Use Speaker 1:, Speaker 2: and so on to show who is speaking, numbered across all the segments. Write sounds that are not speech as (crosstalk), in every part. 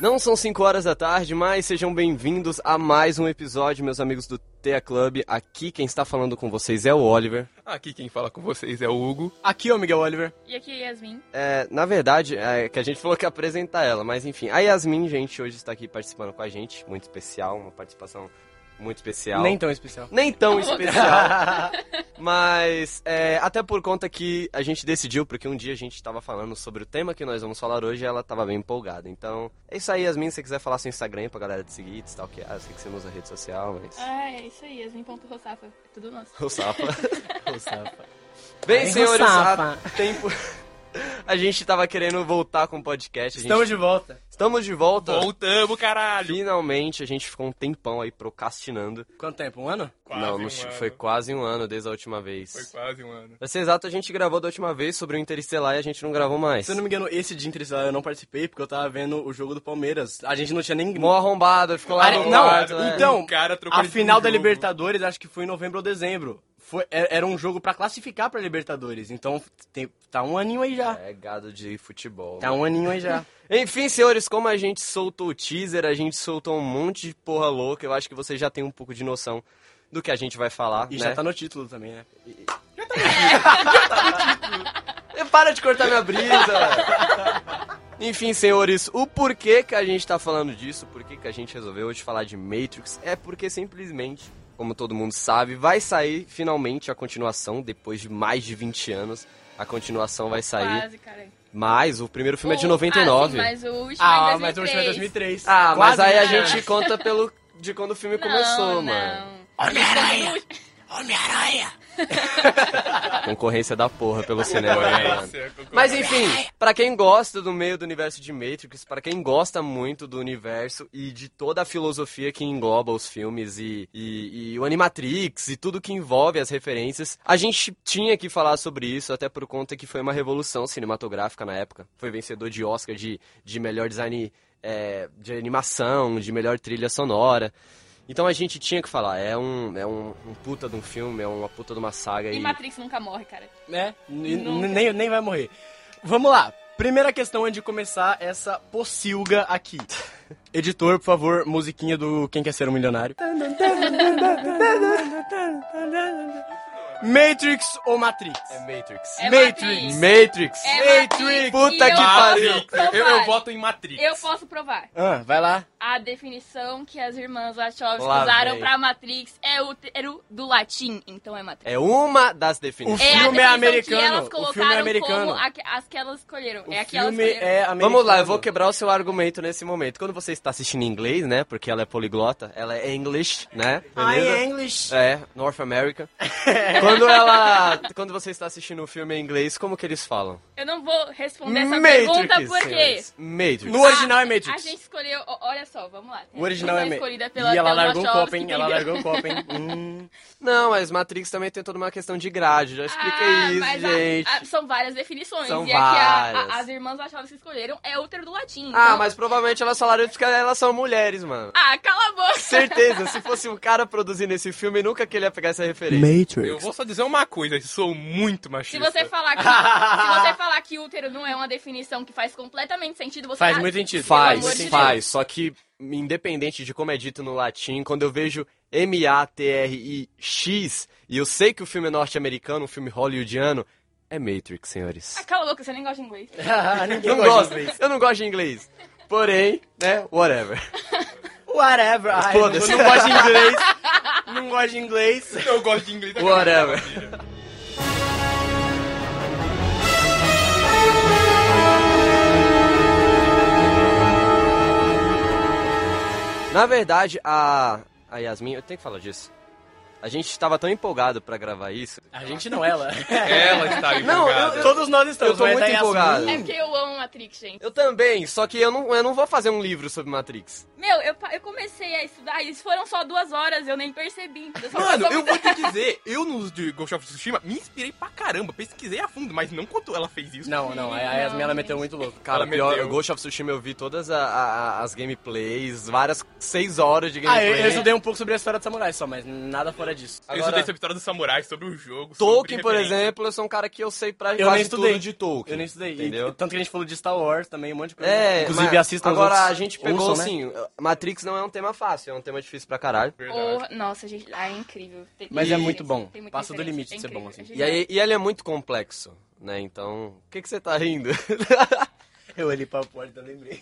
Speaker 1: Não são 5 horas da tarde, mas sejam bem-vindos a mais um episódio, meus amigos do TEA Club. Aqui quem está falando com vocês é o Oliver.
Speaker 2: Aqui quem fala com vocês é o Hugo.
Speaker 1: Aqui é o Miguel Oliver.
Speaker 3: E aqui é Yasmin.
Speaker 1: É, na verdade, é que a gente falou que ia apresentar ela, mas enfim. A Yasmin, gente, hoje está aqui participando com a gente. Muito especial, uma participação muito especial.
Speaker 4: Nem tão especial.
Speaker 1: Nem tão especial. Mas, é, até por conta que a gente decidiu, porque um dia a gente estava falando sobre o tema que nós vamos falar hoje e ela estava bem empolgada. Então, é isso aí, Yasmin. Se você quiser falar seu Instagram pra galera te seguir, te stalkear, eu sei que você não usa rede social, mas.
Speaker 3: Ah, é isso aí, Yasmin.rossafa. É tudo nosso.
Speaker 1: (laughs) O Safa.
Speaker 4: (laughs) Ô, Safa.
Speaker 1: Bem,
Speaker 4: Ai,
Speaker 1: senhores, há
Speaker 4: Safa.
Speaker 1: tempo. (laughs) A gente tava querendo voltar com o podcast. a gente-
Speaker 4: Estamos de volta.
Speaker 1: Estamos de volta.
Speaker 2: Voltamos, caralho!
Speaker 1: Finalmente, a gente ficou um tempão aí procrastinando.
Speaker 4: Quanto tempo? Um ano?
Speaker 1: não,
Speaker 2: um
Speaker 1: não che-
Speaker 2: ano.
Speaker 1: foi quase um ano desde a última vez.
Speaker 2: Foi quase um ano.
Speaker 1: Pra ser exato, a gente gravou da última vez sobre o Interestelar e a gente não gravou mais.
Speaker 4: Se eu não me engano, esse dia interestelar eu não participei porque eu tava vendo o jogo do Palmeiras. A gente não tinha nem.
Speaker 1: Mó arrombado, ficou lá
Speaker 4: Ah,
Speaker 1: no
Speaker 4: não,
Speaker 1: quarto, né?
Speaker 4: então,
Speaker 2: O um cara trocou
Speaker 4: A
Speaker 2: de
Speaker 4: final da
Speaker 2: jogo.
Speaker 4: Libertadores acho que foi em novembro ou dezembro. Foi, é- era um jogo pra classificar pra Libertadores. Então tem- tá um aninho aí já.
Speaker 1: É gado de futebol.
Speaker 4: Tá um aninho aí já.
Speaker 1: Enfim, senhores, como a gente soltou o teaser, a gente soltou um monte de porra louca, eu acho que vocês já têm um pouco de noção do que a gente vai falar,
Speaker 4: E
Speaker 1: né?
Speaker 4: já tá no título também, né?
Speaker 1: Eh, Para de cortar minha brisa! velho. Enfim, senhores, o porquê que a gente tá falando disso, por que que a gente resolveu hoje falar de Matrix, é porque simplesmente, como todo mundo sabe, vai sair finalmente a continuação, depois de mais de 20 anos, a continuação vai sair.
Speaker 3: Quase, cara.
Speaker 1: Mas Tá o primeiro filme é de
Speaker 3: O- Ah, sim,
Speaker 1: 99.
Speaker 3: mas o último
Speaker 4: Ah,
Speaker 3: é
Speaker 4: mas o último é 2003.
Speaker 1: Ah, mas
Speaker 4: Quase
Speaker 1: aí a
Speaker 4: 20
Speaker 1: gente conta pelo de quando o filme
Speaker 3: Não,
Speaker 1: começou,
Speaker 3: não.
Speaker 1: mano.
Speaker 4: Homem-Aranha!
Speaker 1: é
Speaker 4: Homem-Aranha!
Speaker 1: Concorrência da porra pelo cinema,
Speaker 2: é
Speaker 1: né, mano?
Speaker 2: Concorrência, concorrência.
Speaker 1: Mas enfim, pra quem gosta do meio do universo de Matrix, pra quem gosta muito do universo e de toda a filosofia que engloba os filmes e, e, e o Animatrix e tudo que envolve as referências, a gente tinha que falar sobre isso, até por conta que foi uma revolução cinematográfica na época. Foi vencedor de Oscar de, de melhor design é, de animação, de melhor trilha sonora. Então a gente tinha que falar, é um, é um, um puta de um filme, é uma puta de uma saga.
Speaker 3: E
Speaker 1: e-
Speaker 3: Matrix nunca morre, cara.
Speaker 4: né? N-
Speaker 3: Nunca.
Speaker 4: n- nem, nem vai morrer. Vamos lá. Primeira questão antes de começar essa pocilga aqui. Editor, por favor, musiquinha do Quem Quer Ser um Milionário. Matrix ou Matrix?
Speaker 1: É Matrix.
Speaker 3: É
Speaker 4: Matrix.
Speaker 1: Matrix!
Speaker 3: É
Speaker 1: Matrix!
Speaker 3: Matrix.
Speaker 1: Puta
Speaker 3: E
Speaker 1: que
Speaker 3: eu-
Speaker 1: pariu!
Speaker 2: Matrix. Eu, eu voto em Matrix.
Speaker 3: Eu posso provar.
Speaker 4: Ah, vai lá.
Speaker 3: A definição que as irmãs Wachowski
Speaker 1: Lá
Speaker 3: usaram
Speaker 1: vem.
Speaker 3: pra Matrix é o útero do latim, então é Matrix.
Speaker 1: É uma das
Speaker 4: O
Speaker 1: definições.
Speaker 3: É a
Speaker 4: filme é
Speaker 3: definição
Speaker 4: americano.
Speaker 3: Que elas
Speaker 4: o
Speaker 3: colocaram
Speaker 4: filme é americano.
Speaker 3: Como a- as que elas escolheram. é
Speaker 4: o
Speaker 3: a que elas
Speaker 4: filme
Speaker 3: escolheram.
Speaker 4: é americano.
Speaker 1: Vamos lá, eu vou quebrar o seu argumento nesse momento. Quando você está assistindo em inglês, né? Porque ela é poliglota, ela é English, né?
Speaker 4: I
Speaker 1: Beleza?
Speaker 4: English.
Speaker 1: É, North
Speaker 4: (laughs)
Speaker 1: America. quando ela. Quando você está assistindo um filme em inglês, como que eles falam?
Speaker 3: Eu não vou responder essa
Speaker 1: Matrix,
Speaker 3: pergunta porque...
Speaker 1: senhores. Matrix.
Speaker 4: No original é Matrix.
Speaker 3: Ah, A gente escolheu, o- olha só, vamos lá.
Speaker 4: O original é
Speaker 3: Foi
Speaker 4: Matrix.
Speaker 3: escolhida pela
Speaker 4: e ela
Speaker 3: Thelma
Speaker 4: largou o copo, hein?
Speaker 3: Wachowski,
Speaker 4: Ela
Speaker 3: entendeu?
Speaker 4: largou
Speaker 3: (laughs)
Speaker 4: o copo, hein? Hum.
Speaker 1: Não, mas Matrix também tem toda uma questão de grade. Já expliquei
Speaker 3: Ah,
Speaker 1: isso,
Speaker 3: mas a-
Speaker 1: gente.
Speaker 3: a- são várias definições.
Speaker 1: São
Speaker 3: e a que a-
Speaker 1: várias.
Speaker 3: a- as irmãs achavam que escolheram é útero do latim.
Speaker 1: Ah,
Speaker 3: então-
Speaker 1: mas provavelmente elas falaram isso porque elas são mulheres,
Speaker 3: (laughs)
Speaker 1: mano.
Speaker 3: Ah, cala a boca.
Speaker 1: Certeza, se fosse um cara produzindo esse filme, nunca que ele ia pegar essa referência.
Speaker 2: Eu
Speaker 4: (laughs) Matrix.
Speaker 2: vou só dizer uma coisa, eu sou muito
Speaker 3: Se
Speaker 2: machista.
Speaker 3: você falar que, se
Speaker 4: (laughs)
Speaker 3: você falar que útero não é uma definição que faz completamente sentido, você
Speaker 4: Faz
Speaker 3: tá-
Speaker 4: muito sentido.
Speaker 3: Pelo amor
Speaker 1: Faz,
Speaker 3: de
Speaker 1: faz. Só que, independente de como é dito no latim, quando eu vejo M-A-T-R-I-X, e eu sei que o filme é norte-americano, um filme hollywoodiano, é Matrix,
Speaker 3: Ah,
Speaker 1: senhores.
Speaker 3: cala a boca, você nem gosta de inglês.
Speaker 4: Ah, Ninguém
Speaker 1: Eu não
Speaker 4: gosta
Speaker 1: gosto,
Speaker 4: de inglês.
Speaker 1: eu não gosto de inglês. Porém, né, whatever.
Speaker 4: Whatever. Ai, Ah, eu
Speaker 1: Foda-se.
Speaker 4: não gosto de inglês. Não gosto de inglês.
Speaker 2: Eu gosto de inglês.
Speaker 1: Whatever. Na verdade, a, a Yasmin, eu tenho que falar disso. A gente tava tão empolgado pra gravar isso.
Speaker 4: A gente não, é ela.
Speaker 2: (laughs) Ela está
Speaker 4: (laughs)
Speaker 2: empolgada.
Speaker 4: Todos nós
Speaker 1: Eu
Speaker 4: estamos.
Speaker 1: tô
Speaker 4: mas
Speaker 1: muito
Speaker 4: aí a Yasmin-
Speaker 1: empolgado.
Speaker 3: É porque eu amo Matrix, gente.
Speaker 1: Eu também, só que eu não, eu não vou fazer um livro sobre Matrix.
Speaker 3: Meu, eu, pa- eu comecei a estudar, e foram só duas horas, eu nem percebi. Eu só-
Speaker 1: Mano,
Speaker 3: só me-
Speaker 1: eu vou ter que
Speaker 2: dizer,
Speaker 3: (laughs)
Speaker 2: eu nos de Ghost of Tsushima me inspirei pra caramba, pesquisei a fundo, mas não quanto ela fez isso.
Speaker 4: Não, não, a a Yasmin ela meteu muito louco.
Speaker 1: Cara,
Speaker 2: Ela
Speaker 1: pior,
Speaker 2: meteu.
Speaker 1: o Ghost of Tsushima eu vi todas a- a- a- as gameplays, várias seis horas de
Speaker 4: Ah, eu,
Speaker 1: gameplay.
Speaker 4: eu estudei um pouco sobre a história do samurai só, mas nada fora disso.
Speaker 2: eu
Speaker 1: Agora,
Speaker 2: estudei sobre a história dos samurais, sobre o jogo. sobre
Speaker 1: Tolkien, por
Speaker 2: referência.
Speaker 1: exemplo, eu sou um cara que eu sei pra
Speaker 4: Eu
Speaker 1: quase
Speaker 4: nem estudei.
Speaker 1: tudo de Tolkien.
Speaker 4: Eu nem estudei. E-
Speaker 1: Entendeu?
Speaker 4: tanto que a gente falou de Star Wars também, um monte de coisa.
Speaker 1: É, mas
Speaker 4: Inclusive assistam os
Speaker 1: Agora,
Speaker 4: outros-
Speaker 1: a gente pegou,
Speaker 4: ouçam, né?
Speaker 1: assim, Matrix não é um tema fácil, é um tema difícil pra caralho.
Speaker 2: Verdade.
Speaker 3: Ou- nossa, gente, ah, é incrível. Tem-
Speaker 4: Mas
Speaker 3: tem
Speaker 4: é muito
Speaker 3: diferença,
Speaker 4: bom.
Speaker 3: tem muita
Speaker 4: Passa do
Speaker 3: diferença,
Speaker 4: limite
Speaker 3: é
Speaker 4: de ser
Speaker 3: incrível,
Speaker 4: bom, assim.
Speaker 3: é
Speaker 1: E,
Speaker 3: genial.
Speaker 1: aí, e ele é muito complexo, né? Então, o que, que você tá
Speaker 4: (laughs)
Speaker 1: rindo?
Speaker 4: Eu olhei pra porta e lembrei.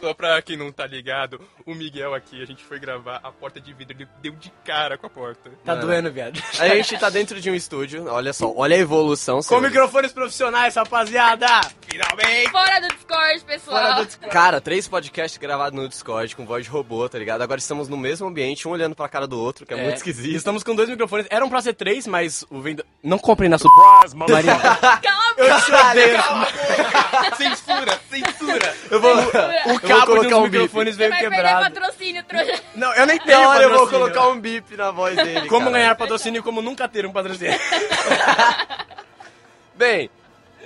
Speaker 2: Só pra quem não tá ligado, o Miguel aqui, a gente foi gravar a porta de vidro, ele deu de cara com a porta.
Speaker 4: Tá
Speaker 1: Mano.
Speaker 4: doendo, viado.
Speaker 1: a gente tá dentro de um estúdio, olha só, olha a evolução.
Speaker 4: (laughs) Com
Speaker 1: senhores.
Speaker 4: microfones profissionais, rapaziada!
Speaker 3: (laughs)
Speaker 2: Finalmente!
Speaker 3: Fora do Discord, pessoal.
Speaker 1: Fora do Discord. Cara, três podcasts gravados no Discord com voz de robô, tá ligado? Agora estamos no mesmo ambiente, um olhando pra cara do outro, que é, muito esquisito.
Speaker 4: Estamos com dois microfones. Eram pra ser três, mas o vendo. Não comprei na Surprise, (laughs) Maria.
Speaker 3: Cala a boca.
Speaker 4: Eu te odeio.
Speaker 2: censura, censura!
Speaker 1: (laughs) Eu vou,
Speaker 3: Eu
Speaker 4: O cabo
Speaker 1: colocar
Speaker 4: dos
Speaker 1: um bip.
Speaker 4: microfones
Speaker 3: Você
Speaker 4: veio
Speaker 3: vai
Speaker 4: quebrado.
Speaker 3: perder patrocínio, trouxa.
Speaker 4: Não, eu nem
Speaker 1: Na
Speaker 4: tenho.
Speaker 1: hora eu vou
Speaker 4: patrocínio.
Speaker 1: colocar um bip na voz dele.
Speaker 4: Como
Speaker 1: cara.
Speaker 4: ganhar patrocínio e como nunca ter um patrocínio.
Speaker 1: Bem,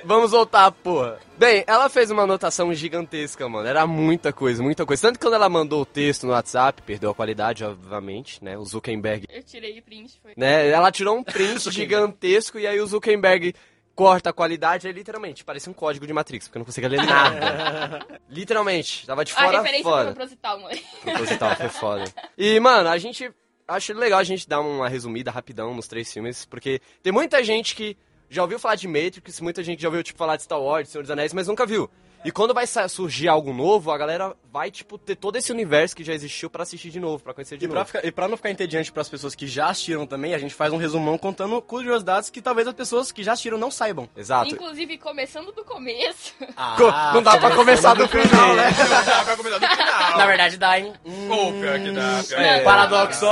Speaker 1: vamos voltar, porra. Bem, ela fez uma anotação gigantesca, mano. Era muita coisa, muita coisa. Tanto que quando ela mandou o texto no WhatsApp, perdeu a qualidade, obviamente, né? O Zuckerberg.
Speaker 3: Eu tirei o print, foi.
Speaker 1: Né? Ela tirou um print gigantesco e aí o Zuckerberg corta a qualidade. Aí, literalmente, parecia um código de Matrix, porque eu não conseguia ler nada. literalmente, tava de
Speaker 3: a
Speaker 1: fora a
Speaker 3: Ah, referência foi
Speaker 1: fora.
Speaker 3: proposital, moleque.
Speaker 1: Proposital, foi foda. E, mano, a gente. Acho legal a gente dar uma resumida rapidão nos três filmes, porque tem muita gente que já ouviu falar de Matrix, muita gente já ouviu, tipo, falar de Star Wars, Senhor dos Anéis, mas nunca viu. E quando vai sa- surgir algo novo, a galera vai, tipo, ter todo esse universo que já existiu pra assistir de novo, pra conhecer de
Speaker 4: E
Speaker 1: novo.
Speaker 4: pra, ficar- e pra não ficar entediante pras pessoas que já assistiram também, a gente faz um resumão contando curiosidades que talvez as pessoas que já assistiram não saibam.
Speaker 1: Exato.
Speaker 3: Inclusive, começando do começo.
Speaker 1: Co-
Speaker 3: (laughs)
Speaker 1: não dá pra começar do Ah, é final, né?
Speaker 2: (laughs) Não dá pra começar do final.
Speaker 4: Na verdade, dá, hein? Um
Speaker 2: Ou pior que dá, pior que
Speaker 1: É,
Speaker 2: dá.
Speaker 4: Paradoxo.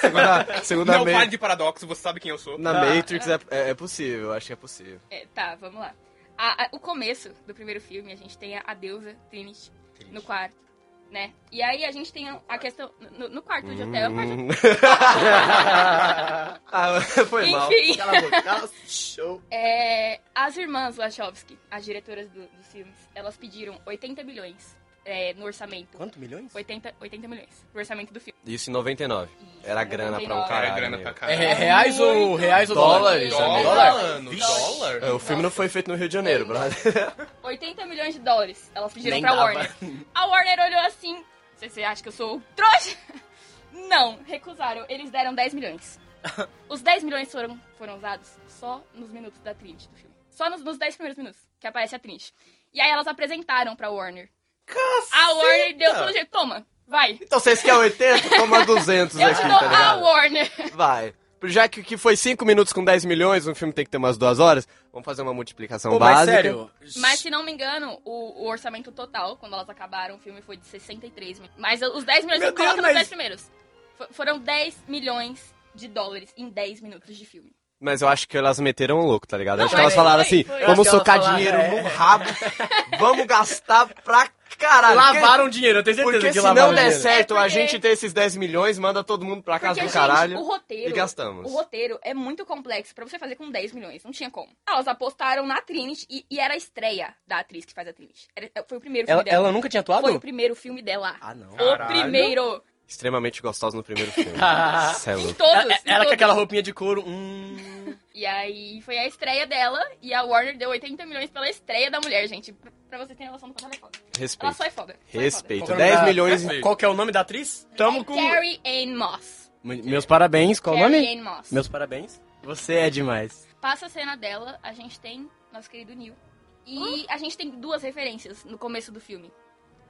Speaker 1: Segunda, segunda
Speaker 2: Não
Speaker 1: Ma-
Speaker 2: fale de paradoxo, você sabe quem eu sou.
Speaker 1: na Matrix é, é, é possível, acho que é possível.
Speaker 3: É, tá, vamos lá. A- a- o começo do primeiro filme, a gente tem a, a deusa Trinity, no quarto, né? E aí a gente tem a, a questão... No, no quarto de hotel, é
Speaker 4: Hum,
Speaker 3: um quarto de
Speaker 1: ah, (laughs)
Speaker 3: (laughs)
Speaker 1: foi mal.
Speaker 3: Enfim,
Speaker 4: Cala a boca. Cala- Show.
Speaker 3: é, as irmãs Wachowski, as diretoras do- dos filmes, elas pediram 80 milhões é, no orçamento.
Speaker 4: Quanto? Milhões?
Speaker 3: 80, 80 milhões no orçamento do filme.
Speaker 1: Isso em 99.
Speaker 3: Isso,
Speaker 1: Era grana pra um
Speaker 3: 99.
Speaker 1: caralho.
Speaker 2: Cara, grana
Speaker 1: meu.
Speaker 2: pra
Speaker 4: É,
Speaker 2: caralho.
Speaker 4: é reais ou reais ou
Speaker 1: Dólares,
Speaker 4: dólar?
Speaker 1: amigo.
Speaker 4: Dólar?
Speaker 2: mano,
Speaker 4: Vixe.
Speaker 2: dólar?
Speaker 1: É, o filme não foi feito no Rio de Janeiro, brother.
Speaker 3: 80 milhões de dólares elas pediram
Speaker 4: Nem
Speaker 3: pra
Speaker 4: dava.
Speaker 3: Warner. A Warner olhou assim, "Você- você acha que eu sou um trouxa? (laughs) Não, recusaram. Eles deram 10
Speaker 4: (laughs)
Speaker 3: milhões. Os 10 milhões foram, foram usados só nos minutos da Trinity do filme. Só nos, nos 10 primeiros minutos que aparece a Trinity. E aí elas apresentaram pra Warner. A Warner deu todo jeito. Toma, vai.
Speaker 1: Então vocês querem 80? Toma 200
Speaker 3: (laughs) Eu te
Speaker 1: aqui,
Speaker 3: dou
Speaker 1: tá
Speaker 3: a
Speaker 1: ligado?
Speaker 3: Warner.
Speaker 1: Vai. Já que, que foi 5 minutos com 10 milhões, um filme tem que ter umas 2 horas, vamos fazer uma multiplicação
Speaker 4: Pô, mas
Speaker 1: básica.
Speaker 4: sério.
Speaker 3: Mas se não me engano, o, o orçamento total, quando elas acabaram, o filme foi de 63 milhões. Mas os 10 milhões
Speaker 4: Meu
Speaker 3: eu coloco
Speaker 4: Deus,
Speaker 3: nos 10
Speaker 4: mas-
Speaker 3: primeiros. Fo- foram 10 milhões de dólares em 10 minutos de filme.
Speaker 1: Mas eu acho que elas meteram o louco, tá ligado?
Speaker 3: Não,
Speaker 1: acho que
Speaker 3: mas
Speaker 1: elas falaram
Speaker 3: foi,
Speaker 1: assim,
Speaker 3: foi. Eu
Speaker 1: vamos
Speaker 4: acho que
Speaker 1: socar
Speaker 4: elas
Speaker 1: dinheiro
Speaker 4: falaram,
Speaker 1: no
Speaker 4: é.
Speaker 1: rabo, vamos gastar pra caralho.
Speaker 4: Lavaram dinheiro, eu tenho certeza
Speaker 1: Porque, porque
Speaker 4: que
Speaker 1: se
Speaker 4: lavaram
Speaker 1: não der
Speaker 4: dinheiro.
Speaker 1: certo,
Speaker 3: É
Speaker 1: a
Speaker 3: porque-
Speaker 1: gente tem esses 10 milhões, manda todo mundo pra casa
Speaker 3: Porque,
Speaker 1: do
Speaker 3: gente,
Speaker 1: caralho.
Speaker 3: o roteiro.
Speaker 1: e gastamos.
Speaker 3: O roteiro é muito complexo pra você fazer com 10 milhões. Não tinha como. Elas apostaram na Trinity e, e era a estreia da atriz que faz a Trinity. Era- é, foi o primeiro filme
Speaker 4: Ela,
Speaker 3: dela.
Speaker 4: ela nunca tinha
Speaker 3: Foi o
Speaker 4: atuado?
Speaker 3: primeiro filme dela.
Speaker 4: Ah, não.
Speaker 2: Ah.
Speaker 3: O
Speaker 2: Caralho.
Speaker 3: primeiro.
Speaker 1: Extremamente gostosa no
Speaker 3: (laughs)
Speaker 1: primeiro filme. é
Speaker 3: Em
Speaker 1: Celo.
Speaker 3: todos.
Speaker 4: Ela,
Speaker 3: em
Speaker 4: ela com
Speaker 3: todos.
Speaker 4: aquela roupinha de couro. Hum.
Speaker 3: E aí foi a estreia dela e a Warner deu 80 milhões pela estreia da mulher, gente. Pra- Pra vocês terem noção do quanto ela é foda. Ela
Speaker 1: Respeito.
Speaker 3: só é foda. Só
Speaker 1: Respeito.
Speaker 4: Qual que é o
Speaker 1: 10
Speaker 4: nome da-
Speaker 1: milhões
Speaker 2: Respeito.
Speaker 4: Qual que é o nome da atriz?
Speaker 3: É foda.
Speaker 4: Tamo
Speaker 3: É
Speaker 4: com.
Speaker 3: Carrie Ann Moss.
Speaker 4: Me- Meus parabéns, qual o
Speaker 3: Carrie
Speaker 4: nome?
Speaker 3: Ann Moss.
Speaker 4: Meus parabéns. Você é demais.
Speaker 3: Passa a cena dela, a gente tem nosso querido Neil. E a gente tem duas referências no começo do filme.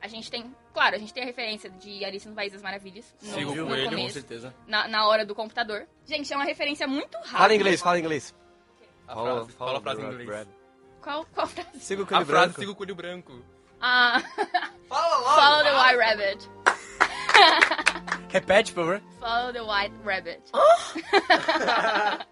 Speaker 3: A gente tem, claro, a gente tem a referência de Alice no País das Maravilhas. No,
Speaker 2: Sigo
Speaker 3: no
Speaker 2: com ele,
Speaker 3: começo,
Speaker 4: certeza.
Speaker 3: na, na hora do computador. Gente, é uma referência muito rápida.
Speaker 1: Fala inglês, fala inglês.
Speaker 2: A frase, fala a frase em inglês.
Speaker 3: Qual, qual (laughs) frase?
Speaker 1: Siga o
Speaker 2: A
Speaker 1: Clube
Speaker 2: frase
Speaker 1: Branco.
Speaker 2: siga o coelho branco.
Speaker 3: Ah, (laughs)
Speaker 1: Fala logo.
Speaker 3: follow the white rabbit.
Speaker 4: Repete, por favor.
Speaker 3: Follow the white rabbit.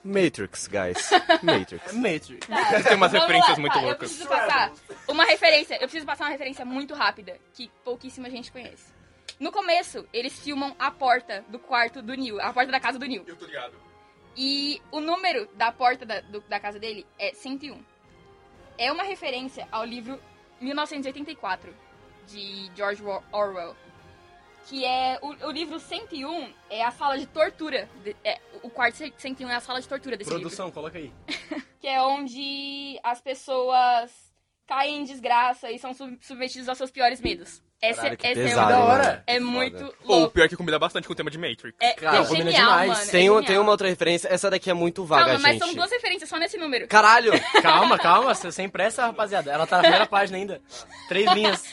Speaker 1: Matrix, guys. Matrix.
Speaker 4: É Matrix.
Speaker 3: Vocês
Speaker 2: têm umas referências muito
Speaker 3: Tá, Eu
Speaker 2: loucas.
Speaker 3: preciso passar uma referência, eu preciso passar uma referência muito rápida que pouquíssima gente conhece. No começo, eles filmam a porta do quarto do Neil, a porta da casa do Neil.
Speaker 2: Eu tô ligado.
Speaker 3: E o número da porta da, do- da casa dele é 101. É uma referência ao livro 1984, de George Wa- Orwell. Que é. O, o livro 101 é a sala de tortura. de- é, o quarto 101 é a sala de tortura desse livro
Speaker 4: Produção, coloca aí.
Speaker 3: que é onde as pessoas caem em desgraça e são sub- submetidas aos seus piores medos. Essa,
Speaker 1: Caralho, que
Speaker 3: essa
Speaker 1: pesado,
Speaker 4: da
Speaker 1: hein,
Speaker 4: hora.
Speaker 1: mano.
Speaker 3: é, é
Speaker 1: Que
Speaker 3: muito
Speaker 1: foda.
Speaker 2: Ou
Speaker 3: louco.
Speaker 2: pior que combina bastante com o tema de Matrix.
Speaker 3: É,
Speaker 4: Cara,
Speaker 3: é
Speaker 4: combina
Speaker 3: genial,
Speaker 4: demais.
Speaker 3: mano. é
Speaker 1: Tem, um-
Speaker 3: genial.
Speaker 1: tem uma outra referência. Essa daqui é muito vaga,
Speaker 3: Calma, mas
Speaker 1: gente.
Speaker 3: são duas referências só nesse número.
Speaker 1: Caralho!
Speaker 4: (laughs) Calma, calma, você- sem pressa, rapaziada. Ela tá na primeira página ainda. Três linhas.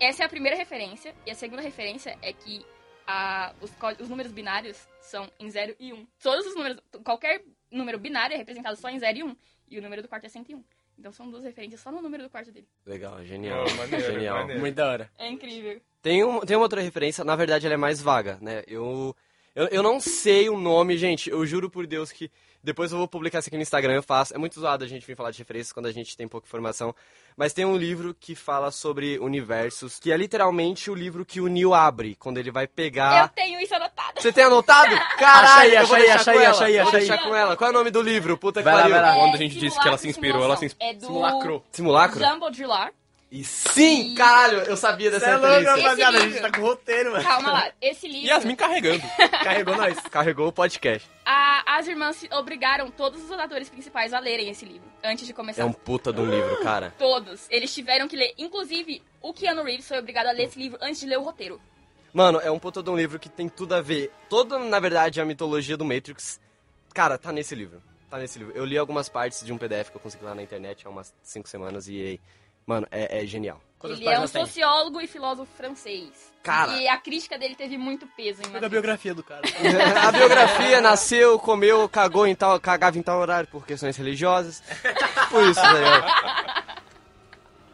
Speaker 3: Essa é a primeira referência. E a segunda referência é que a- os, có- os números binários são em 0 e 1. Um. Todos os números, qualquer número binário é representado só em 0 e 1. Um, e o número do quarto é 101. Então são duas referências só no número do quarto dele.
Speaker 1: Legal, genial.
Speaker 2: Oh, maneiro,
Speaker 1: genial.
Speaker 2: maneiro.
Speaker 4: Muito da hora.
Speaker 3: É incrível.
Speaker 1: Tem, um, tem uma outra referência, na verdade ela é mais vaga, né? Eu, eu, eu não sei o nome, gente, eu juro por Deus que depois eu vou publicar isso aqui no Instagram, eu faço. É muito zoado a gente vir falar de referências quando a gente tem pouca informação, mas tem um livro que fala sobre universos, que é literalmente o livro que o Neil abre quando ele vai
Speaker 3: Eu
Speaker 1: pegar.
Speaker 3: tenho isso anotado.
Speaker 1: Você tem anotado? Caralho,
Speaker 4: Acha aí,
Speaker 1: eu
Speaker 4: acha
Speaker 1: vou
Speaker 4: aí,
Speaker 1: deixar
Speaker 4: acha
Speaker 1: com
Speaker 4: aí,
Speaker 1: ela,
Speaker 4: acha aí,
Speaker 1: vou
Speaker 4: acha aí.
Speaker 1: deixar com ela. Qual é o nome do livro? Puta que
Speaker 4: Vai lá,
Speaker 1: pariu.
Speaker 4: vai lá.
Speaker 2: Quando a gente disse que ela se
Speaker 3: simulacro,
Speaker 2: inspirou, ela se
Speaker 3: É, simulação. É do
Speaker 4: Simulacro.
Speaker 1: Simulacro?
Speaker 3: Jumbo Drillar.
Speaker 1: E sim, caralho, eu sabia dessa
Speaker 4: Você é louco,
Speaker 1: referência.
Speaker 4: rapaziada. A
Speaker 3: Esse
Speaker 4: gente
Speaker 3: livro.
Speaker 4: tá com roteiro, mano.
Speaker 3: Calma lá, esse livro.
Speaker 2: Yasmin carregando.
Speaker 4: Carregou nós.
Speaker 1: Carregou o podcast.
Speaker 3: a- as irmãs se obrigaram todos os atores principais a lerem esse livro antes de começar.
Speaker 1: É um puta de um livro, cara.
Speaker 3: Todos. Eles tiveram que ler. Inclusive, o Keanu Reeves foi obrigado a ler esse livro antes de ler o roteiro.
Speaker 1: Mano, é um puta de um livro que tem tudo a ver. Toda, na verdade, a mitologia do Matrix, cara, tá nesse livro. Tá nesse livro. Eu li algumas partes de um PDF que eu consegui lá na internet há umas 5 semanas e, mano, é, é genial. (laughs)
Speaker 4: Quantas
Speaker 3: ele é um
Speaker 4: páginas tem?
Speaker 3: sociólogo e filósofo francês.
Speaker 1: Cara.
Speaker 3: E a crítica dele teve muito peso em
Speaker 4: Foi (laughs) da
Speaker 3: Matrix.
Speaker 4: biografia do cara.
Speaker 1: a biografia nasceu, comeu, cagou em tal, cagava em tal horário por questões religiosas. Tipo isso, tá ligado?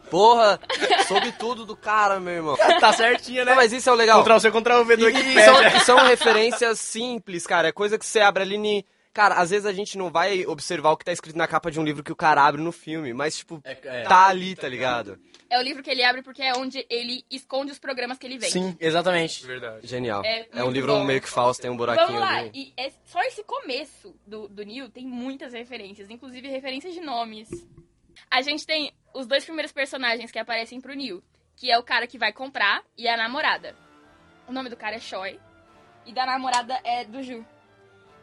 Speaker 1: Porra, soube tudo do cara, meu irmão.
Speaker 4: (laughs) tá certinha, né?
Speaker 1: Não, mas isso é o legal.
Speaker 4: Ctrl C, Ctrl V do
Speaker 1: E são,
Speaker 4: Wikipedia.
Speaker 1: e são referências simples, cara. É coisa que você abre ali. ni- Cara, às vezes a gente não vai observar o que tá escrito na capa de um livro que o cara abre no filme, mas, tipo,
Speaker 4: É- é.
Speaker 1: tá ali, tá ligado?
Speaker 3: É o livro que ele abre porque é onde ele esconde os programas que ele vende.
Speaker 4: Sim, exatamente.
Speaker 2: Verdade.
Speaker 1: Genial.
Speaker 3: É
Speaker 1: É, um
Speaker 3: muito
Speaker 1: livro
Speaker 3: bom.
Speaker 1: meio que falso, tem um buraquinho
Speaker 3: Vamos lá,
Speaker 1: ali.
Speaker 3: e é- só esse começo do, do Neil tem muitas referências, inclusive referências de nomes. A gente tem os dois primeiros personagens que aparecem pro Neil, que é o cara que vai comprar e a namorada. O nome do cara é Choi e da namorada é do Ju.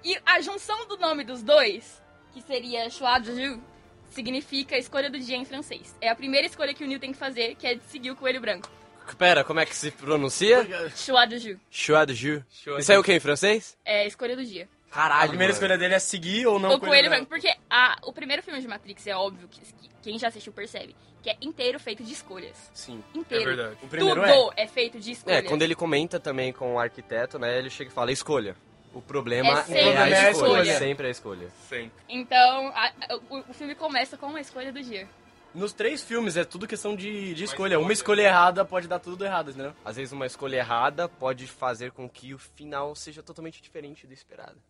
Speaker 3: E a junção do nome dos dois, que seria Choi do Ju, significa escolha do dia em francês. É a primeira escolha que o Neil tem que fazer, que é de seguir o coelho branco.
Speaker 1: Pera, como é que se pronuncia?
Speaker 3: Choi do Ju.
Speaker 1: Choix de jus. Isso aí é o que em francês?
Speaker 3: É a escolha do dia.
Speaker 1: Caralho.
Speaker 4: A primeira
Speaker 1: mano.
Speaker 4: escolha dele é seguir ou não
Speaker 3: o Coelho Branco, porque a- o primeiro filme de Matrix é óbvio que, que quem já assistiu percebe, que é inteiro feito de escolhas.
Speaker 4: Sim.
Speaker 2: É
Speaker 3: Inteiro.
Speaker 2: verdade.
Speaker 4: O primeiro é.
Speaker 3: Tudo é. feito de escolhas.
Speaker 1: É, quando ele comenta também com o arquiteto, né, ele chega e fala: escolha. O problema
Speaker 3: É
Speaker 1: é,
Speaker 3: sempre
Speaker 1: a, escolha.
Speaker 4: a escolha.
Speaker 1: Sempre a escolha.
Speaker 2: Sempre.
Speaker 3: Então, a- a- o, o filme começa com uma escolha do dia.
Speaker 4: Nos três filmes é tudo questão de, de
Speaker 2: Mas
Speaker 4: escolha.
Speaker 2: pode.
Speaker 4: Uma escolha errada pode dar tudo errado, entendeu?
Speaker 1: Às vezes uma escolha errada pode fazer com que o final seja totalmente diferente do esperado.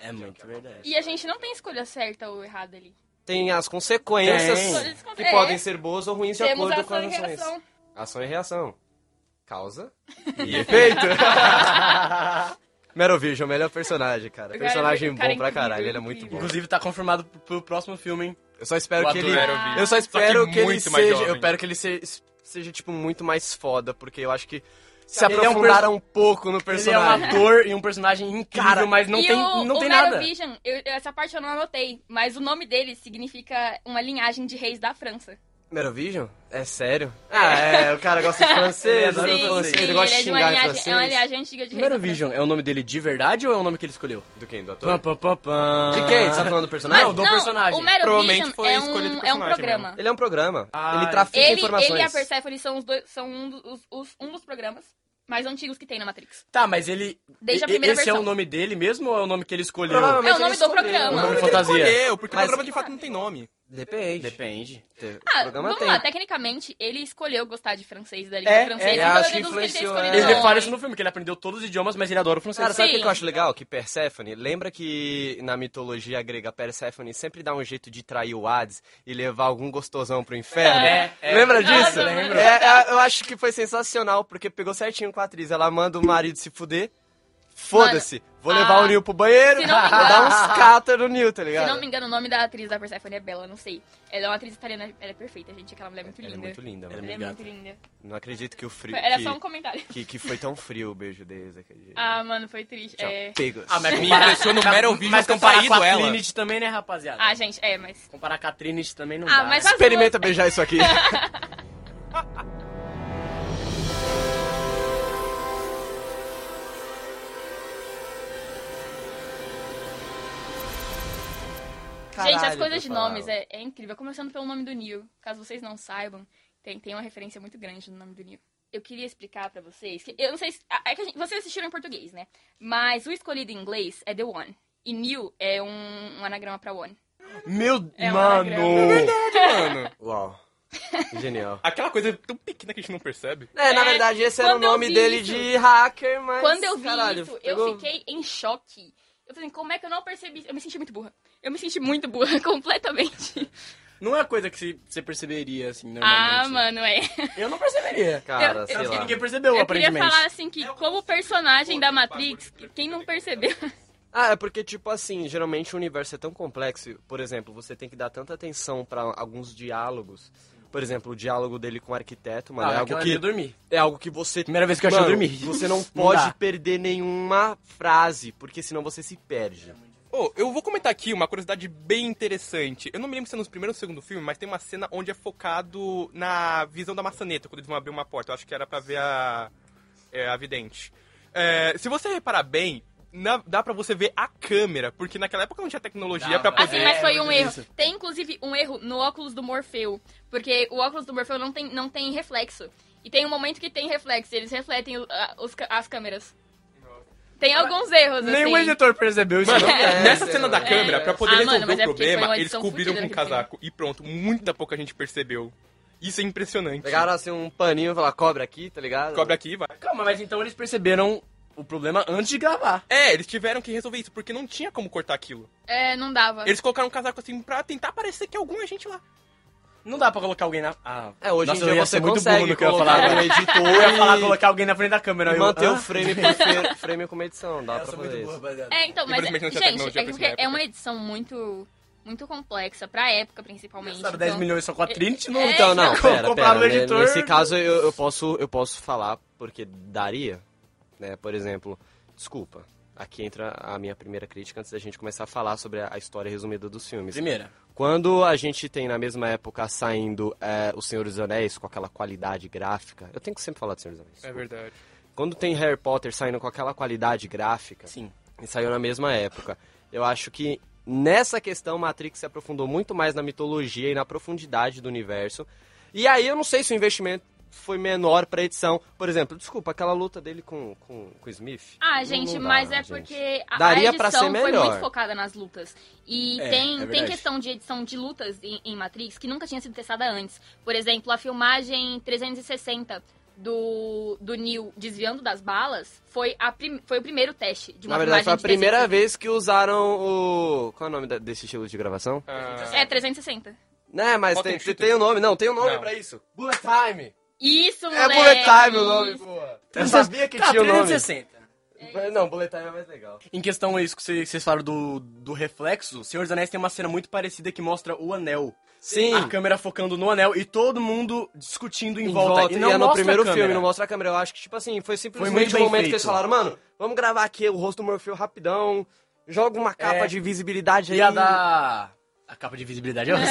Speaker 4: É muito verdade.
Speaker 3: E a gente não tem escolha certa ou errada ali.
Speaker 1: Tem as consequências
Speaker 4: Tem.
Speaker 3: Escolhas
Speaker 1: que
Speaker 3: contra-
Speaker 1: podem
Speaker 3: é,
Speaker 1: ser boas ou ruins de
Speaker 3: Temos
Speaker 1: acordo com
Speaker 3: ação
Speaker 1: as
Speaker 3: e
Speaker 1: ações.
Speaker 3: reação.
Speaker 1: Ação e reação.
Speaker 3: (laughs)
Speaker 1: Causa e efeito. (laughs) Merovision, o melhor personagem, cara.
Speaker 3: O cara é-
Speaker 1: Personagem
Speaker 3: o cara é
Speaker 1: bom pra
Speaker 3: incrível,
Speaker 1: caralho, ele é muito bom.
Speaker 3: incrível.
Speaker 4: Inclusive tá confirmado pro, pro próximo filme, hein?
Speaker 1: Eu só espero
Speaker 2: O
Speaker 1: que
Speaker 2: ator
Speaker 1: ele
Speaker 2: era o Vin.
Speaker 1: Eu só espero que, ele
Speaker 2: é muito mais
Speaker 1: seja.
Speaker 2: jovem.
Speaker 1: Eu espero que ele se- seja, tipo, muito mais foda, porque eu acho que se
Speaker 4: Ele é um
Speaker 1: aprofundaram um pouco no
Speaker 4: Ele é um
Speaker 1: personagem.
Speaker 4: ator e um personagem incrível,
Speaker 1: Cara,
Speaker 4: mas não
Speaker 3: e
Speaker 4: tem,
Speaker 3: o,
Speaker 4: não
Speaker 3: o
Speaker 4: tem nada.
Speaker 3: Merovision, eu- essa parte eu não anotei, mas o nome dele significa uma linhagem de reis da França.
Speaker 1: Merovision? É sério? Ah, é, o cara (laughs) gosta de francês,
Speaker 4: Ele adora
Speaker 1: ele,
Speaker 4: Sim,
Speaker 1: francês,
Speaker 4: sim,
Speaker 1: ele gosta de
Speaker 3: é, de uma
Speaker 1: xingar em
Speaker 3: linhagem, é uma
Speaker 1: francês.
Speaker 3: linhagem antiga de reis da França.
Speaker 4: Merovision é o nome dele de verdade ou é o nome que ele escolheu?
Speaker 1: Do quem? Do
Speaker 4: Pam,
Speaker 1: ator?
Speaker 4: pam, pam, pam.
Speaker 1: De quem? Você tá falando do personagem?
Speaker 4: Não, do- personagem.
Speaker 3: O Merovision
Speaker 2: Provavelmente foi
Speaker 3: é
Speaker 2: a escolha do
Speaker 3: um, é um
Speaker 2: personagem
Speaker 3: programa.
Speaker 1: Ele é um programa.
Speaker 4: Ah,
Speaker 1: ele trafica
Speaker 3: Ele,
Speaker 1: informações.
Speaker 3: ele e a Persephone são, os dois, são um, dos, os- os- um dos programas mais antigos que tem na Matrix.
Speaker 4: Tá, mas ele.
Speaker 3: Desde a
Speaker 4: e-
Speaker 3: primeira
Speaker 4: esse é
Speaker 3: versão.
Speaker 4: o nome dele mesmo ou é o nome que ele escolheu?
Speaker 1: Provavelmente
Speaker 3: É o nome
Speaker 1: ele
Speaker 3: do
Speaker 1: escolheu.
Speaker 3: programa.
Speaker 4: O nome
Speaker 2: Ele
Speaker 4: fantasia.
Speaker 2: escolheu, porque o
Speaker 1: Mas-
Speaker 2: programa de fato não tem nome.
Speaker 1: Depende.
Speaker 4: Depende.
Speaker 1: Te-
Speaker 3: Ah,
Speaker 1: o programa
Speaker 3: vamos
Speaker 1: tem.
Speaker 3: lá, tecnicamente, ele escolheu gostar de francês, da língua
Speaker 4: É,
Speaker 3: francesa,
Speaker 4: é,
Speaker 3: então
Speaker 1: acho
Speaker 3: eu
Speaker 1: que
Speaker 3: deduzo que ele tem
Speaker 1: influenciou,
Speaker 3: escolhido
Speaker 1: né?
Speaker 4: Ele
Speaker 3: homem.
Speaker 4: repara isso no filme, que ele aprendeu todos os idiomas, mas ele adora o francês.
Speaker 1: Cara, sabe o que
Speaker 3: Sim.
Speaker 1: que eu acho legal? Que Perséfone, lembra que na mitologia grega Perséfone sempre dá um jeito de trair o Hades e levar algum gostosão pro inferno?
Speaker 4: É, é.
Speaker 1: lembra
Speaker 3: Nossa,
Speaker 1: disso?
Speaker 3: eu lembro.
Speaker 1: É, é, eu acho que foi sensacional, porque pegou certinho com a atriz. Ela manda o marido se fuder. Foda-se, vou levar
Speaker 3: ah,
Speaker 1: o Nil pro banheiro,
Speaker 3: se
Speaker 1: vou
Speaker 3: não
Speaker 1: (laughs)
Speaker 3: me
Speaker 1: dar
Speaker 3: engano-
Speaker 1: uns cata no Nil, tá
Speaker 3: Se
Speaker 1: ligado?
Speaker 3: não me engano, o nome da atriz da Persephone é Bella, não sei. Ela é uma atriz italiana, ela é perfeita, gente. Aquela mulher é muito
Speaker 1: Ela
Speaker 3: linda.
Speaker 1: é muito linda, mano.
Speaker 3: Ela é
Speaker 4: Obrigado.
Speaker 3: muito linda.
Speaker 1: Não acredito que o frio.
Speaker 3: Foi- Era
Speaker 1: que,
Speaker 3: só um comentário.
Speaker 1: que, que foi tão frio o beijo deles Então, aquele dia.
Speaker 3: Ah, mano, foi triste.
Speaker 1: Tchau,
Speaker 3: É...
Speaker 1: pegos.
Speaker 4: Ah, mas
Speaker 2: Me
Speaker 4: comparar-
Speaker 2: impressiona o mero vídeo
Speaker 4: mas
Speaker 2: tão
Speaker 4: comparar
Speaker 2: paído
Speaker 4: com a
Speaker 2: ela.
Speaker 4: Trinity também, né, rapaziada?
Speaker 3: Ah, gente, é, mas.
Speaker 4: Comparar com a Trinity também não
Speaker 3: Ah,
Speaker 4: dá.
Speaker 3: mas as
Speaker 1: Experimenta beijar isso
Speaker 3: (laughs)
Speaker 1: aqui.
Speaker 3: gente, as
Speaker 1: Caralho,
Speaker 3: coisas de
Speaker 1: eu falava.
Speaker 3: nomes é, é incrível. Começando pelo nome do Neil. Caso vocês não saibam, tem, tem uma referência muito grande no nome do Neil. Eu queria explicar pra vocês que. Eu não sei se. ah, É que a gente- vocês assistiram em português, né? Mas o escolhido em inglês é The One. E Neil é um, um anagrama pra One.
Speaker 4: Meu...
Speaker 3: É um
Speaker 4: mano...
Speaker 3: anagrama.
Speaker 2: Mano,
Speaker 1: Uau. Genial.
Speaker 2: aquela coisa tão pequena que a gente não percebe.
Speaker 1: É, na
Speaker 3: É,
Speaker 1: verdade, esse era o
Speaker 3: quando eu
Speaker 1: nome
Speaker 3: vi
Speaker 1: dele
Speaker 3: isso-
Speaker 1: de hacker, mas.
Speaker 3: Quando eu vi
Speaker 1: caralho,
Speaker 3: isso,
Speaker 1: pegou-
Speaker 3: eu fiquei em choque. Eu falei, como é que eu não percebi? isso? Eu me senti muito burra. Eu me senti muito burra, (laughs) completamente.
Speaker 4: Não é coisa que se- você perceberia, assim, normalmente.
Speaker 3: Ah, mano, é.
Speaker 4: Eu não perceberia.
Speaker 1: Cara,
Speaker 3: eu-
Speaker 1: sei
Speaker 4: Acho que
Speaker 1: lá.
Speaker 4: ninguém percebeu,
Speaker 3: Eu queria
Speaker 4: aparentemente.
Speaker 3: falar assim que, como personagem da
Speaker 2: Pô, tem
Speaker 3: Matrix,
Speaker 2: bagulho que
Speaker 3: quem não percebeu.
Speaker 1: Ah, é porque, tipo assim, geralmente o universo é tão complexo. Por exemplo, você tem que dar tanta atenção pra alguns diálogos. Por exemplo, o diálogo dele com o arquiteto, mano,
Speaker 4: Ah,
Speaker 1: é
Speaker 4: aquela
Speaker 1: algo
Speaker 4: ali
Speaker 1: que
Speaker 4: eu dormi.
Speaker 1: é algo que você
Speaker 4: Primeira vez que eu achei
Speaker 1: Mano,
Speaker 4: eu dormi.
Speaker 1: (laughs) Você não
Speaker 4: dá.
Speaker 1: pode perder nenhuma frase, porque senão você se perde.
Speaker 2: Ô, eu vou comentar aqui uma curiosidade bem interessante. Eu não me lembro se é no primeiro ou no segundo filme, mas tem uma cena onde é focado na visão da maçaneta, quando eles vão abrir uma porta. Eu acho que era pra ver a, é, a vidente. É, se você reparar bem, na- dá pra você ver a câmera, porque naquela época não tinha tecnologia
Speaker 4: Dá,
Speaker 2: pra
Speaker 4: mas
Speaker 3: Assim,
Speaker 2: poder...
Speaker 3: mas foi um
Speaker 4: é
Speaker 3: erro.
Speaker 4: isso.
Speaker 3: Tem, inclusive, um erro no óculos do Morfeu. Porque o óculos do Morfeu não tem, não tem reflexo. E tem um momento que tem reflexo, e eles refletem o- a- os ca- as câmeras. Tem alguns erros, assim.
Speaker 4: Nenhum um editor percebeu isso. né?
Speaker 2: Mano,
Speaker 4: não.
Speaker 1: É,
Speaker 2: nessa
Speaker 1: sei
Speaker 2: cena
Speaker 1: lá.
Speaker 2: da câmera,
Speaker 3: É.
Speaker 2: pra poder
Speaker 3: Ah, mano,
Speaker 2: resolver
Speaker 3: mas
Speaker 2: o
Speaker 3: é porque foi
Speaker 2: problema,
Speaker 3: uma
Speaker 2: eles
Speaker 3: edição
Speaker 2: cobriram com
Speaker 3: fudida
Speaker 2: um
Speaker 3: que tem.
Speaker 2: casaco. E pronto, muita pouca gente percebeu. Isso é impressionante.
Speaker 1: Pegaram assim um paninho e falaram, cobra aqui, tá ligado?
Speaker 2: Cobra aqui, vai.
Speaker 4: Calma, mas então eles perceberam o problema antes de gravar.
Speaker 2: É, eles tiveram que resolver isso, porque não tinha como cortar aquilo.
Speaker 3: É, não dava.
Speaker 2: Eles colocaram um casaco assim pra tentar parecer que é algum agente lá.
Speaker 4: Não dá pra colocar alguém na... Ah,
Speaker 1: É, hoje
Speaker 4: Nossa,
Speaker 1: em
Speaker 4: eu
Speaker 1: dia
Speaker 4: ia
Speaker 1: você
Speaker 4: ser muito
Speaker 1: consegue
Speaker 4: burro no que eu ia
Speaker 1: colocar (laughs)
Speaker 4: falar
Speaker 1: um
Speaker 4: agora.
Speaker 1: editor
Speaker 4: Eu ia falar
Speaker 1: e-
Speaker 4: colocar alguém na frente da câmera.
Speaker 1: e
Speaker 4: eu-
Speaker 1: manter
Speaker 4: ah,
Speaker 1: o frame, por fer- frame como edição, dá
Speaker 4: eu
Speaker 1: um pra
Speaker 4: sou
Speaker 1: fazer
Speaker 4: muito
Speaker 1: isso.
Speaker 4: burro, rapaziada.
Speaker 3: É, então, mas,
Speaker 2: Infelizmente não tinha
Speaker 3: gente,
Speaker 2: tecnologia
Speaker 3: é,
Speaker 2: pra isso
Speaker 3: porque
Speaker 2: na época.
Speaker 3: é uma edição muito, muito complexa, pra época, principalmente.
Speaker 4: Sabe, 10
Speaker 3: então-
Speaker 4: milhões só com a Trinity? Não,
Speaker 3: É,
Speaker 1: Então, não, (laughs)
Speaker 4: Com-
Speaker 1: pera,
Speaker 4: comprar
Speaker 1: pera.
Speaker 4: um editor-
Speaker 1: Nesse caso, eu, eu posso, eu posso falar, porque daria, né? Por exemplo, desculpa. Aqui entra a minha primeira crítica antes da gente começar a falar sobre a a história resumida dos filmes.
Speaker 4: é Primeira.
Speaker 1: Quando a gente tem na mesma época saindo é, O Senhor dos Anéis com aquela qualidade gráfica. Eu tenho que sempre falar do Senhor dos
Speaker 3: É
Speaker 1: Anéis.
Speaker 2: verdade.
Speaker 1: Quando tem Harry Potter saindo com aquela qualidade gráfica
Speaker 4: Sim.
Speaker 1: e saiu na mesma época. Eu acho que nessa questão Matrix se aprofundou muito mais na mitologia e na profundidade do universo. E aí eu não sei se o investimento foi menor pra edição. Por exemplo, desculpa, aquela luta dele com com, com o Smith.
Speaker 3: Ah,
Speaker 1: Não-
Speaker 3: gente,
Speaker 1: não dá,
Speaker 3: mas é
Speaker 1: gente.
Speaker 3: porque a,
Speaker 1: Daria
Speaker 3: a
Speaker 1: pra
Speaker 3: edição
Speaker 1: ser
Speaker 3: foi
Speaker 1: melhor.
Speaker 3: muito focada nas lutas. E
Speaker 4: É,
Speaker 3: tem,
Speaker 4: é
Speaker 3: tem
Speaker 4: verdade.
Speaker 3: questão de edição de lutas em, em Matrix que nunca tinha sido testada antes. Por exemplo, a filmagem 360 do, do Neo desviando das balas foi, a prim- foi o primeiro teste de uma
Speaker 1: Na verdade, foi a
Speaker 3: filmagem de
Speaker 1: primeira vez que usaram o. Qual é o nome da- desse estilo de gravação?
Speaker 2: Ah.
Speaker 3: É, 360.
Speaker 1: Né, mas
Speaker 2: Bota
Speaker 1: tem,
Speaker 2: um título.
Speaker 1: tem um nome. Não, tem um nome
Speaker 2: Não.
Speaker 4: É
Speaker 1: pra isso. Bullet Time!
Speaker 3: Isso,
Speaker 1: É
Speaker 3: moleque!
Speaker 1: Bullet Time o nome, porra! Eu sabia que
Speaker 4: Ah,
Speaker 1: tinha o nome.
Speaker 4: 360.
Speaker 1: Não, Bullet Time é mais legal.
Speaker 4: Em questão a isso que vocês vocês falaram do, do reflexo, Senhor dos Anéis tem uma cena muito parecida que mostra o anel.
Speaker 1: Sim!
Speaker 4: A câmera focando no anel e todo mundo discutindo em,
Speaker 1: em
Speaker 4: volta. E não
Speaker 1: é no
Speaker 4: mostra a
Speaker 1: primeiro
Speaker 4: câmera.
Speaker 1: filme, não mostra a câmera. Eu acho que, tipo assim, foi
Speaker 4: Foi
Speaker 1: simplesmente
Speaker 4: muito
Speaker 1: o
Speaker 4: bem
Speaker 1: momento que
Speaker 4: feito.
Speaker 1: eles falaram, mano, vamos gravar aqui o rosto do Morfeu rapidão, joga uma capa
Speaker 4: É.
Speaker 1: de visibilidade aí.
Speaker 4: Ia dar... A capa de visibilidade é uma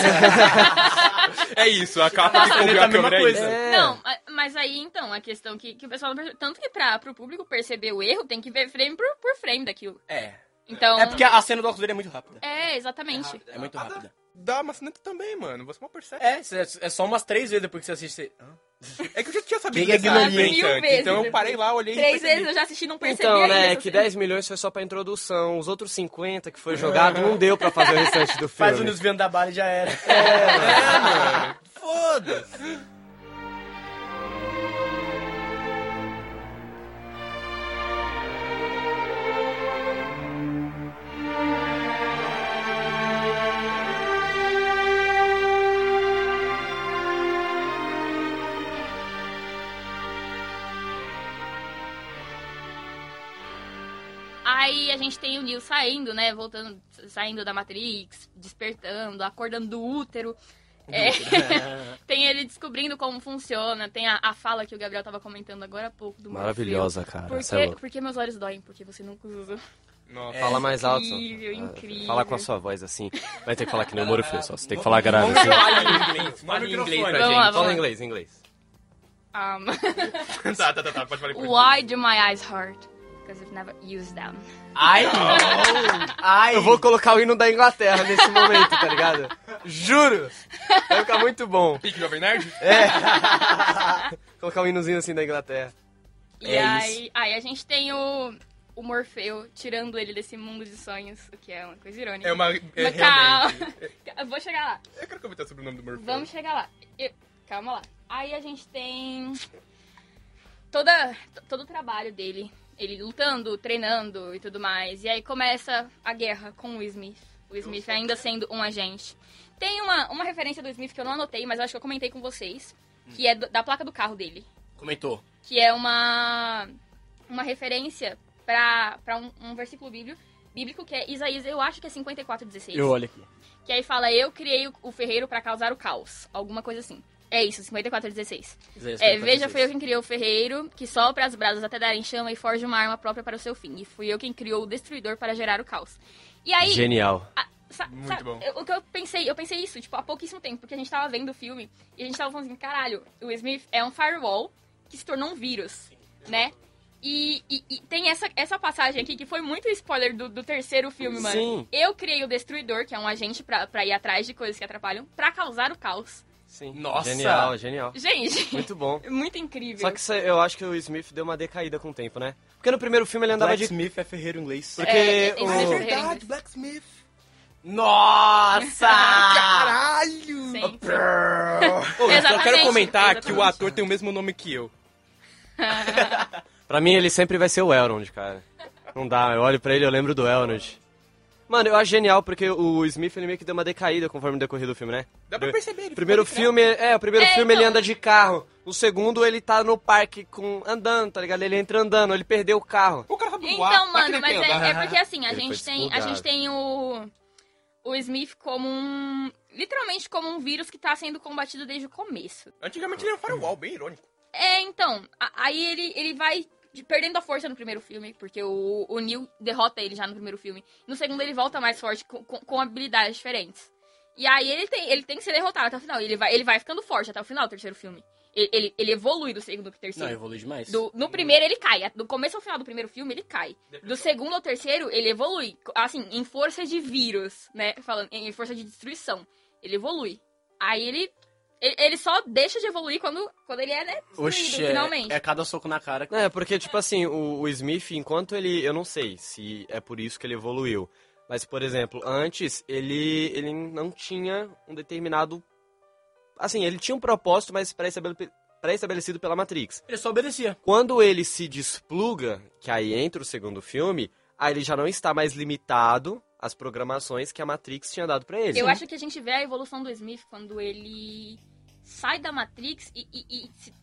Speaker 2: É isso, a capa que
Speaker 3: (laughs)
Speaker 4: Nossa, ele
Speaker 2: cobriu
Speaker 4: tá
Speaker 2: a
Speaker 4: a mesma
Speaker 2: câmera é isso.
Speaker 4: coisa.
Speaker 1: É.
Speaker 3: Não, a- mas aí então, a questão que, que o pessoal não percebeu. Tanto que pra, pro público perceber o erro, tem que ver frame por, por frame daquilo.
Speaker 4: É.
Speaker 3: Então.
Speaker 4: É porque a cena do óculos dele é muito rápida.
Speaker 3: É, exatamente.
Speaker 4: É muito rápida.
Speaker 2: da maçaneta também, mano. Você mal percebe.
Speaker 5: É, cê- é só umas três vezes depois que você assiste. você- Hã?
Speaker 2: É que eu já tinha sabido
Speaker 4: Quem é
Speaker 2: dessa
Speaker 4: ignorante?
Speaker 2: referência
Speaker 3: Mil
Speaker 2: antes,
Speaker 3: vezes
Speaker 2: Então eu
Speaker 3: depois.
Speaker 2: parei lá, olhei
Speaker 3: Três
Speaker 2: e percebi.
Speaker 3: vezes eu já assisti e não percebi
Speaker 1: Então,
Speaker 3: ainda.
Speaker 1: né,
Speaker 3: essa
Speaker 1: que
Speaker 3: cena.
Speaker 1: 10 milhões foi só pra introdução. Os outros 50 que foi jogado não deu pra fazer o restante do
Speaker 4: (laughs) Faz um o
Speaker 1: filme.
Speaker 4: nos vendo da bala e já era. (laughs) É,
Speaker 3: Aí a gente tem o Neo saindo, né? Voltando, saindo da Matrix, despertando, acordando do útero. É.
Speaker 1: né?
Speaker 3: (laughs) tem ele descobrindo como funciona, tem a, a fala que o Gabriel tava comentando agora há pouco do
Speaker 1: Maravilhosa, cara.
Speaker 3: Morfeu.
Speaker 1: cê é
Speaker 3: Por
Speaker 1: louco.
Speaker 3: que, por que meus olhos doem? Porque você nunca usa.
Speaker 2: Nossa.
Speaker 1: Fala mais alto.
Speaker 3: Incrível,
Speaker 1: Ah,
Speaker 3: incrível.
Speaker 1: Fala com a sua voz assim. Vai ter que falar que nem o Morfeu só. Você tem que falar grave assim.
Speaker 2: Fala em inglês, fala em inglês pra
Speaker 3: Vamos lá,
Speaker 2: gente.
Speaker 1: Fala em inglês, em inglês.
Speaker 3: Um, (laughs)
Speaker 2: Tá, tá, tá, tá, pode falar em inglês.
Speaker 3: why do my eyes hurt? Because I've never used them.
Speaker 4: Ai! Ai!
Speaker 1: Eu vou colocar o hino da Inglaterra nesse momento, tá ligado? Juro! Vai ficar muito bom.
Speaker 2: Pique Jovem Nerd?
Speaker 1: Colocar um hinozinho assim da Inglaterra.
Speaker 3: E
Speaker 4: É
Speaker 3: aí, aí a gente tem o, o Morfeu tirando ele desse mundo de sonhos, o que é uma coisa irônica.
Speaker 2: É uma. É,
Speaker 3: Mas
Speaker 2: realmente.
Speaker 3: calma. Eu Vou chegar lá.
Speaker 2: Eu quero comentar sobre o nome do Murphy.
Speaker 3: Vamos chegar lá. Eu- Calma lá. Aí a gente tem toda, to- todo o trabalho dele. Ele lutando, treinando e tudo mais. E aí começa a guerra com o Smith. O Smith ainda sendo um agente. Tem uma, uma referência do Smith que eu não anotei, mas eu acho que eu comentei com vocês. Que é do- da placa do carro dele.
Speaker 4: Comentou.
Speaker 3: que é uma, uma referência para um, um versículo bíblio- bíblico que é Isaías, eu acho que é 54,16.
Speaker 4: Eu olho aqui.
Speaker 3: Que aí fala, eu criei o, o ferreiro para causar o caos. Alguma coisa assim. É isso, 54,16.
Speaker 5: Isaías
Speaker 3: É,
Speaker 5: 54,
Speaker 3: veja, foi eu
Speaker 5: 16.
Speaker 3: quem criou o ferreiro, que sopra as brasas até darem chama e forja uma arma própria para o seu fim. E fui eu quem criou o destruidor para gerar o caos. E aí,
Speaker 1: Genial.
Speaker 3: ah, sa-
Speaker 2: Muito
Speaker 3: sabe,
Speaker 2: bom.
Speaker 3: eu- o que eu pensei, eu pensei isso, tipo, há pouquíssimo tempo, porque a gente tava vendo o filme e a gente tava falando assim, caralho, o Smith é um firewall que se tornou um vírus, né? E, e- e tem essa, essa passagem aqui que foi muito spoiler do, do terceiro filme, mano.
Speaker 1: Sim.
Speaker 3: Eu criei o Destruidor, que é um agente pra, pra ir atrás de coisas que atrapalham, pra causar o caos.
Speaker 1: Sim.
Speaker 4: Nossa!
Speaker 1: Genial, genial.
Speaker 3: Gente, (laughs) é
Speaker 1: Muito bom.
Speaker 3: muito incrível.
Speaker 1: Só que cê- eu acho que o Smith deu uma decaída com o tempo, né? Porque no primeiro filme ele andava de.
Speaker 4: Blacksmith é ferreiro inglês.
Speaker 1: Porque
Speaker 3: É,
Speaker 1: o-
Speaker 3: esse é
Speaker 2: Verdade, Blacksmith.
Speaker 4: Nossa!
Speaker 2: Caralho! Oh,
Speaker 3: Sim.
Speaker 2: Ô, eu só quero
Speaker 3: Exatamente,
Speaker 2: comentar que o
Speaker 3: exatamente.
Speaker 2: ator tem o mesmo nome que eu.
Speaker 1: Pra mim ele sempre vai ser o Elrond, cara. Não dá, eu olho pra ele e eu lembro do Elrond. Mano, eu acho genial porque o Smith ele meio que deu uma decaída conforme o decorrer do filme, né?
Speaker 2: Dá pra perceber. ele
Speaker 1: Primeiro
Speaker 2: ficou
Speaker 1: filme, é, o primeiro
Speaker 3: É,
Speaker 1: filme ele
Speaker 3: então.
Speaker 1: anda de carro. No segundo ele tá no parque com andando, tá ligado? Ele entra andando, ele perdeu o carro.
Speaker 2: O cara sabe voar.
Speaker 3: Então,
Speaker 2: Será que ele
Speaker 3: mano, mas
Speaker 2: tem andar?
Speaker 3: é, é porque assim, a
Speaker 1: Ele
Speaker 3: gente,
Speaker 1: foi
Speaker 3: tem, a
Speaker 1: expulgado.
Speaker 3: gente tem o, o Smith como um. Literalmente como um vírus que tá sendo combatido desde o começo.
Speaker 2: Antigamente ele era um firewall, bem irônico.
Speaker 3: É, então. a- aí ele, ele vai de- perdendo a força no primeiro filme, porque o, o Neil derrota ele já no primeiro filme. No segundo, ele volta mais forte com, com- com habilidades diferentes. E aí ele tem, ele tem que ser derrotado até o final. e Ele vai, ele vai ficando forte até o final do terceiro filme. Ele, ele, ele evolui do segundo pro terceiro.
Speaker 5: Não, evolui demais.
Speaker 3: Do- no primeiro ele cai. Do começo ao final do primeiro filme ele cai. Do segundo ao terceiro ele evolui. Assim, em força de vírus, né? Falando, em força de destruição. Ele evolui. Aí ele. Ele, ele só deixa de evoluir quando, quando ele é, né? Destruído,
Speaker 5: Oxe, é-
Speaker 3: finalmente.
Speaker 5: é cada soco na cara.
Speaker 1: É, porque, tipo assim, o, o Smith, enquanto ele. Eu não sei se é por isso que ele evoluiu. Mas, por exemplo, antes ele, ele não tinha um determinado. Assim, ele tinha um propósito, mas pré-estabele- pré-estabelecido pela Matrix.
Speaker 5: Ele só obedecia.
Speaker 1: Quando ele se despluga, que aí entra o segundo filme, aí ele já não está mais limitado às programações que a Matrix tinha dado pra ele.
Speaker 3: Eu acho que a gente vê a evolução do Smith quando ele sai da Matrix e, e- e se-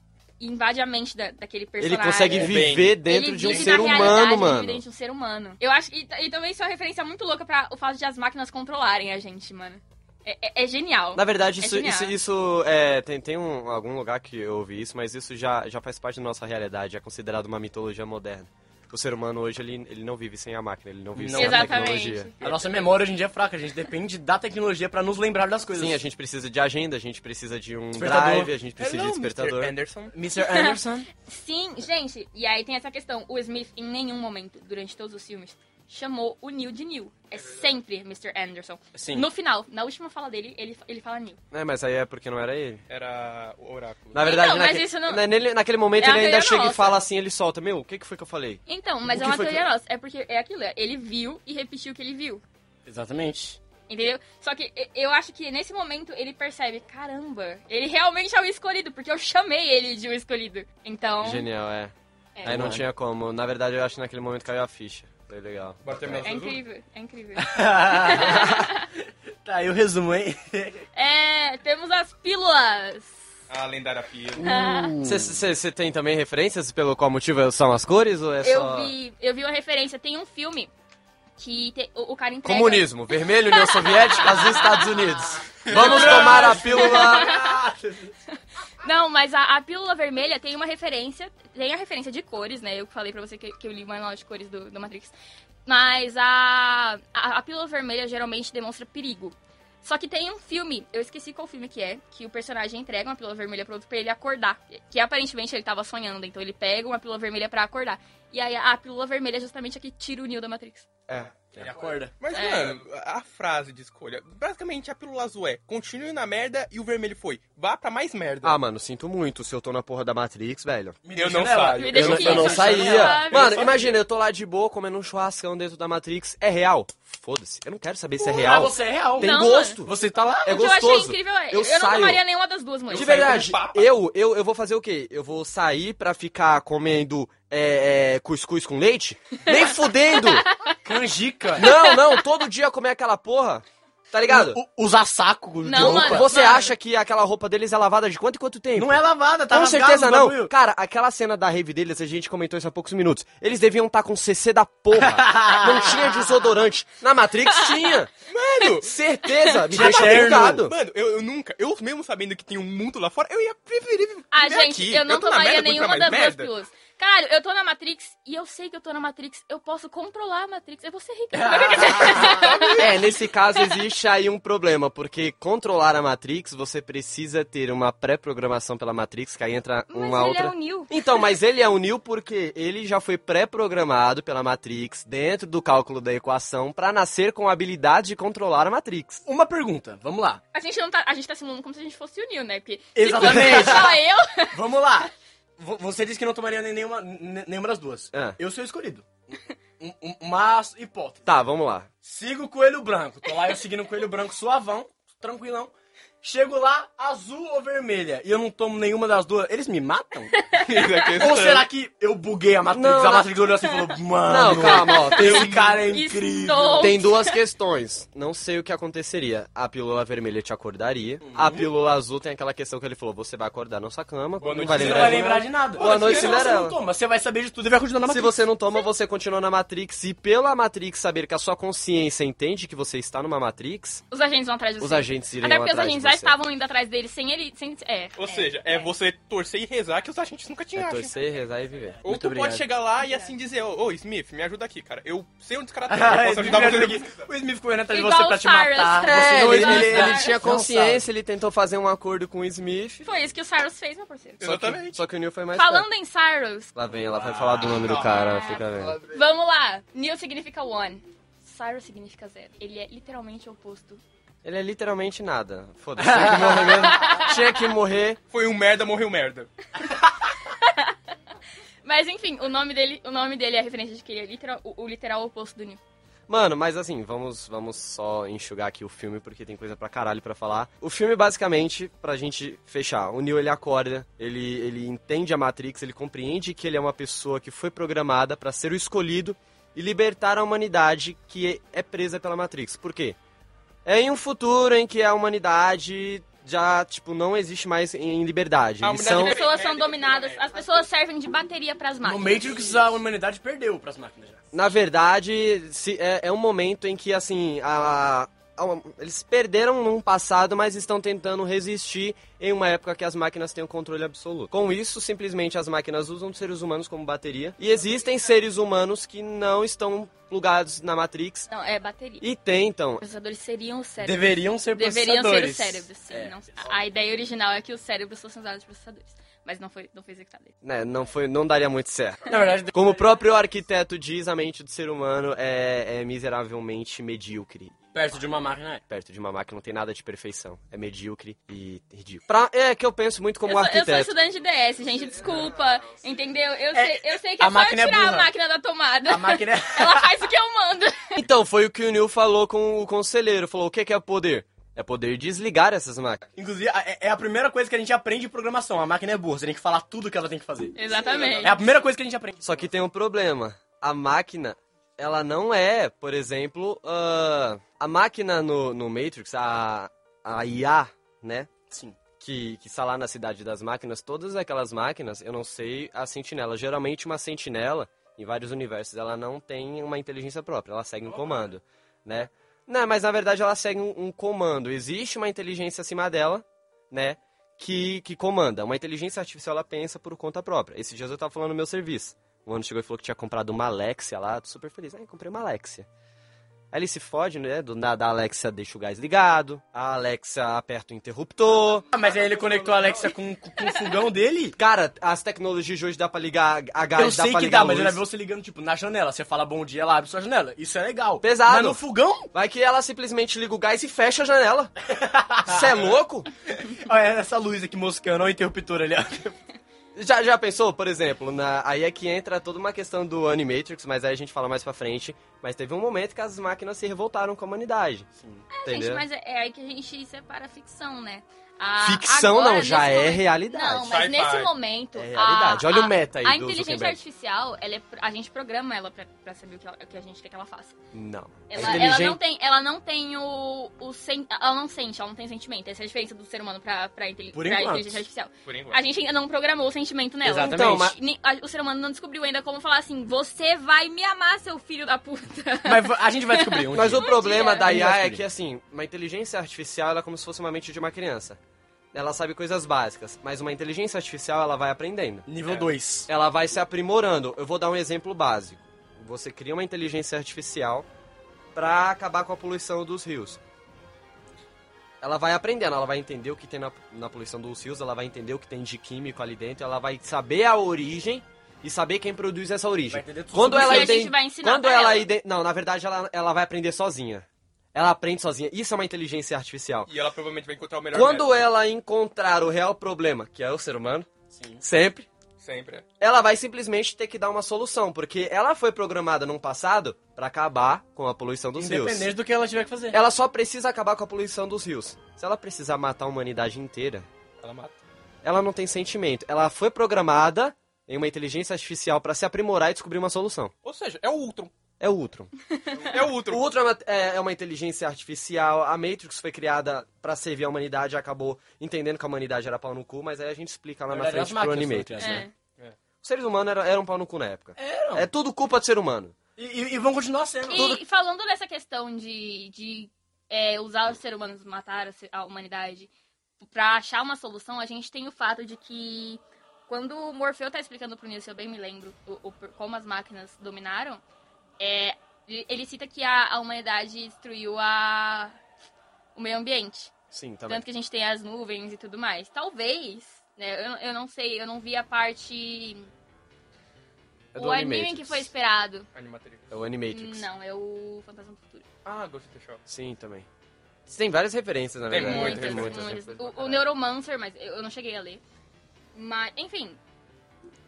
Speaker 3: e invade a mente da- daquele
Speaker 1: ele
Speaker 3: personagem.
Speaker 1: consegue
Speaker 5: Ele
Speaker 1: viver dentro
Speaker 3: Ele
Speaker 1: de um
Speaker 3: vive
Speaker 1: ser
Speaker 3: na
Speaker 1: humano,
Speaker 3: realidade,
Speaker 1: mano.
Speaker 3: Ele vive dentro de um ser humano. Eu acho que. E, e também isso é uma referência muito louca pra o fato de as máquinas controlarem a gente, mano. É, é- é genial.
Speaker 1: Na verdade,
Speaker 3: É
Speaker 1: isso,
Speaker 3: genial.
Speaker 1: isso, isso é, tem, tem um- algum lugar que eu ouvi isso, mas isso já, já faz parte da nossa realidade, é considerado uma mitologia moderna. O ser humano hoje, ele, ele não vive sem a máquina, ele não vive
Speaker 5: Não.
Speaker 1: sem a
Speaker 3: Exatamente.
Speaker 1: tecnologia.
Speaker 5: A
Speaker 3: É,
Speaker 5: nossa memória hoje em dia é fraca, a gente depende da tecnologia pra nos lembrar das coisas.
Speaker 1: Sim, a gente precisa de agenda, a gente precisa de um
Speaker 5: Despertador.
Speaker 1: drive, a gente precisa
Speaker 2: Hello,
Speaker 1: de despertador.
Speaker 2: Mr. Anderson.
Speaker 5: Mr. Anderson.
Speaker 3: Sim, gente, e aí tem essa questão. O Smith, em nenhum momento, durante todos os filmes, chamou o Neil de Neil. É sempre Mr. Anderson.
Speaker 1: Sim.
Speaker 3: No final, na última fala dele, ele, ele fala Neil.
Speaker 1: É, mas aí é porque não era ele.
Speaker 2: Era o oráculo.
Speaker 1: Na verdade,
Speaker 3: Então, mas
Speaker 1: naque-
Speaker 3: isso não-
Speaker 1: na- nele- naquele momento
Speaker 3: É uma
Speaker 1: ele ainda
Speaker 3: teoria
Speaker 1: chega e
Speaker 3: nossa.
Speaker 1: fala assim, ele solta, meu, o que, que foi que eu falei?
Speaker 3: Então, mas
Speaker 1: O
Speaker 3: é
Speaker 1: que
Speaker 3: uma
Speaker 1: foi que-
Speaker 3: teoria nossa. É porque é aquilo, é, ele viu e repetiu o que ele viu.
Speaker 4: (laughs) Exatamente.
Speaker 3: Entendeu? Só que e- eu acho que nesse momento ele percebe, caramba, ele realmente é o escolhido, porque eu chamei ele de o escolhido. Então.
Speaker 1: Genial, é.
Speaker 3: É,
Speaker 1: Aí não
Speaker 4: Mano.
Speaker 1: tinha como. Na verdade, eu acho que naquele momento caiu a ficha. Foi legal.
Speaker 2: Bora terminar
Speaker 3: É
Speaker 2: essas duas?
Speaker 3: incrível, é incrível. (laughs)
Speaker 4: Tá, eu resumo, hein?
Speaker 3: é, temos as pílulas.
Speaker 2: A lendária pílula.
Speaker 3: Ah,
Speaker 1: Você tem também referências pelo qual motivo são as cores ou é só.
Speaker 3: eu, vi, eu vi uma referência, tem um filme que te- o, o cara entrega...
Speaker 1: Comunismo, vermelho, União Soviética, azul, Estados Unidos. Vamos tomar a pílula.
Speaker 3: Não, mas a, a pílula vermelha tem uma referência, tem a referência de cores, né? Eu falei pra você que, que eu li o manual de cores do, do Matrix. Mas a, a, a pílula vermelha geralmente demonstra perigo. Só que tem um filme, eu esqueci qual filme que é, que o personagem entrega uma pílula vermelha pro outro pra ele acordar. Que aparentemente ele tava sonhando, então ele pega uma pílula vermelha pra acordar. E aí a pílula vermelha é justamente a que tira o Neo da Matrix.
Speaker 1: É.
Speaker 4: Ele acorda.
Speaker 2: Mas,
Speaker 3: É.
Speaker 2: mano, a frase de escolha. Basicamente, a pílula azul é continue na merda e o vermelho foi. Vá pra mais merda.
Speaker 1: Ah, mano, sinto muito se eu tô na porra da Matrix, velho.
Speaker 2: eu não
Speaker 4: nela.
Speaker 2: saio.
Speaker 3: Me
Speaker 1: Eu
Speaker 3: deixa
Speaker 1: não,
Speaker 3: aqui,
Speaker 1: eu não
Speaker 3: deixa aqui,
Speaker 1: saía.
Speaker 3: sabe?
Speaker 1: Mano, imagina, eu tô lá de boa comendo um churrascão dentro da Matrix. É real? Foda-se. Eu não quero saber se é
Speaker 4: Ah,
Speaker 1: real.
Speaker 4: você é real.
Speaker 1: Tem
Speaker 3: Não,
Speaker 1: gosto.
Speaker 4: Você tá lá.
Speaker 1: É
Speaker 3: O que eu achei
Speaker 1: gostoso.
Speaker 3: incrível é,
Speaker 1: Eu
Speaker 3: eu, não
Speaker 1: saio.
Speaker 3: tomaria nenhuma das duas mães.
Speaker 1: De
Speaker 2: Eu saio
Speaker 1: verdade,
Speaker 2: como papa.
Speaker 1: eu, eu, eu vou fazer o quê? Eu vou sair pra ficar comendo é, é, cuscuz com leite? Nem fudendo!
Speaker 4: Canjica.
Speaker 1: Não, não, todo dia comer aquela porra. Tá ligado?
Speaker 4: O, usar saco. de
Speaker 3: Não,
Speaker 4: roupa.
Speaker 3: mano.
Speaker 1: Você acha que aquela roupa deles é lavada de quanto em quanto tempo?
Speaker 4: Não é lavada, tá
Speaker 1: Com
Speaker 4: rasgado
Speaker 1: certeza
Speaker 4: o
Speaker 1: não.
Speaker 4: bagulho.
Speaker 1: Cara, aquela cena da rave deles, a gente comentou isso há poucos minutos. Eles deviam estar com CC da
Speaker 4: (laughs)
Speaker 1: porra. não tinha desodorante. Na Matrix tinha.
Speaker 2: Mano,
Speaker 1: Certeza. Me
Speaker 4: Tinha
Speaker 1: deixa
Speaker 4: terno.
Speaker 1: ligado.
Speaker 2: mano eu, eu nunca, eu mesmo sabendo que tem um mundo lá fora, eu ia preferir. viver
Speaker 3: Ah, gente,
Speaker 2: aqui.
Speaker 3: eu não
Speaker 2: tô na
Speaker 3: tomaria
Speaker 2: merda,
Speaker 3: nenhuma
Speaker 2: vou pra mais
Speaker 3: das duas
Speaker 2: (laughs) merda.
Speaker 3: pílulas. Caralho, eu tô na Matrix e eu sei que eu tô na Matrix. Eu posso controlar a Matrix. Eu vou ser rica.
Speaker 1: É, nesse caso existe aí um problema, porque controlar a Matrix, você precisa ter uma pré-programação pela Matrix, que aí entra (laughs)
Speaker 3: Mas
Speaker 1: uma
Speaker 3: ele
Speaker 1: outra.
Speaker 3: é o Neo.
Speaker 1: Então, mas ele é o Neo porque ele já foi pré-programado pela Matrix dentro do cálculo da equação pra nascer com a habilidade de controlar a Matrix.
Speaker 4: Uma pergunta,
Speaker 5: (laughs)
Speaker 4: vamos lá.
Speaker 3: A gente, não tá, a gente tá simulando como se a gente fosse o Neo, né? Porque se
Speaker 4: Exatamente.
Speaker 3: fosse só eu...
Speaker 4: Vamos lá. Vo- Você disse que não tomaria nem- nenhuma, n- nenhuma das duas.
Speaker 5: Ah.
Speaker 1: É.
Speaker 4: Eu sou escolhido. Um- um- Uma hipótese.
Speaker 1: Tá, vamos lá.
Speaker 4: Sigo o coelho branco. Tô lá eu seguindo o coelho branco suavão, tranquilão. Chego lá, azul ou vermelha, e eu não tomo nenhuma das duas. Eles me matam?
Speaker 2: é
Speaker 4: (laughs) ou será que eu buguei a Matrix?
Speaker 1: Não,
Speaker 4: a
Speaker 1: não.
Speaker 4: Matrix olhou assim e falou, mano,
Speaker 1: Não, calma, ó, tem- um
Speaker 4: esse cara é incrível.
Speaker 3: Estou...
Speaker 1: Tem duas questões. Não sei o que aconteceria. A pílula vermelha te acordaria. A pílula azul tem aquela questão que ele falou: você vai acordar na sua cama,
Speaker 2: Boa
Speaker 1: não
Speaker 2: noite,
Speaker 1: vai
Speaker 4: Você
Speaker 1: lembrar
Speaker 4: não vai
Speaker 1: de
Speaker 4: lembrar de nada.
Speaker 1: Boa noite,
Speaker 4: Se você
Speaker 1: Cinderela.
Speaker 4: não toma, você vai saber de tudo e vai continuar na
Speaker 1: Se
Speaker 4: (laughs) Matrix.
Speaker 1: você não toma, você continua na Matrix. E pela Matrix saber que a sua consciência entende que você está numa Matrix,
Speaker 3: Os agentes vão atrás de
Speaker 1: os
Speaker 3: você.
Speaker 1: agentes irão
Speaker 3: Até porque os
Speaker 1: atrás de
Speaker 3: agentes já
Speaker 1: você.
Speaker 3: estavam indo atrás dele sem ele... Sem... É,
Speaker 2: Ou seja, é você torcer e rezar que os agentes nunca te
Speaker 1: É
Speaker 2: acham.
Speaker 1: torcer, rezar e viver.
Speaker 2: Ou tu pode chegar lá e assim dizer, ô, ô, Smith, me ajuda aqui, cara. Eu sei onde
Speaker 4: (laughs)
Speaker 2: esse cara tá,
Speaker 4: Ah,
Speaker 2: eu
Speaker 4: esse
Speaker 2: posso ajudar você
Speaker 4: Smith-
Speaker 2: aqui.
Speaker 4: O Smith correndo atrás de
Speaker 3: Igual
Speaker 4: você pra
Speaker 3: o
Speaker 4: te
Speaker 3: Cyrus,
Speaker 4: matar.
Speaker 3: né?
Speaker 4: Você não-
Speaker 1: É, ele,
Speaker 3: Igual
Speaker 1: ele-
Speaker 3: o
Speaker 1: ele
Speaker 3: Cyrus.
Speaker 1: tinha
Speaker 4: Não sabe.
Speaker 1: consciência, ele tentou fazer um acordo com o Smith.
Speaker 3: foi isso que o Cyrus fez, meu parceiro.
Speaker 1: Só que,
Speaker 2: Exatamente.
Speaker 1: só que é. o Neil foi mais perto.
Speaker 3: Falando em Cyrus,
Speaker 1: Lá vem, ela vai falar do nome do cara, fica vendo.
Speaker 3: vamos lá. Neo significa one. Cyrus significa zero. Ele é literalmente o oposto.
Speaker 1: Ele é literalmente nada. Foda-se, tinha que morrer mesmo. Tinha que morrer.
Speaker 2: Foi um merda, morreu merda.
Speaker 3: Mas enfim, o nome dele, o nome dele é a referência de que ele é literal, o, o literal oposto do Neo.
Speaker 1: Mano, mas assim, vamos, vamos só enxugar aqui o filme, porque tem coisa pra caralho pra falar. O filme, basicamente, pra gente fechar, o Neo, ele acorda, ele, ele entende a Matrix, ele compreende que ele é uma pessoa que foi programada pra ser o escolhido e libertar a humanidade que é presa pela Matrix. Por quê? É em um futuro em que a humanidade já, tipo, não existe mais em liberdade.
Speaker 2: A
Speaker 1: Eles
Speaker 2: humanidade
Speaker 1: são...
Speaker 3: As pessoas são dominadas, as pessoas servem de bateria pras
Speaker 4: No
Speaker 3: máquinas.
Speaker 4: Matrix, a humanidade perdeu pras máquinas já.
Speaker 1: Na verdade, se- é, é um momento em que, assim, a- a- eles perderam num passado, mas estão tentando resistir em uma época que as máquinas têm o controle absoluto. Com isso, simplesmente as máquinas usam os seres humanos como bateria. E existem seres humanos que não estão plugados na Matrix
Speaker 3: Não, é bateria.
Speaker 1: e tentam.
Speaker 3: Os processadores seriam os cérebros.
Speaker 4: Deveriam ser
Speaker 3: Deveriam ser os
Speaker 4: processadores.
Speaker 3: cérebros. sim, não- a, a ideia original é que os cérebros fossem usados de processadores. Mas não foi, não foi executado.
Speaker 1: Né, não, foi, não daria muito certo.
Speaker 4: Na verdade,
Speaker 1: Como o próprio arquiteto diz, a mente do ser humano é, é miseravelmente medíocre.
Speaker 4: perto de uma máquina é.
Speaker 1: Perto de uma máquina não tem nada de perfeição. É medíocre e ridículo. Pra- é que eu penso muito como
Speaker 3: eu, sou, eu sou
Speaker 1: arquiteto.
Speaker 3: estudante de DS, gente, desculpa. Entendeu? Eu,
Speaker 4: É,
Speaker 3: sei, eu sei que
Speaker 4: a
Speaker 3: é só
Speaker 4: máquina é
Speaker 3: tirar a
Speaker 4: burra.
Speaker 3: máquina da tomada. (laughs)
Speaker 4: A máquina é. (laughs)
Speaker 3: Ela faz o que eu mando.
Speaker 1: Então, foi o que o Neil falou com o conselheiro. Falou, o que que é poder? É poder desligar essas máquinas.
Speaker 4: Inclusive, a- é- é a primeira coisa que a gente aprende em programação. A máquina é burra, você tem que falar tudo que ela tem que fazer.
Speaker 3: Exatamente.
Speaker 4: É a primeira coisa que a gente aprende.
Speaker 1: Só que tem um problema. A máquina, ela não é, por exemplo, ah, a máquina no, no Matrix, a, a IA, né?
Speaker 4: Sim.
Speaker 1: Que, que está lá na Cidade das Máquinas, todas aquelas máquinas, eu não sei a sentinela. Geralmente uma sentinela, em vários universos, ela não tem uma inteligência própria, ela segue um comando, né? Não, mas na verdade ela segue um, um comando. Existe uma inteligência acima dela, né? Que, que comanda. Uma inteligência artificial ela pensa por conta própria. Esse dias eu tava falando no meu serviço. Um ano chegou e falou que tinha comprado uma Alexia lá, tô super feliz. Aí comprei uma Alexia. Aí ele se fode, né? Do nada a Alexia deixa o gás ligado, a Alexia aperta o interruptor.
Speaker 4: Ah, mas aí ele conectou a Alexa com, com, com o fogão dele?
Speaker 1: Cara, as tecnologias de hoje dá pra ligar a gás,
Speaker 4: Eu sei
Speaker 1: pra
Speaker 4: que
Speaker 1: ligar
Speaker 4: dá, mas eu
Speaker 1: luz.
Speaker 4: já vi você ligando, tipo, na janela. Você fala bom dia, ela abre sua janela. Isso é legal.
Speaker 1: Pesado.
Speaker 4: Mas no
Speaker 1: (laughs)
Speaker 4: fogão?
Speaker 1: Vai que ela simplesmente liga o gás e fecha a
Speaker 4: (laughs)
Speaker 1: janela. Cê é louco?
Speaker 4: Olha essa luz aqui moscando, olha o interruptor ali. ó.
Speaker 1: Já, já pensou, por exemplo, na- aí é que entra toda uma questão do Animatrix, mas aí a gente fala mais pra frente. Mas teve um momento que as máquinas se revoltaram com a humanidade.
Speaker 3: Gente,
Speaker 1: entendeu?
Speaker 3: mas é, é aí que a gente separa a ficção, né? A-
Speaker 1: Ficção
Speaker 3: agora,
Speaker 1: não, já
Speaker 3: nesse
Speaker 1: é
Speaker 3: momento-
Speaker 1: realidade.
Speaker 3: Não, mas
Speaker 2: Sci-fi.
Speaker 3: nesse momento.
Speaker 1: É realidade.
Speaker 3: a-
Speaker 1: Olha o
Speaker 3: a-
Speaker 1: meta Tá aí
Speaker 3: Ah, A
Speaker 1: do
Speaker 3: inteligência
Speaker 1: Zuckerberg.
Speaker 3: artificial, ela é pro- a gente programa ela pra, pra saber o que, ela- o que a gente quer que ela faça.
Speaker 1: Não. É
Speaker 3: Ela, ela não tem, ela não tem o, o sen- ela não sente, ela não tem sentimento. Essa é a diferença do ser humano pra, pra, inteli-
Speaker 4: Por
Speaker 3: pra
Speaker 4: enquanto.
Speaker 3: inteligência artificial.
Speaker 2: Por enquanto.
Speaker 3: A gente ainda não programou o sentimento nela.
Speaker 4: Exatamente.
Speaker 1: Então, mas-
Speaker 3: Nem- a- O ser humano não descobriu ainda como falar assim: você vai me amar, seu filho da puta.
Speaker 4: Mas va- a gente vai descobrir um
Speaker 1: Mas
Speaker 4: dia.
Speaker 1: o problema
Speaker 3: dia.
Speaker 1: da
Speaker 4: Não vai
Speaker 1: IA é
Speaker 4: descobrir.
Speaker 1: que, assim, uma inteligência artificial ela é como se fosse uma mente de uma criança. Ela sabe coisas básicas, mas uma inteligência artificial ela vai aprendendo.
Speaker 4: Nível 2.
Speaker 1: ela vai se aprimorando. Eu vou dar um exemplo básico. Você cria uma inteligência artificial pra acabar com a poluição dos rios. Ela vai aprendendo, ela vai entender o que tem na, na poluição dos rios, ela vai entender o que tem de químico ali dentro, ela vai saber a origem e saber quem produz essa
Speaker 4: Vai
Speaker 1: origem.
Speaker 4: entender tudo
Speaker 1: Quando
Speaker 4: sobre
Speaker 1: ela,
Speaker 3: isso. E a gente
Speaker 1: iden-
Speaker 3: vai ensinar
Speaker 1: quando
Speaker 3: pra
Speaker 1: ela,
Speaker 3: ela.
Speaker 1: iden- não, na verdade ela, ela vai aprender sozinha. Ela aprende sozinha. Isso é uma inteligência artificial.
Speaker 2: E ela provavelmente vai encontrar o melhor
Speaker 1: Quando
Speaker 2: método.
Speaker 1: ela encontrar o real problema, que é o ser humano,
Speaker 4: Sim.
Speaker 1: sempre
Speaker 2: Sempre. é.
Speaker 1: ela vai simplesmente ter que dar uma solução, porque ela foi programada num passado pra acabar com a poluição dos É, rios.
Speaker 4: Independente do que ela tiver que fazer.
Speaker 1: Ela só precisa acabar com a poluição dos rios. Se ela precisar matar a humanidade inteira,
Speaker 2: Ela mata.
Speaker 1: ela não tem sentimento. Ela foi programada em uma inteligência artificial pra se aprimorar e descobrir uma solução.
Speaker 2: Ou seja, é o
Speaker 4: (laughs)
Speaker 2: Ultron.
Speaker 1: É o Ultron.
Speaker 2: É o
Speaker 1: O
Speaker 2: Ultron.
Speaker 1: Ultron é uma- é é uma inteligência artificial. A Matrix foi criada pra servir a humanidade, acabou entendendo que a humanidade era pau no cu, mas aí a gente explica lá
Speaker 4: Na
Speaker 1: na,
Speaker 4: verdade,
Speaker 1: frente
Speaker 4: as
Speaker 1: pro
Speaker 4: máquinas foram
Speaker 1: Animatrix,
Speaker 4: criadas,
Speaker 1: né?
Speaker 3: É.
Speaker 1: Os seres humanos eram, eram pau no cu na época.
Speaker 4: Eram.
Speaker 1: É tudo culpa do ser humano.
Speaker 4: E, e- e vão continuar sendo.
Speaker 3: E falando nessa questão de, de é, usar os seres humanos, matar a se- a humanidade, pra achar uma solução, a gente tem o fato de que quando o Morfeu tá explicando pro Neo, se eu bem me lembro, o- o- como as máquinas dominaram, é, ele ele cita que a, a humanidade destruiu a- o meio ambiente.
Speaker 1: Sim, tá
Speaker 3: Tanto que a gente tem as nuvens e tudo mais. Talvez, né? Eu, eu não sei, eu não vi a parte.
Speaker 1: É do
Speaker 3: o anime
Speaker 1: Animatrix.
Speaker 3: que foi esperado.
Speaker 2: Animatrix.
Speaker 1: É o Animatrix.
Speaker 3: Não, é o Fantasma do Futuro.
Speaker 2: Ah, Ghost in the Shell.
Speaker 1: Sim, também. Tem várias referências, na
Speaker 3: É
Speaker 2: Tem
Speaker 1: verdade.
Speaker 2: muitas,
Speaker 1: tem né?
Speaker 2: muitas.
Speaker 3: O- é O, Neuromancer, mas eu eu não cheguei a ler. Mas, enfim.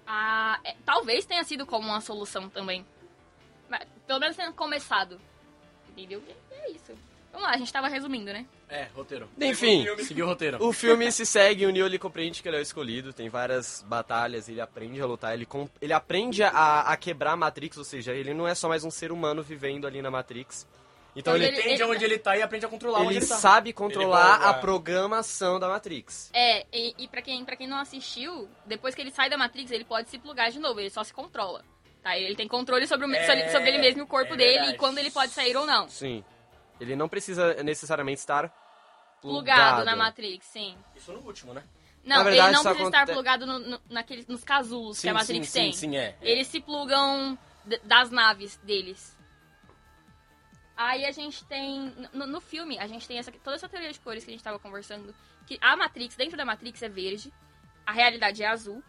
Speaker 3: a- é, talvez tenha sido como uma solução também. Mas, pelo menos tenha começado. Entendeu? E é isso. Vamos lá, a gente tava resumindo, né?
Speaker 4: É, roteiro.
Speaker 1: Enfim,
Speaker 4: Seguiu o roteiro.
Speaker 1: o filme se segue, o Neo ele compreende que ele é o escolhido, tem várias batalhas, ele aprende a lutar, ele, com- ele aprende a, a quebrar a Matrix, ou seja, ele não é só mais um ser humano vivendo ali na Matrix. Então
Speaker 3: Mas
Speaker 1: ele,
Speaker 4: Ele entende
Speaker 3: ele-
Speaker 4: onde ele tá e aprende a controlar onde
Speaker 1: ele
Speaker 4: ele tá.
Speaker 1: sabe controlar a
Speaker 2: rouba-
Speaker 1: programação da Matrix.
Speaker 3: É, e, e pra, quem, pra quem não assistiu, depois que ele sai da Matrix, ele pode se plugar de novo, ele só se controla. Tá? Ele tem controle sobre, o me-
Speaker 4: É,
Speaker 3: sobre- sobre ele mesmo e o corpo
Speaker 4: é
Speaker 3: dele
Speaker 4: verdade.
Speaker 3: e quando ele pode sair ou não.
Speaker 1: Sim. Ele não precisa necessariamente estar
Speaker 3: Plugado na Matrix, sim.
Speaker 4: Isso no último, né?
Speaker 1: Na
Speaker 3: Não,
Speaker 1: verdade,
Speaker 3: ele não
Speaker 1: isso
Speaker 3: precisa estar
Speaker 1: aconte-
Speaker 3: plugado no, no- naqueles, nos casulos que a Matrix
Speaker 4: sim,
Speaker 3: tem.
Speaker 4: sim, sim, é.
Speaker 3: Eles se plugam d- das naves deles. Aí a gente tem. No, no filme, a gente tem essa, toda essa teoria de cores que a gente tava conversando. Que a Matrix, dentro da Matrix, é verde. a realidade é azul.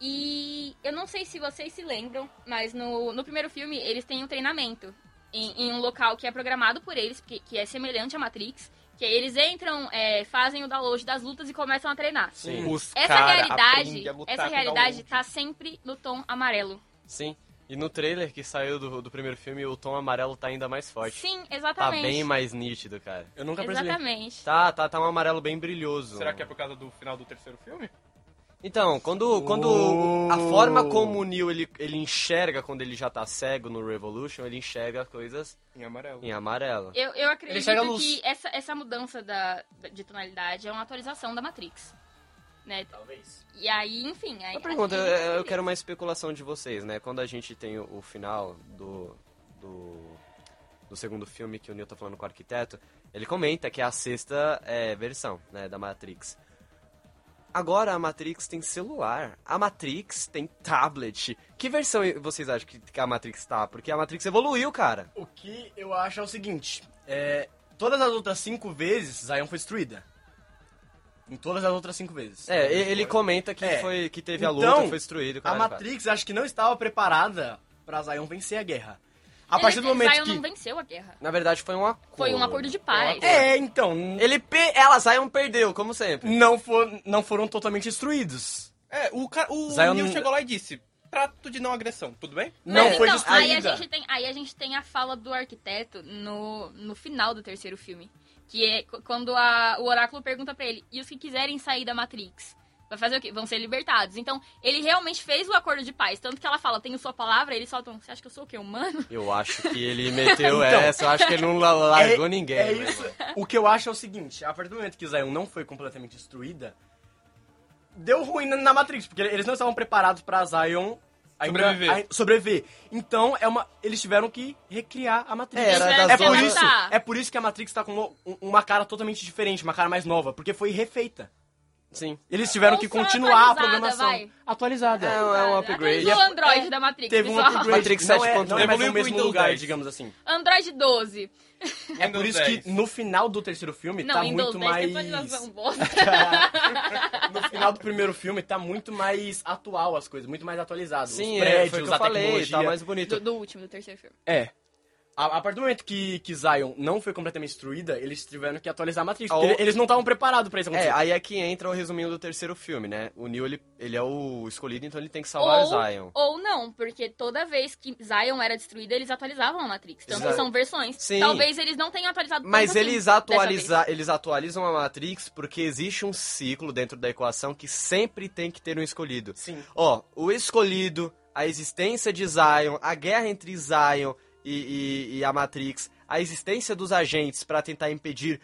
Speaker 3: E eu não sei se vocês se lembram, mas no, no primeiro filme eles têm um treinamento em, em um local que é programado por eles, que, que é semelhante à Matrix. Que aí eles entram, é, fazem o download das lutas e começam a treinar.
Speaker 1: Sim.
Speaker 2: Os
Speaker 3: Essa
Speaker 2: cara
Speaker 3: realidade,
Speaker 2: aprende a lutar
Speaker 3: essa
Speaker 2: com
Speaker 3: realidade
Speaker 2: download.
Speaker 3: tá sempre no tom amarelo.
Speaker 1: Sim. E no trailer que saiu do, do primeiro filme, o tom amarelo tá ainda mais forte.
Speaker 3: Sim,
Speaker 1: Tá
Speaker 3: exatamente.
Speaker 1: bem mais nítido, cara.
Speaker 4: Eu nunca percebi.
Speaker 3: Exatamente.
Speaker 1: Tá, tá, tá um amarelo bem brilhoso.
Speaker 2: Será que é por causa do final do terceiro filme?
Speaker 1: Então, quando, quando a
Speaker 2: Oh.
Speaker 1: forma como o Neo ele, ele enxerga quando ele já tá cego no Revolution, ele enxerga as coisas
Speaker 2: Em amarelo.
Speaker 1: em amarelo.
Speaker 3: Eu, eu acredito
Speaker 4: enxerga a luz.
Speaker 3: que essa, essa mudança da, da- de tonalidade é uma atualização da Matrix. Né?
Speaker 4: Talvez.
Speaker 3: E aí, enfim. Aí,
Speaker 1: Uma pergunta, é,
Speaker 3: aí-
Speaker 1: eu, eu quero uma especulação de vocês, né? Quando a gente tem o, o final do, do, do segundo filme que o Neo tá falando com o arquiteto, ele comenta que é a sexta é, versão né, da Matrix. Agora a Matrix tem celular, a Matrix tem tablet. Que versão vocês acham que que a Matrix tá? Porque a Matrix evoluiu, cara.
Speaker 4: O que eu acho é o seguinte: é, todas as outras cinco vezes, Zion foi destruída. Em todas as outras cinco vezes.
Speaker 1: É, e- ele comenta que,
Speaker 4: É.
Speaker 1: foi, que teve a luta,
Speaker 4: Então,
Speaker 1: que foi destruído.
Speaker 4: A
Speaker 1: caralho,
Speaker 4: Matrix acho que não estava preparada pra Zion vencer a guerra. A
Speaker 3: Ele-
Speaker 4: partir do momento
Speaker 3: Zion
Speaker 4: que.
Speaker 3: não venceu a guerra.
Speaker 1: cara. Na verdade foi um acordo.
Speaker 3: Foi um acordo de paz.
Speaker 4: É, então.
Speaker 1: Ele, pe- ela, Zion perdeu, como sempre.
Speaker 4: Não, for, não foram totalmente destruídos.
Speaker 2: É, o, cara, o
Speaker 4: Zion-
Speaker 2: Neo chegou lá e disse: trato de não agressão, tudo bem?
Speaker 4: Não
Speaker 3: Mas
Speaker 4: foi
Speaker 3: então, aí a,
Speaker 4: destruída.
Speaker 3: gente tem, aí a gente tem a fala do arquiteto no, no final do terceiro filme. Que é qu- quando a- o oráculo pergunta pra ele, e os que quiserem sair da Matrix? Vai fazer o quê? Vão ser libertados. Então, ele realmente fez o acordo de paz. Tanto que ela fala, tenho sua palavra, ele solta um, você acha que eu sou o quê? Humano?
Speaker 1: Eu acho que ele
Speaker 4: (laughs)
Speaker 1: meteu essa, eu acho que ele não la- largou ninguém.
Speaker 4: Então, É
Speaker 1: né,
Speaker 4: isso.
Speaker 1: mano?
Speaker 4: O que eu acho é o seguinte: a partir do momento que Zion não foi completamente destruída, deu ruim na- na Matrix, porque eles não estavam preparados pra Zion ainda-
Speaker 2: Sobreviver.
Speaker 4: ai- sobreviver. Então, é uma, eles tiveram que recriar a Matrix.
Speaker 1: É, era
Speaker 3: Eles
Speaker 1: das
Speaker 4: É por,
Speaker 1: duas-
Speaker 3: tiveram
Speaker 4: isso,
Speaker 3: que matar.
Speaker 4: é por isso que a Matrix tá com uma, um- uma cara totalmente diferente, uma cara mais nova, porque foi refeita.
Speaker 1: Sim.
Speaker 4: Eles tiveram
Speaker 3: Ou
Speaker 4: que
Speaker 3: foi
Speaker 4: continuar a
Speaker 3: atualizada,
Speaker 4: programação.
Speaker 3: vai.
Speaker 4: Atualizada.
Speaker 1: É, é um upgrade.
Speaker 3: Atualizou o
Speaker 1: É-
Speaker 3: Android da Matrix,
Speaker 4: Teve um
Speaker 3: pessoal.
Speaker 4: upgrade.
Speaker 1: Matrix
Speaker 4: não é, não
Speaker 1: 7.1.
Speaker 4: é mais
Speaker 2: Evoluiu
Speaker 4: no
Speaker 2: pro
Speaker 4: mesmo
Speaker 2: Windows
Speaker 4: lugar,
Speaker 2: 10.
Speaker 4: digamos assim.
Speaker 3: Android 12.
Speaker 4: É por
Speaker 2: Windows
Speaker 4: isso
Speaker 2: 10.
Speaker 4: que no final do terceiro filme
Speaker 3: Não,
Speaker 4: tá
Speaker 3: Windows
Speaker 4: muito
Speaker 3: 10 tem
Speaker 4: mais.
Speaker 3: atualização bosta.
Speaker 4: no final do primeiro filme tá muito mais atual as coisas, muito mais atualizado.
Speaker 1: Sim,
Speaker 4: Os
Speaker 1: é,
Speaker 4: prédios,
Speaker 1: foi o que
Speaker 4: a
Speaker 1: eu falei,
Speaker 4: tecnologia.
Speaker 1: tá mais
Speaker 3: Do,
Speaker 1: bonito.
Speaker 3: do último, do terceiro filme.
Speaker 4: É. A, a partir do momento que, que Zion não foi completamente destruída, eles tiveram que atualizar a Matrix.
Speaker 1: Ah,
Speaker 4: porque
Speaker 1: o-
Speaker 4: eles não estavam preparados pra isso
Speaker 1: É,
Speaker 4: acontecer.
Speaker 1: aí é que entra o resuminho do terceiro filme, né? O Neo, ele, ele é o escolhido, então ele tem que salvar
Speaker 3: ou,
Speaker 1: Zion.
Speaker 3: ou não, porque toda vez que Zion era destruída, eles atualizavam a Matrix. Tanto
Speaker 1: Exa-
Speaker 3: que são versões.
Speaker 1: Sim.
Speaker 3: Talvez eles não tenham atualizado
Speaker 1: Mas
Speaker 3: tanto assim
Speaker 1: eles,
Speaker 3: dessa
Speaker 1: atualiza, eles atualizam a Matrix porque existe um ciclo dentro da equação que sempre tem que ter um escolhido.
Speaker 4: Sim.
Speaker 1: Ó, o escolhido, a existência de Zion, a guerra entre Zion e, e- e a Matrix, a existência dos agentes pra tentar impedir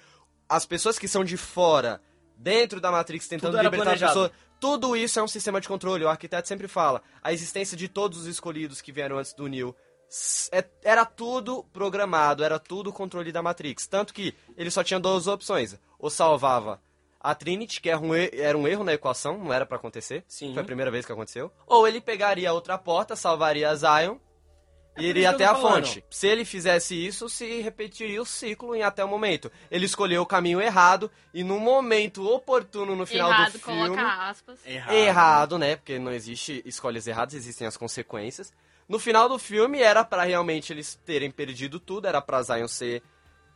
Speaker 1: as pessoas que são de fora, dentro da Matrix, tentando
Speaker 4: Tudo era
Speaker 1: libertar as
Speaker 4: planejado.
Speaker 1: pessoas. Tudo isso é um sistema de controle. O arquiteto sempre fala. A existência de todos os escolhidos que vieram antes do Neo. S- é- era tudo programado, era tudo controle da Matrix. Tanto que ele só tinha duas opções. Ou salvava a Trinity, que era um, e- era um erro na equação, não era pra acontecer.
Speaker 4: Sim.
Speaker 1: Foi a primeira vez que aconteceu. Ou ele pegaria a outra porta, salvaria a Zion e iria
Speaker 4: É isso que
Speaker 1: até
Speaker 4: eu
Speaker 1: a
Speaker 4: tô falando.
Speaker 1: fonte. Se ele fizesse isso, se repetiria o ciclo em até o momento. Ele escolheu o caminho errado e no momento oportuno no final
Speaker 3: Errado,
Speaker 1: do filme,
Speaker 3: coloca aspas.
Speaker 4: Errado.
Speaker 1: errado, né? Porque não existe escolhas erradas, existem as consequências. No final do filme era pra realmente eles terem perdido tudo, era pra Zion ser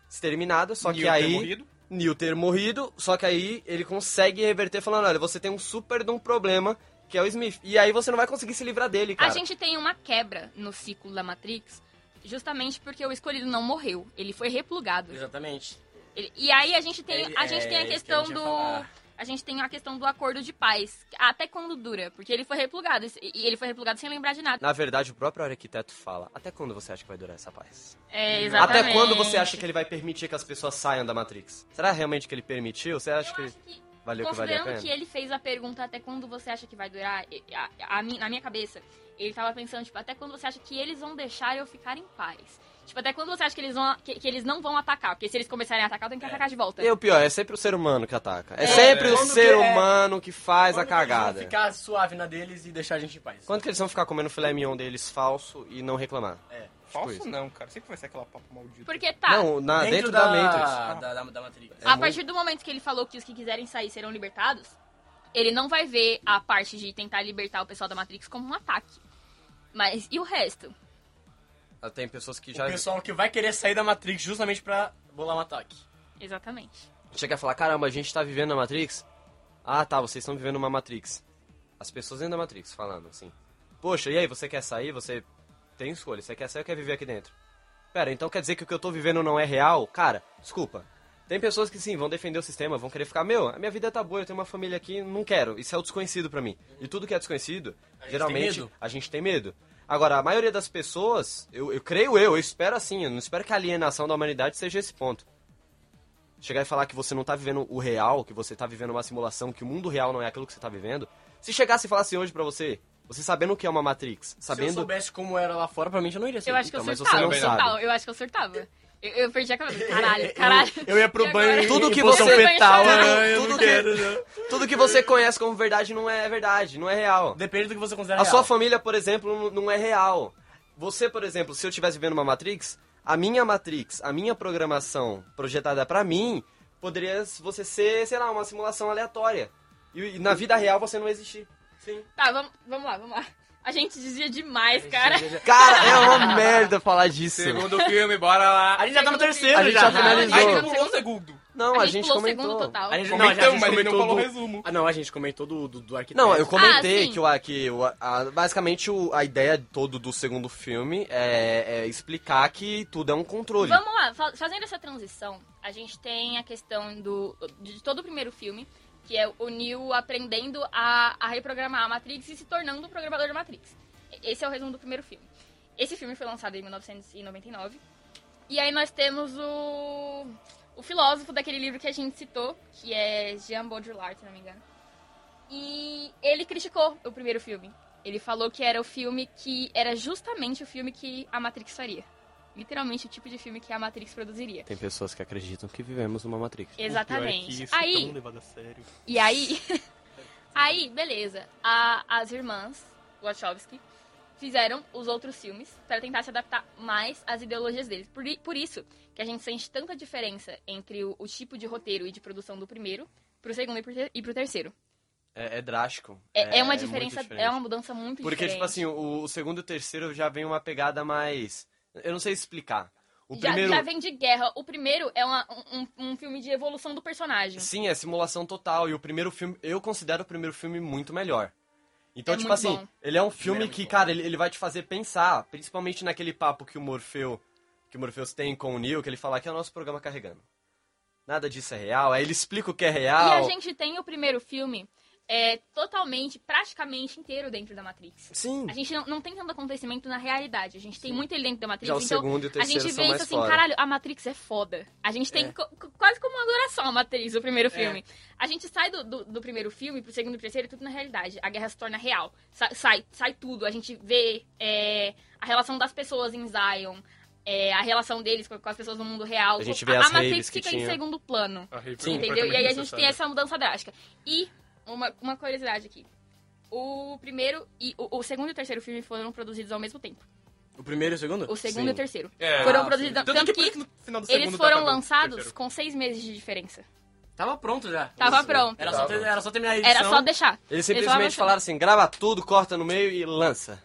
Speaker 1: exterminada, só
Speaker 2: Neo
Speaker 1: que
Speaker 2: ter
Speaker 1: aí
Speaker 2: morrido.
Speaker 1: Neo ter morrido, só que aí ele consegue reverter falando, olha, você tem um super de um problema, que é o Smith. E aí você não vai conseguir se livrar dele,
Speaker 3: A
Speaker 1: cara.
Speaker 3: gente tem uma quebra no ciclo da Matrix, justamente porque o escolhido não morreu. Ele foi replugado.
Speaker 4: Exatamente.
Speaker 3: Ele- e aí a gente tem, a,
Speaker 4: É-
Speaker 3: gente
Speaker 4: é
Speaker 3: tem a
Speaker 4: isso que
Speaker 3: questão
Speaker 4: gente ia
Speaker 3: do.
Speaker 4: falar.
Speaker 3: A gente tem a questão do acordo de paz. Até quando dura? Porque ele foi replugado. E e ele foi replugado sem lembrar de nada.
Speaker 1: Na verdade, o próprio arquiteto fala, até quando você acha que vai durar essa paz?
Speaker 3: É, exatamente.
Speaker 1: Até quando você acha que ele vai permitir que as pessoas saiam da Matrix? Será realmente que ele permitiu? Você acha
Speaker 3: Eu
Speaker 1: que
Speaker 3: acho que
Speaker 1: valeu o que valia a
Speaker 3: Considerando
Speaker 1: pena?
Speaker 3: que ele fez a pergunta até quando você acha que vai durar, e- a- a mi- na minha cabeça, ele tava pensando, tipo, até quando você acha que eles vão deixar eu ficar em paz? Tipo, até quando você acha que eles, vão, que, que eles não vão atacar? Porque se eles começarem a atacar, eu tenho que atacar de volta.
Speaker 1: E o pior, é sempre o ser humano que ataca. É, sempre o
Speaker 4: Quando
Speaker 1: ser
Speaker 4: que é-
Speaker 1: humano que faz
Speaker 4: Quando
Speaker 1: a
Speaker 4: que eles vão
Speaker 1: cagada.
Speaker 4: Ficar suave na deles e deixar a gente em paz.
Speaker 1: Quando que eles vão ficar comendo filé mignon deles falso e não reclamar?
Speaker 4: É.
Speaker 2: Falso
Speaker 1: isso.
Speaker 2: não, cara. Sempre vai ser aquela papo maldita.
Speaker 3: Porque tá,
Speaker 1: Não, é na, dentro,
Speaker 4: Dentro,
Speaker 1: da,
Speaker 4: da,
Speaker 1: Matrix. É,
Speaker 4: da, da, da Matrix.
Speaker 3: a partir do momento que ele falou que os que quiserem sair serão libertados, Ele não vai ver a parte de tentar libertar o pessoal da Matrix como um ataque. Mas e o resto?
Speaker 1: Ah, Tem pessoas que
Speaker 4: O
Speaker 1: já
Speaker 4: pessoal que vai querer sair da Matrix justamente pra bolar um ataque.
Speaker 3: Exatamente.
Speaker 1: chega a falar, caramba, a gente tá vivendo na Matrix? Ah, tá, vocês estão vivendo uma Matrix. As pessoas dentro da Matrix falando assim. Poxa, e aí, você quer sair? Você tem escolha. Você quer sair ou quer viver aqui dentro? Pera, então quer dizer que o que eu tô vivendo não é real? Cara, desculpa. Tem pessoas que sim, vão defender o sistema, vão querer ficar, meu, a minha vida tá boa, eu tenho uma família aqui, não quero. Isso é o desconhecido pra mim. E tudo que é desconhecido, geralmente,
Speaker 4: medo.
Speaker 1: a gente tem medo. Agora, a maioria das pessoas, eu, eu creio eu, eu espero assim, eu não espero que a alienação da humanidade seja esse ponto chegar e falar que você não tá vivendo o real, que você tá vivendo uma simulação, que o mundo real não é aquilo que você tá vivendo. Se chegasse e falasse hoje pra você, você sabendo o que é uma Matrix,
Speaker 4: Se eu
Speaker 1: sabendo.
Speaker 4: soubesse como era lá fora, provavelmente eu não iria sair.
Speaker 3: eu acho que eu
Speaker 1: então, mas
Speaker 3: surtava,
Speaker 1: você não
Speaker 3: eu
Speaker 1: sabe.
Speaker 3: surtava, eu acho que eu surtava. Eu, eu perdi a cabeça. Caralho, caralho.
Speaker 4: (laughs) Eu ia pro
Speaker 3: E
Speaker 4: banho
Speaker 3: agora?
Speaker 4: em-
Speaker 1: Tudo
Speaker 4: em
Speaker 1: que
Speaker 4: posição
Speaker 1: você- tá,
Speaker 4: fetal.
Speaker 1: Não,
Speaker 4: ah, eu
Speaker 1: tudo
Speaker 4: não
Speaker 1: que-
Speaker 4: quero, não.
Speaker 1: Tudo que você conhece como verdade não é verdade, não é real.
Speaker 4: Depende do que você considera
Speaker 1: A sua
Speaker 4: é real.
Speaker 1: família, por exemplo, não não é real. Você, por exemplo, se eu estivesse vivendo uma Matrix, a minha Matrix, a minha programação projetada pra mim, poderia você ser, sei lá, uma simulação aleatória. E, e na vida real você não
Speaker 4: (laughs)
Speaker 1: existir. né?
Speaker 3: Tá, vamos, vamos lá, vamos lá. A gente dizia demais, cara.
Speaker 1: Cara, é uma merda falar disso.
Speaker 2: Segundo filme, bora lá.
Speaker 4: A gente já tá no terceiro
Speaker 1: A gente já
Speaker 4: já.
Speaker 1: finalizou.
Speaker 2: Aí
Speaker 1: Não.
Speaker 2: ele pulou um segundo.
Speaker 1: Não,
Speaker 3: a,
Speaker 1: a,
Speaker 3: gente,
Speaker 1: gente
Speaker 3: pulou o
Speaker 1: comentou.
Speaker 3: segundo total.
Speaker 4: A gente, não, a gente
Speaker 2: Comentamos, mas ele não
Speaker 4: comentou
Speaker 2: falou o
Speaker 4: do-
Speaker 2: resumo.
Speaker 4: Ah, não, a gente comentou do, do, do arquiteto.
Speaker 1: Não, eu comentei
Speaker 3: Ah, sim.
Speaker 1: que, o, que o, a- basicamente o- a ideia todo do segundo filme é, é explicar que tudo é um controle.
Speaker 3: Vamos lá, fa- fazendo essa transição, a gente tem a questão do, de todo o primeiro filme, que é o Neo aprendendo a, a reprogramar a Matrix e se tornando um programador da Matrix. E- Esse é o resumo do primeiro filme. Esse filme foi lançado em 1999. E aí nós temos o, o filósofo daquele livro que a gente citou, que é Jean Baudrillard, se não me engano. E ele criticou o primeiro filme. Ele falou que era o filme que era justamente o filme que a Matrix faria literalmente o tipo de filme que a Matrix produziria.
Speaker 1: Tem pessoas que acreditam que vivemos numa Matrix.
Speaker 2: O pior é que
Speaker 3: Exatamente.
Speaker 2: isso é tão
Speaker 3: aí,
Speaker 2: levado a sério.
Speaker 3: e aí, (laughs) aí, beleza. A- as irmãs Wachowski fizeram os outros filmes para tentar se adaptar mais às ideologias deles. Por, i- por isso que a gente sente tanta diferença entre o, o tipo de roteiro e de produção do primeiro pro segundo e pro, ter, e pro terceiro.
Speaker 1: É, é drástico.
Speaker 3: É, é uma
Speaker 1: muito
Speaker 3: diferença,
Speaker 1: diferente.
Speaker 3: é uma mudança muito
Speaker 1: Porque,
Speaker 3: diferente.
Speaker 1: tipo assim, o, o segundo e o terceiro já vem uma pegada mais. Eu não sei explicar. O
Speaker 3: já,
Speaker 1: primeiro.
Speaker 3: já vem de guerra. O primeiro é uma- um, um- um filme de evolução do personagem.
Speaker 1: Sim, é simulação total. E o primeiro filme. Eu considero o primeiro filme muito melhor. Então,
Speaker 3: É
Speaker 1: tipo
Speaker 3: muito
Speaker 1: assim,
Speaker 3: bom.
Speaker 1: ele é um filme
Speaker 4: muito
Speaker 1: que,
Speaker 4: bom.
Speaker 1: cara, ele, ele vai te fazer pensar, principalmente naquele papo que o Morfeu. Que o Morpheus tem com o Neo, que ele fala que é o nosso programa carregando. Nada disso é real. Aí ele explica o que é
Speaker 3: E a
Speaker 1: real.
Speaker 3: gente tem o primeiro filme é, totalmente, praticamente inteiro dentro da Matrix.
Speaker 1: Sim.
Speaker 3: A gente não, não tem tanto acontecimento na realidade. A gente tem muito ele dentro da Matrix.
Speaker 1: Já é o
Speaker 3: então,
Speaker 1: segundo e o
Speaker 3: a
Speaker 1: terceiro
Speaker 3: gente vê
Speaker 1: são
Speaker 3: isso
Speaker 1: mais
Speaker 3: assim,
Speaker 1: fora. É.
Speaker 3: caralho, a Matrix é foda. A gente tem co- co- quase como uma adoração a Matrix, o primeiro filme. A gente sai do, do, do primeiro filme pro segundo e terceiro, tudo na realidade. A guerra se torna real. Sa- sai, sai tudo. A gente vê é, a relação das pessoas em Zion. é, a relação deles com, com as pessoas no mundo real.
Speaker 1: A gente vê as
Speaker 3: Matrix
Speaker 1: raves que
Speaker 3: fica em
Speaker 1: tinha.
Speaker 3: segundo plano.
Speaker 2: A Raven
Speaker 4: Sim.
Speaker 2: é
Speaker 3: Entendeu? E aí a gente tem
Speaker 2: necessária.
Speaker 3: essa mudança drástica. E uma, uma curiosidade aqui. O primeiro e o, o segundo e o terceiro filme foram produzidos ao mesmo tempo.
Speaker 4: O primeiro e o segundo?
Speaker 3: O segundo
Speaker 1: Sim.
Speaker 3: e o terceiro.
Speaker 2: É,
Speaker 3: foram
Speaker 2: ah,
Speaker 3: produzidos.
Speaker 2: sim.
Speaker 3: Tanto
Speaker 2: por
Speaker 3: que
Speaker 2: isso no final do
Speaker 3: eles
Speaker 2: segundo
Speaker 3: foram
Speaker 2: dá pra-
Speaker 3: lançados
Speaker 2: terceiro.
Speaker 3: com seis meses de diferença.
Speaker 4: Tava pronto já.
Speaker 3: Tava
Speaker 1: Nossa,
Speaker 3: pronto.
Speaker 4: Era só, ter- era só terminar a edição.
Speaker 3: Era só deixar.
Speaker 1: Eles
Speaker 3: Eles
Speaker 1: simplesmente
Speaker 3: só
Speaker 1: falaram assim: grava tudo, corta no meio e lança.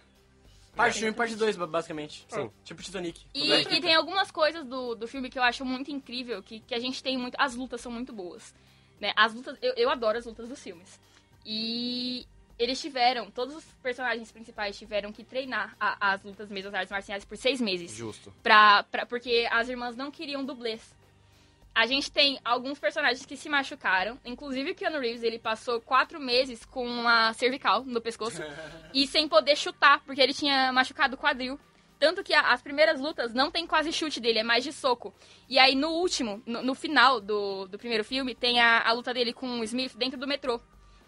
Speaker 4: Parte 1 e parte 2, basicamente.
Speaker 1: Sim.
Speaker 4: Tipo Titanic.
Speaker 3: E, e tem algumas coisas do, do filme que eu acho muito incrível, que, que a gente tem muito. As lutas são muito boas. Né? As lutas. Eu, eu adoro as lutas dos filmes. E eles tiveram, todos os personagens principais tiveram que treinar a- as lutas mesmo, as artes marciais, por seis meses.
Speaker 1: Justo.
Speaker 3: Pra, pra, porque as irmãs não queriam dublês. A gente tem alguns personagens que se machucaram, inclusive o Keanu Reeves, ele passou quatro meses com uma cervical no pescoço e sem poder chutar, porque ele tinha machucado o quadril. Tanto que a- as primeiras lutas não tem quase chute dele, é mais de soco. E aí no último, no, no final do, do primeiro filme, tem a, a luta dele com o Smith dentro do metrô.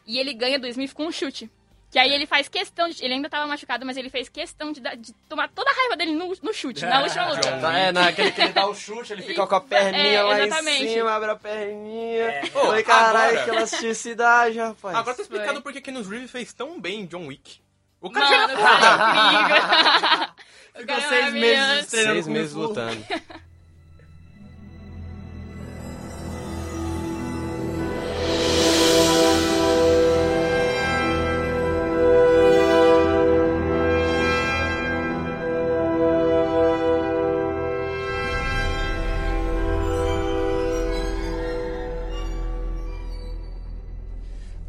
Speaker 3: E ele ganha do Smith com um chute. Que aí ele faz questão de. Ele ainda tava machucado, mas ele fez questão de, dar- de tomar toda a raiva dele no, no chute, na última luta.
Speaker 1: É, naquele que ele dá o chute, ele fica com a perninha
Speaker 3: É,
Speaker 1: lá
Speaker 3: exatamente.
Speaker 1: em cima, abre a perninha.
Speaker 2: Ô,
Speaker 1: Falei, caralho,
Speaker 2: É. agora-
Speaker 1: que elasticidade, rapaz.
Speaker 2: Agora
Speaker 3: Foi.
Speaker 2: tá explicado porque Ken Reeves fez tão bem John Wick. O cara já
Speaker 3: Mano,
Speaker 2: era
Speaker 4: é
Speaker 3: cara, incrível. O
Speaker 4: Ficou
Speaker 3: cara é
Speaker 4: seis meses
Speaker 3: maravilhoso.
Speaker 4: treinando
Speaker 1: Seis
Speaker 4: Kung
Speaker 1: meses
Speaker 4: Fu.
Speaker 1: lutando.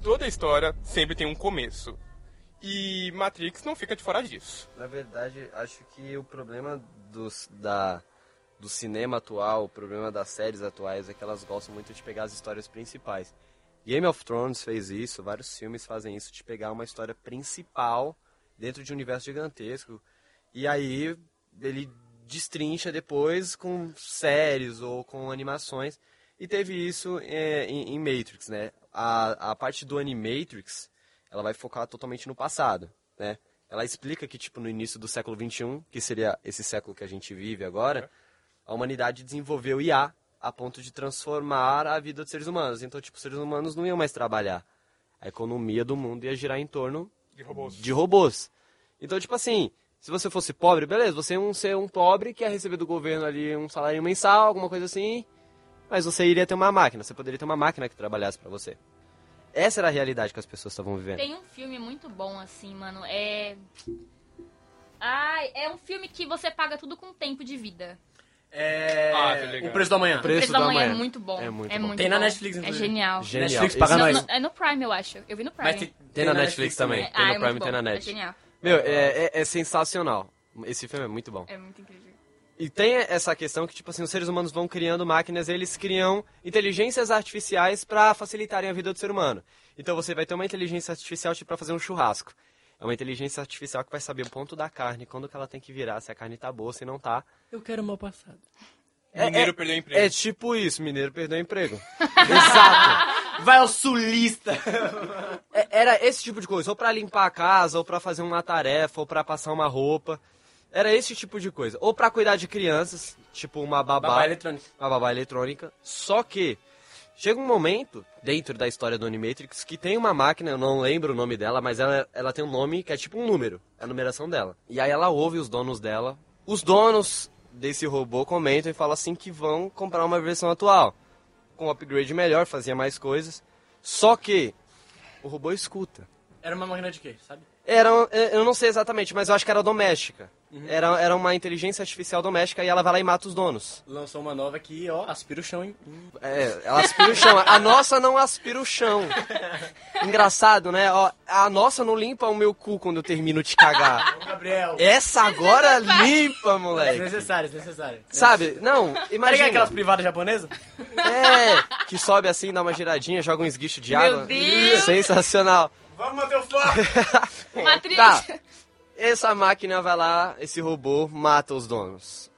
Speaker 2: Toda história sempre tem um começo. E Matrix não fica de fora disso.
Speaker 1: Na verdade, acho que o problema dos, da, do cinema atual, o problema das séries atuais é que elas gostam muito de pegar as histórias principais. Game of Thrones fez isso, vários filmes fazem isso, de pegar uma história principal dentro de um universo gigantesco. E aí ele destrincha depois com séries ou com animações. E teve isso é, em, em Matrix, né? A, a parte do Animatrix, ela vai focar totalmente no passado, né? Ela explica que, tipo, no início do século XXI, que seria esse século que a gente vive agora, a humanidade desenvolveu IA a ponto de transformar a vida dos seres humanos. Então, tipo, os seres humanos não iam mais trabalhar. A economia do mundo ia girar em torno
Speaker 2: De robôs.
Speaker 1: de robôs. Então, tipo assim, se você fosse pobre, beleza, você é um ser um pobre que ia receber do governo ali um salário mensal, alguma coisa assim, mas você iria ter uma máquina, você poderia ter uma máquina que trabalhasse pra você. Essa era a realidade que as pessoas estavam vivendo.
Speaker 3: Tem um filme muito bom, assim, mano. É. Ai, é um filme que você paga tudo com tempo de vida.
Speaker 4: É.
Speaker 2: Ah, tá legal.
Speaker 4: o preço da manhã.
Speaker 1: Preço
Speaker 3: da
Speaker 1: da
Speaker 3: Manhã é
Speaker 1: Manhã.
Speaker 3: muito bom.
Speaker 1: É muito
Speaker 3: é
Speaker 1: bom.
Speaker 3: Muito
Speaker 4: Tem na
Speaker 3: bom.
Speaker 4: Netflix,
Speaker 3: É
Speaker 4: inclusive.
Speaker 3: genial.
Speaker 1: Genial.
Speaker 4: Netflix paga
Speaker 1: Esse-
Speaker 3: Não,
Speaker 4: nós.
Speaker 3: não, é no Prime, eu acho. Eu vi no Prime.
Speaker 4: Mas tem,
Speaker 1: Tem na Netflix também,
Speaker 3: Ah,
Speaker 1: tem
Speaker 3: é
Speaker 1: no Prime,
Speaker 3: muito
Speaker 1: tem
Speaker 3: bom,
Speaker 1: na
Speaker 3: É
Speaker 1: net.
Speaker 3: genial.
Speaker 1: Meu, é, é- é sensacional. Esse filme é muito bom.
Speaker 3: É muito incrível.
Speaker 1: E tem essa questão que, tipo assim, os seres humanos vão criando máquinas, eles criam inteligências artificiais pra facilitarem a vida do ser humano. Então você vai ter uma inteligência artificial tipo, pra fazer um churrasco. É uma inteligência artificial que vai saber o ponto da carne, quando que ela tem que virar, se a carne tá boa, se não tá.
Speaker 4: Eu quero mal passado.
Speaker 1: É,
Speaker 2: Mineiro
Speaker 1: é-
Speaker 2: perdeu o emprego.
Speaker 1: é tipo isso, mineiro perdeu o emprego. (laughs) Exato.
Speaker 4: Vai ao sulista!
Speaker 1: É- era esse tipo de coisa, ou pra limpar a casa, ou pra fazer uma tarefa, ou pra passar uma roupa. Era esse tipo de coisa. Ou pra cuidar de crianças, tipo uma babá.
Speaker 4: Babá eletrônica.
Speaker 1: a babá eletrônica. Só que chega um momento dentro da história do Animatrix que tem uma máquina, eu não lembro o nome dela, mas ela, ela tem um nome que é tipo um número, a numeração dela. E aí ela ouve os donos dela. Os donos desse robô comentam e falam assim que vão comprar uma versão atual. Com um upgrade melhor, fazia mais coisas. Só que o robô escuta.
Speaker 4: Era uma máquina de quê, sabe?
Speaker 1: Era, um- eu eu não sei exatamente, mas eu acho que era doméstica. Era, era uma inteligência artificial doméstica e ela vai lá e mata os donos.
Speaker 4: Lançou uma nova que, ó, aspira o chão, hein?
Speaker 1: É, ela aspira o chão. A nossa não aspira o chão. Engraçado, né? Ó, a nossa não limpa o meu cu quando eu termino de cagar.
Speaker 4: Gabriel.
Speaker 1: Essa agora limpa, moleque.
Speaker 4: Desnecessário, desnecessário.
Speaker 1: Sabe? Não,
Speaker 4: Tá ligado
Speaker 1: imagina.
Speaker 4: aquelas privadas japonesas?
Speaker 1: É, que sobe assim, dá uma giradinha, joga um esguicho de
Speaker 3: Meu
Speaker 1: água.
Speaker 3: Deus!
Speaker 1: Sensacional.
Speaker 4: Vamos manter o foco!
Speaker 3: Matrix.
Speaker 1: Tá. Essa máquina vai lá, esse robô mata os donos.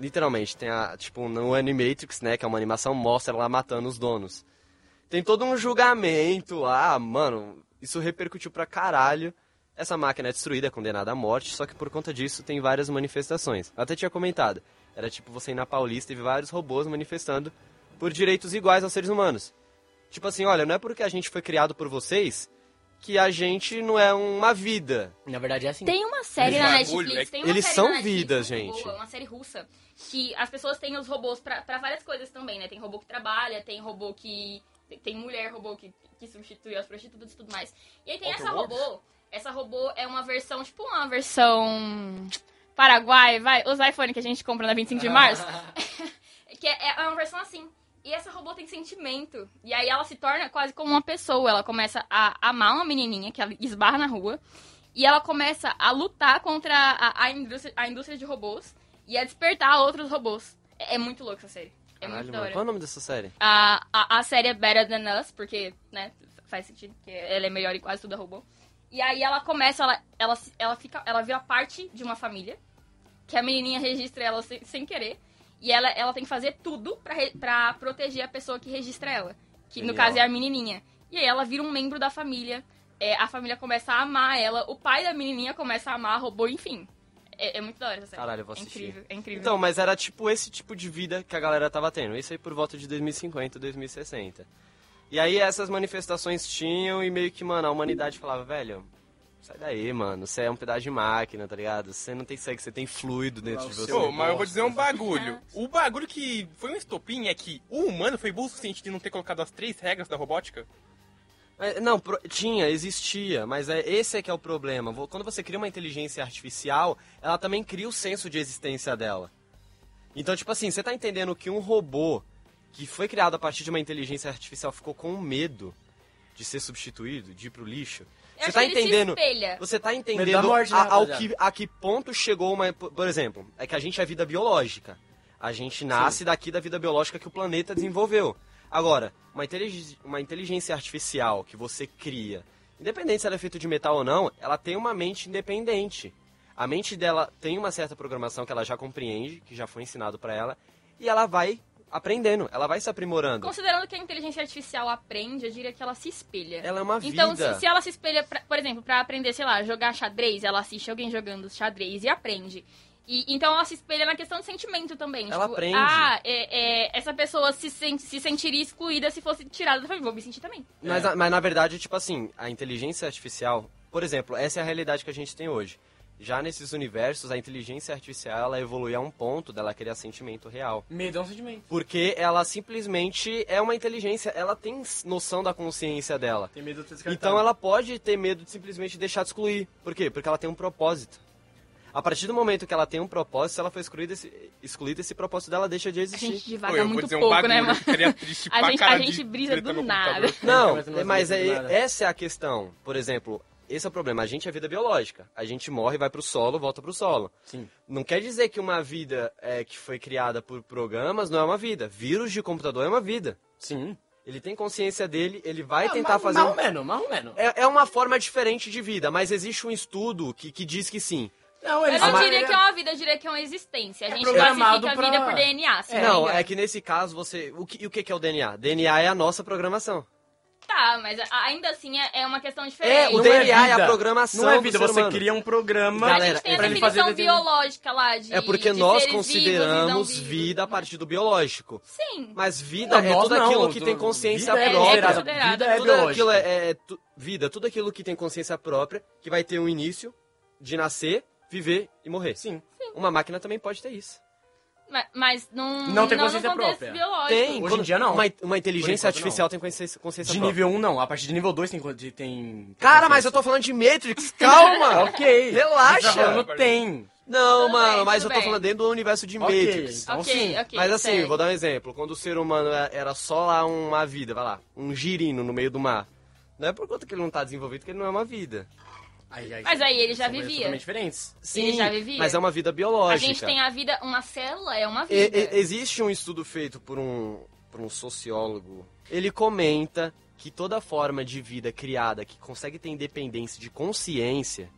Speaker 1: Literalmente, tem a, tipo, no Animatrix, né, que é uma animação, mostra ela matando os donos. Tem todo um julgamento lá, mano, isso repercutiu pra caralho. Essa máquina é destruída, é condenada à morte, só que por conta disso tem várias manifestações. Eu até tinha comentado, era tipo você ir na Paulista e ver vários robôs manifestando por direitos iguais aos seres humanos. Tipo assim, olha, não é porque a gente foi criado por vocês que a gente não é uma vida.
Speaker 4: Na verdade é assim.
Speaker 3: Tem uma série
Speaker 2: Eles
Speaker 3: na
Speaker 2: bagulho,
Speaker 3: Netflix.
Speaker 2: é-
Speaker 3: Tem uma
Speaker 1: Eles
Speaker 3: série
Speaker 1: são
Speaker 3: na Netflix
Speaker 1: vidas,
Speaker 3: muito
Speaker 1: gente.
Speaker 3: Boa, uma série russa. Que as pessoas têm os robôs pra, pra várias coisas também, né? Tem robô que trabalha, tem robô que. Tem mulher robô que, que substitui as prostitutas e tudo mais. E aí tem
Speaker 2: Outer
Speaker 3: essa
Speaker 2: Worlds?
Speaker 3: robô. Essa robô é uma versão, tipo uma versão. Paraguai, vai. Os iPhone que a gente compra na 25 de
Speaker 2: (laughs)
Speaker 3: março. (laughs) que é, é uma versão assim. E essa robô tem sentimento. E aí ela se torna quase como uma pessoa. Ela começa a amar uma menininha que ela esbarra na rua. E ela começa a lutar contra a, a indústria, a indústria de robôs e a despertar outros robôs. É, é muito louco essa série. É
Speaker 1: Caralho,
Speaker 3: muito da
Speaker 1: mano,
Speaker 3: hora.
Speaker 1: qual é o nome dessa série?
Speaker 3: A, a, a série é Better Than Us, porque, né, faz sentido, porque ela é melhor e quase tudo é robô. E aí ela começa, ela, ela, se- ela fica, ela vira parte de uma família, que a menininha registra ela sem, sem querer, e ela, ela tem que fazer tudo pra, re- pra proteger a pessoa que registra ela, que no
Speaker 1: Genial.
Speaker 3: caso é a menininha. E aí ela vira um membro da família, é, a família começa a amar ela, o pai da menininha começa a amar a robô, enfim. É, é muito da hora essa série.
Speaker 1: Caralho, eu vou
Speaker 3: é
Speaker 1: assistir.
Speaker 3: incrível, é incrível.
Speaker 1: Então, mas era tipo esse tipo de vida que a galera tava tendo. Isso aí por volta de 2050, 2060. E aí essas manifestações tinham e meio que, mano, a humanidade falava, velho, sai daí, mano, você é um pedaço de máquina, tá ligado? Você não tem sangue, você tem fluido dentro de você.
Speaker 2: Pô, mas eu vou dizer um bagulho. O bagulho que foi um estopim é que o humano foi burro o suficiente de não ter colocado as três regras da robótica.
Speaker 1: É, Não, pro- tinha, existia, mas é, esse é que é o problema. Vo- Quando você cria uma inteligência artificial, ela também cria o senso de existência dela. Então, tipo assim, você tá entendendo que um robô que foi criado a partir de uma inteligência artificial ficou com medo de ser substituído, de ir pro lixo.
Speaker 3: Eu
Speaker 1: Você
Speaker 3: acho
Speaker 1: tá
Speaker 3: que ele se
Speaker 1: entendendo?
Speaker 3: espelha.
Speaker 1: Você tá
Speaker 4: Medo da
Speaker 1: entendendo
Speaker 4: morte, né,
Speaker 1: a, ao
Speaker 4: rapaziada?
Speaker 1: que, a que ponto chegou uma. Por exemplo, é que a gente é vida biológica. A gente nasce daqui da vida biológica que o planeta desenvolveu. Agora, uma, intelig- uma inteligência artificial que você cria, independente se ela é feita de metal ou não, ela tem uma mente independente. A mente dela tem uma certa programação que ela já compreende, que já foi ensinado pra ela, e ela vai aprendendo, ela vai se aprimorando.
Speaker 3: Considerando que a inteligência artificial aprende, eu diria que ela se espelha.
Speaker 1: Ela é uma vida.
Speaker 3: Então, se, se ela se espelha, pra- por exemplo, pra aprender, sei lá, jogar xadrez, ela assiste alguém jogando xadrez e aprende. E, então ela se espelha na questão de sentimento também.
Speaker 1: Ela
Speaker 3: tipo,
Speaker 1: aprende.
Speaker 3: Ah, é- é, essa pessoa se, sen- se sentiria excluída se fosse tirada da família. Vou me sentir também.
Speaker 1: Mas, a- mas na verdade, tipo assim, a inteligência artificial, por exemplo, essa é a realidade que a gente tem hoje. Já nesses universos, a inteligência artificial ela evolui a um ponto dela criar sentimento real.
Speaker 4: Medo é um sentimento.
Speaker 1: Porque ela simplesmente é uma inteligência, ela tem s- noção da consciência dela.
Speaker 4: Tem medo de ser descartado.
Speaker 1: Então ela pode ter medo de simplesmente deixar de excluir. Por quê? Porque ela tem um propósito. A partir do momento que ela tem um propósito, se ela for excluída, esse, excluída esse propósito dela deixa de
Speaker 3: A
Speaker 1: existir.
Speaker 3: gente
Speaker 2: Pô,
Speaker 3: divaga
Speaker 2: eu vou
Speaker 3: muito
Speaker 2: dizer um
Speaker 3: pouco,
Speaker 2: bagulho
Speaker 3: né, mano?
Speaker 2: que seria
Speaker 3: (laughs)
Speaker 2: triste
Speaker 3: A
Speaker 2: pra
Speaker 3: gente- a
Speaker 2: caralho
Speaker 3: gente
Speaker 2: de
Speaker 3: brisa
Speaker 2: treta
Speaker 3: do
Speaker 2: no
Speaker 3: nada.
Speaker 2: computador.
Speaker 1: Não,
Speaker 4: Mas não vai
Speaker 1: mas
Speaker 4: fazer
Speaker 1: é-
Speaker 4: nada.
Speaker 1: essa é a questão. Por exemplo, esse é o problema. A gente é vida biológica. A gente morre, vai pro solo, volta pro solo.
Speaker 4: Sim.
Speaker 1: Não quer dizer que uma vida é, que foi criada por programas não é uma vida. Vírus de computador é uma vida.
Speaker 4: Sim.
Speaker 1: Ele tem consciência dele, ele vai
Speaker 4: Ah,
Speaker 1: tentar
Speaker 4: mais-
Speaker 1: fazer.
Speaker 4: Mais ou
Speaker 1: um-
Speaker 4: menos, mais ou menos.
Speaker 1: É, é uma forma diferente de vida, mas existe um estudo que, que diz que sim.
Speaker 4: Não,
Speaker 3: Eu
Speaker 4: eles
Speaker 3: não
Speaker 1: Mas-
Speaker 3: diria que é uma vida, eu diria que é uma existência. A gente
Speaker 4: programado
Speaker 3: classifica a
Speaker 4: pra-
Speaker 3: vida por DNA, se não me
Speaker 1: não,
Speaker 3: engano.
Speaker 1: é que nesse caso você. O que, e o que que é o DNA? DNA é a nossa programação.
Speaker 3: Tá, mas a- ainda assim é, é uma questão
Speaker 1: É,
Speaker 3: diferente.
Speaker 1: o
Speaker 4: Não é
Speaker 1: DNA é,
Speaker 4: vida.
Speaker 1: a programação.
Speaker 4: Não é vida,
Speaker 1: do ser
Speaker 4: você
Speaker 1: humano.
Speaker 4: cria um programa
Speaker 1: Mas
Speaker 3: a gente
Speaker 1: galera,
Speaker 3: tem a
Speaker 4: pra ele fazer
Speaker 3: definição
Speaker 4: determin-
Speaker 3: biológica lá de
Speaker 1: É porque
Speaker 3: de
Speaker 1: nós
Speaker 3: seres
Speaker 1: consideramos
Speaker 3: vivos e não vivos.
Speaker 1: vida a partir do biológico.
Speaker 3: Sim.
Speaker 1: Mas vida
Speaker 4: Não,
Speaker 1: é
Speaker 4: nós
Speaker 1: tudo
Speaker 4: não,
Speaker 1: aquilo que
Speaker 4: tudo-
Speaker 1: tem consciência
Speaker 4: vida é
Speaker 1: própria.
Speaker 4: considerada-
Speaker 3: considerada.
Speaker 4: Vida é
Speaker 1: tudo aquilo
Speaker 4: biológica.
Speaker 1: é, é tu- vida, tudo aquilo que tem consciência própria, que vai ter um início de nascer, viver e morrer.
Speaker 4: Sim.
Speaker 1: Uma máquina também pode ter isso.
Speaker 3: Ma- Mas não
Speaker 4: Não tem
Speaker 3: não
Speaker 4: consciência
Speaker 3: no contexto
Speaker 4: própria.
Speaker 3: biológico.
Speaker 1: Tem.
Speaker 4: Hoje em
Speaker 1: quando-
Speaker 4: dia, não.
Speaker 1: Uma, uma inteligência
Speaker 4: enquanto,
Speaker 1: artificial tem consciência, consciência
Speaker 4: De
Speaker 1: é própria.
Speaker 4: nível 1, não. A partir de nível 2 tem... co- de- tem...
Speaker 1: Cara, mas eu tô falando de Matrix, calma!
Speaker 4: (laughs) Ok.
Speaker 1: (laughs) Relaxa.
Speaker 4: Tá falando tem.
Speaker 1: Não,
Speaker 3: Tudo
Speaker 1: mano,
Speaker 3: bem,
Speaker 1: mas eu
Speaker 3: tudo
Speaker 1: tô
Speaker 3: bem.
Speaker 1: falando dentro do universo de
Speaker 4: Ok.
Speaker 1: Matrix.
Speaker 4: Então, sim.
Speaker 3: Ok, ok.
Speaker 1: Mas assim,
Speaker 3: segue.
Speaker 1: vou dar um exemplo. Quando o ser humano era- era só lá uma vida, vai lá, um girino no meio do mar. Não é por conta que ele não tá desenvolvido que ele não é uma vida.
Speaker 4: Aí,
Speaker 3: Mas aí ele já
Speaker 4: são coisas
Speaker 3: vivia.
Speaker 4: é totalmente diferentes.
Speaker 1: Sim,
Speaker 3: já vivia?
Speaker 1: mas é uma vida
Speaker 3: A
Speaker 1: biológica.
Speaker 3: gente tem a vida, uma célula é uma
Speaker 1: E-
Speaker 3: vida.
Speaker 1: e- existe um estudo feito por um, por um sociólogo. Ele comenta que toda forma de vida criada que consegue ter independência de consciência,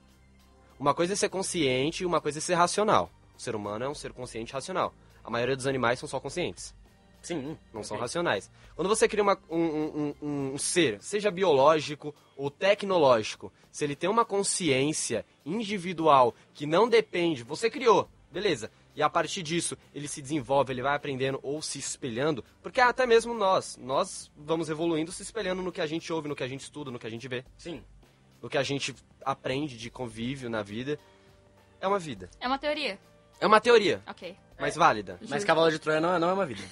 Speaker 1: uma coisa é ser consciente e uma coisa é ser racional. O ser humano é um ser consciente e racional. A maioria dos animais são só conscientes.
Speaker 4: Sim.
Speaker 1: Não são
Speaker 4: Ok.
Speaker 1: racionais. Quando você cria uma- um, um- um- um ser, seja biológico ou tecnológico, se ele tem uma consciência individual que não depende, você criou, beleza. E a partir disso, ele se desenvolve, ele vai aprendendo ou se espelhando, porque até mesmo nós, nós vamos evoluindo se espelhando no que a gente ouve, no que a gente estuda, no que a gente vê,
Speaker 4: Sim.
Speaker 1: no que a gente aprende de convívio na vida. É uma vida.
Speaker 3: É uma teoria.
Speaker 1: É uma teoria,
Speaker 3: Ok.
Speaker 1: mas válida.
Speaker 4: Mas Cavalo de Troia não é, não é uma vida.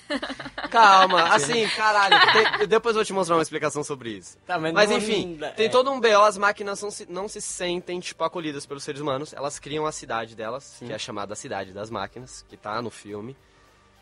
Speaker 1: Calma, assim, caralho. te- depois eu vou te mostrar uma explicação sobre isso.
Speaker 4: Tá,
Speaker 1: Mas
Speaker 4: não-
Speaker 1: enfim,
Speaker 4: é.
Speaker 1: tem todo um BO, as máquinas não se, não se sentem, tipo, acolhidas pelos seres humanos. Elas criam a cidade delas, que é a chamada Cidade das Máquinas, que tá no filme.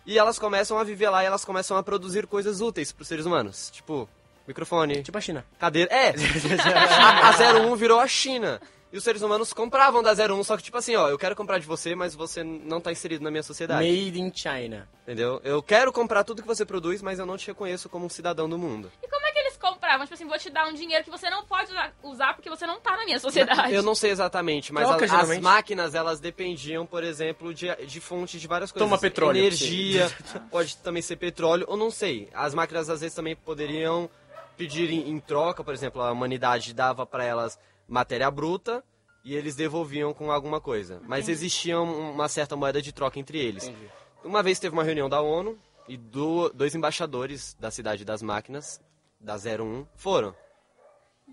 Speaker 1: E elas começam a viver lá e elas começam a produzir coisas úteis pros seres humanos. Tipo, microfone,
Speaker 4: Tipo a China.
Speaker 1: cadeira. É!
Speaker 4: (laughs)
Speaker 1: a, a 01 virou a China. E os seres humanos compravam da 01, só que tipo assim, ó, eu quero comprar de você, mas você não tá inserido na minha sociedade.
Speaker 4: Made in China.
Speaker 1: Entendeu? Eu quero comprar tudo que você produz, mas eu não te reconheço como um cidadão do mundo.
Speaker 3: E como é que eles compravam? Tipo assim, vou te dar um dinheiro que você não pode usar- usar porque você não tá na minha sociedade.
Speaker 1: Eu não sei exatamente, mas a-
Speaker 4: Troca,
Speaker 1: as
Speaker 4: geralmente.
Speaker 1: máquinas elas dependiam, por exemplo, de, de fontes de várias coisas.
Speaker 4: Toma petróleo,
Speaker 1: Energia,
Speaker 4: (laughs)
Speaker 1: pode também ser petróleo, ou não sei. As máquinas às vezes também poderiam pedir em, em troca, por exemplo, a humanidade dava pra elas matéria bruta e eles devolviam com alguma coisa. Mas existia um- uma certa moeda de troca entre eles.
Speaker 4: Entendi.
Speaker 1: Uma vez teve uma reunião da ONU e do- dois embaixadores da cidade das máquinas, da 01, foram.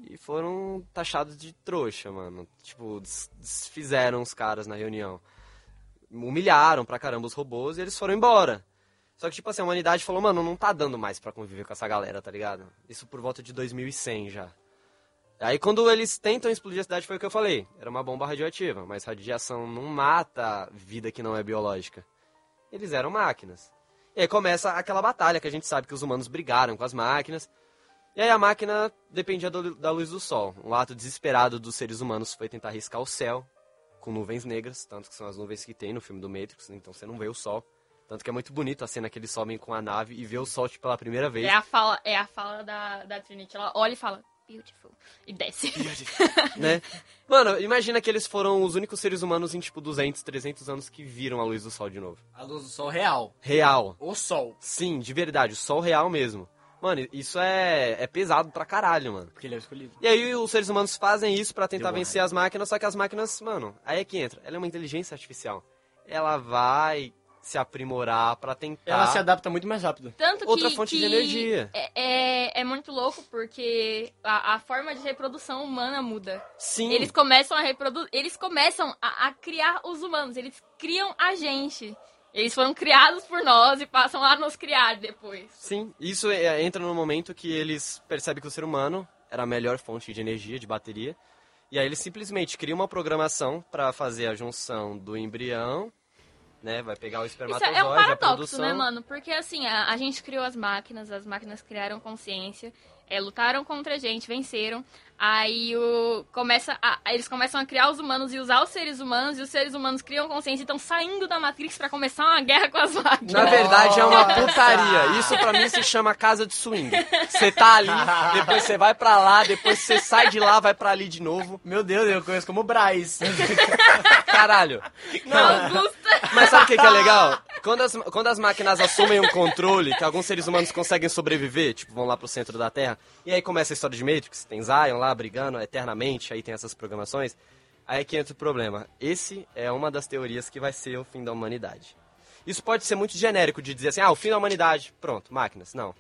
Speaker 1: E foram taxados de trouxa, mano. Tipo, des- desfizeram os caras na reunião. Humilharam pra caramba os robôs e eles foram embora. Só que, tipo assim, a humanidade falou, mano, não tá dando mais pra conviver com essa galera, tá ligado? Isso por volta de 2100 já. Aí quando eles tentam explodir a cidade, foi o que eu falei. Era uma bomba radioativa, mas radiação não mata vida que não é biológica. Eles eram máquinas. E aí começa aquela batalha que a gente sabe que os humanos brigaram com as máquinas. E aí a máquina dependia do- da luz do sol. Um ato desesperado dos seres humanos foi tentar riscar o céu com nuvens negras, tanto que são as nuvens que tem no filme do Matrix, então você não vê o sol. Tanto que é muito bonito a cena que eles sobem com a nave e vê o sol tipo, pela primeira vez.
Speaker 3: É a fala, é a fala da, da Trinity. Ela olha e fala, beautiful. E desce.
Speaker 1: (laughs)
Speaker 3: (laughs)
Speaker 1: né? Mano, imagina que eles foram os únicos seres humanos em, tipo, 200, 300 anos que viram a luz do sol de novo.
Speaker 4: A luz do sol real.
Speaker 1: Real.
Speaker 4: O sol.
Speaker 1: Sim, de verdade, o sol real mesmo. Mano, isso é, é pesado pra caralho, mano.
Speaker 4: Porque ele é o escolhido.
Speaker 1: E aí os seres humanos fazem isso pra tentar
Speaker 4: Deu uma
Speaker 1: vencer as máquinas, só que as máquinas, mano, aí é que entra. Ela é uma inteligência artificial. Ela vai se aprimorar pra tentar...
Speaker 4: Ela se adapta muito mais rápido.
Speaker 3: Tanto que-
Speaker 1: Outra fonte de
Speaker 3: que
Speaker 1: energia.
Speaker 3: É, é, é muito louco porque a, a forma de reprodução humana muda.
Speaker 1: Sim.
Speaker 3: Eles começam a reproduzir. Eles começam a, a criar os humanos. Eles criam a gente. Eles foram criados por nós e passam a nos criar depois.
Speaker 1: Sim, isso é- entra no momento que eles percebem que o ser humano era a melhor fonte de energia, de bateria. E aí eles simplesmente criam uma programação para fazer a junção do embrião, né? Vai pegar o
Speaker 3: Isso
Speaker 1: espermatozoide,
Speaker 3: é um
Speaker 1: a
Speaker 3: paradoxo,
Speaker 1: produção.
Speaker 3: né, mano? Porque assim, a, a gente criou as máquinas, as máquinas criaram consciência, é, lutaram contra a gente, venceram. Aí o, começa a- a- eles começam a criar os humanos e usar os seres humanos, e os seres humanos criam consciência e estão saindo da Matrix pra começar uma guerra com as máquinas.
Speaker 1: Na verdade é uma
Speaker 4: Nossa!
Speaker 1: putaria. Isso pra mim se chama casa de swing. Você tá
Speaker 3: (laughs)
Speaker 1: ali, depois você vai pra lá, depois você sai de lá, vai pra ali de novo.
Speaker 4: Meu Deus, eu conheço como (laughs) Braz.
Speaker 1: Caralho.
Speaker 3: Augusta.
Speaker 1: Mas sabe o que, que é legal? Quando as, quando as máquinas assumem um controle, que alguns seres humanos conseguem sobreviver, tipo, vão lá pro centro da Terra, e aí começa a história de Matrix, tem Zion lá brigando eternamente, aí tem essas programações. Aí é que entra o problema. Esse é uma das teorias que vai ser o fim da humanidade. Isso pode ser muito genérico de dizer assim, ah, o fim da humanidade, pronto, máquinas. Não.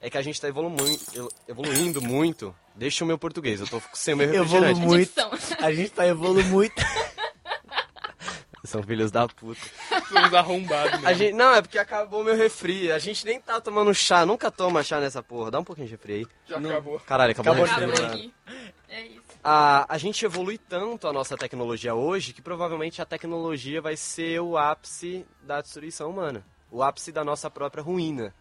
Speaker 1: É que a gente tá evolu mui- eu- evoluindo muito. Deixa o meu português, eu tô sem o meu
Speaker 4: Evoluo
Speaker 1: refrigerante.
Speaker 4: Muito.
Speaker 3: Dicção.
Speaker 4: A gente tá evoluindo muito.
Speaker 1: São filhos da puta.
Speaker 3: (laughs)
Speaker 2: Somos arrombados.
Speaker 1: A gente, não, é porque acabou meu refri. A gente nem tá tomando chá, nunca toma chá nessa porra. Dá um pouquinho de refri aí.
Speaker 2: Já acabou.
Speaker 1: Caralho, acabou,
Speaker 4: Acabou
Speaker 1: o refri.
Speaker 3: Acabou
Speaker 1: mano.
Speaker 3: aqui. É isso.
Speaker 1: A, a gente evolui tanto a nossa tecnologia hoje que provavelmente a tecnologia vai ser o ápice da destruição humana. O ápice da nossa própria ruína.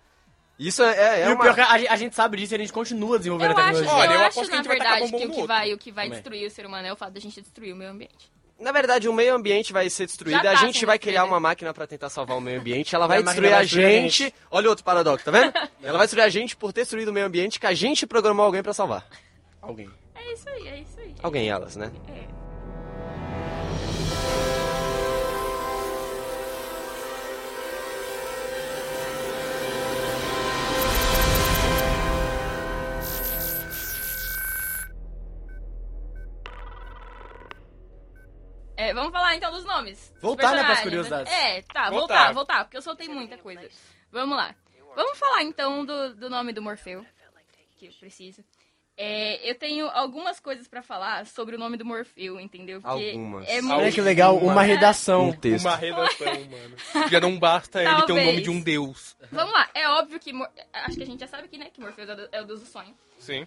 Speaker 1: Isso é, é, é
Speaker 4: e o
Speaker 1: uma...
Speaker 4: pior que a, gente- a gente sabe disso e a gente continua desenvolvendo
Speaker 3: Eu
Speaker 4: a
Speaker 3: acho,
Speaker 4: tecnologia.
Speaker 2: Olha, eu
Speaker 3: eu
Speaker 2: aposto
Speaker 3: acho
Speaker 2: que a
Speaker 3: na
Speaker 2: gente vai tacar
Speaker 3: verdade
Speaker 2: um
Speaker 3: que o
Speaker 2: bom
Speaker 3: que
Speaker 2: no
Speaker 3: vai, o que vai
Speaker 4: Também.
Speaker 3: destruir o ser humano é o fato da gente destruir o meio ambiente.
Speaker 1: Na verdade, o meio ambiente vai ser destruído.
Speaker 3: Já
Speaker 1: a
Speaker 3: tá
Speaker 1: gente
Speaker 3: sendo
Speaker 1: vai criar
Speaker 3: destruído.
Speaker 1: uma máquina pra tentar salvar o meio ambiente. Ela
Speaker 4: né? E
Speaker 1: vai
Speaker 4: a máquina
Speaker 1: destruir
Speaker 4: vai
Speaker 1: a
Speaker 4: destruir a
Speaker 1: gente. Olha outro paradoxo, tá vendo? Ela vai destruir a gente por ter destruído o meio ambiente que a gente programou alguém pra salvar.
Speaker 4: Alguém.
Speaker 3: É isso aí, é isso aí.
Speaker 1: Alguém, elas, né?
Speaker 3: É. É, vamos falar então dos nomes. dos
Speaker 4: Voltar, né, pras
Speaker 3: personagens,
Speaker 4: curiosidades.
Speaker 3: É, tá,
Speaker 2: Voltar.
Speaker 3: voltar, voltar, porque eu soltei muita coisa. Vamos lá. Vamos falar então do, do nome do Morfeu, que eu preciso. É, eu tenho algumas coisas pra falar sobre o nome do Morfeu, entendeu? Porque
Speaker 1: Algumas.
Speaker 3: É
Speaker 4: Olha
Speaker 3: muito...
Speaker 4: que legal, uma redação.
Speaker 1: Um texto.
Speaker 3: (laughs)
Speaker 2: Uma redação, mano. Já não basta ele ter o
Speaker 3: Talvez.
Speaker 2: nome de um deus.
Speaker 3: Vamos lá, é óbvio que. Mor- Acho que a gente já sabe que, né? Que Morfeu é o- é o deus do sonho.
Speaker 2: Sim.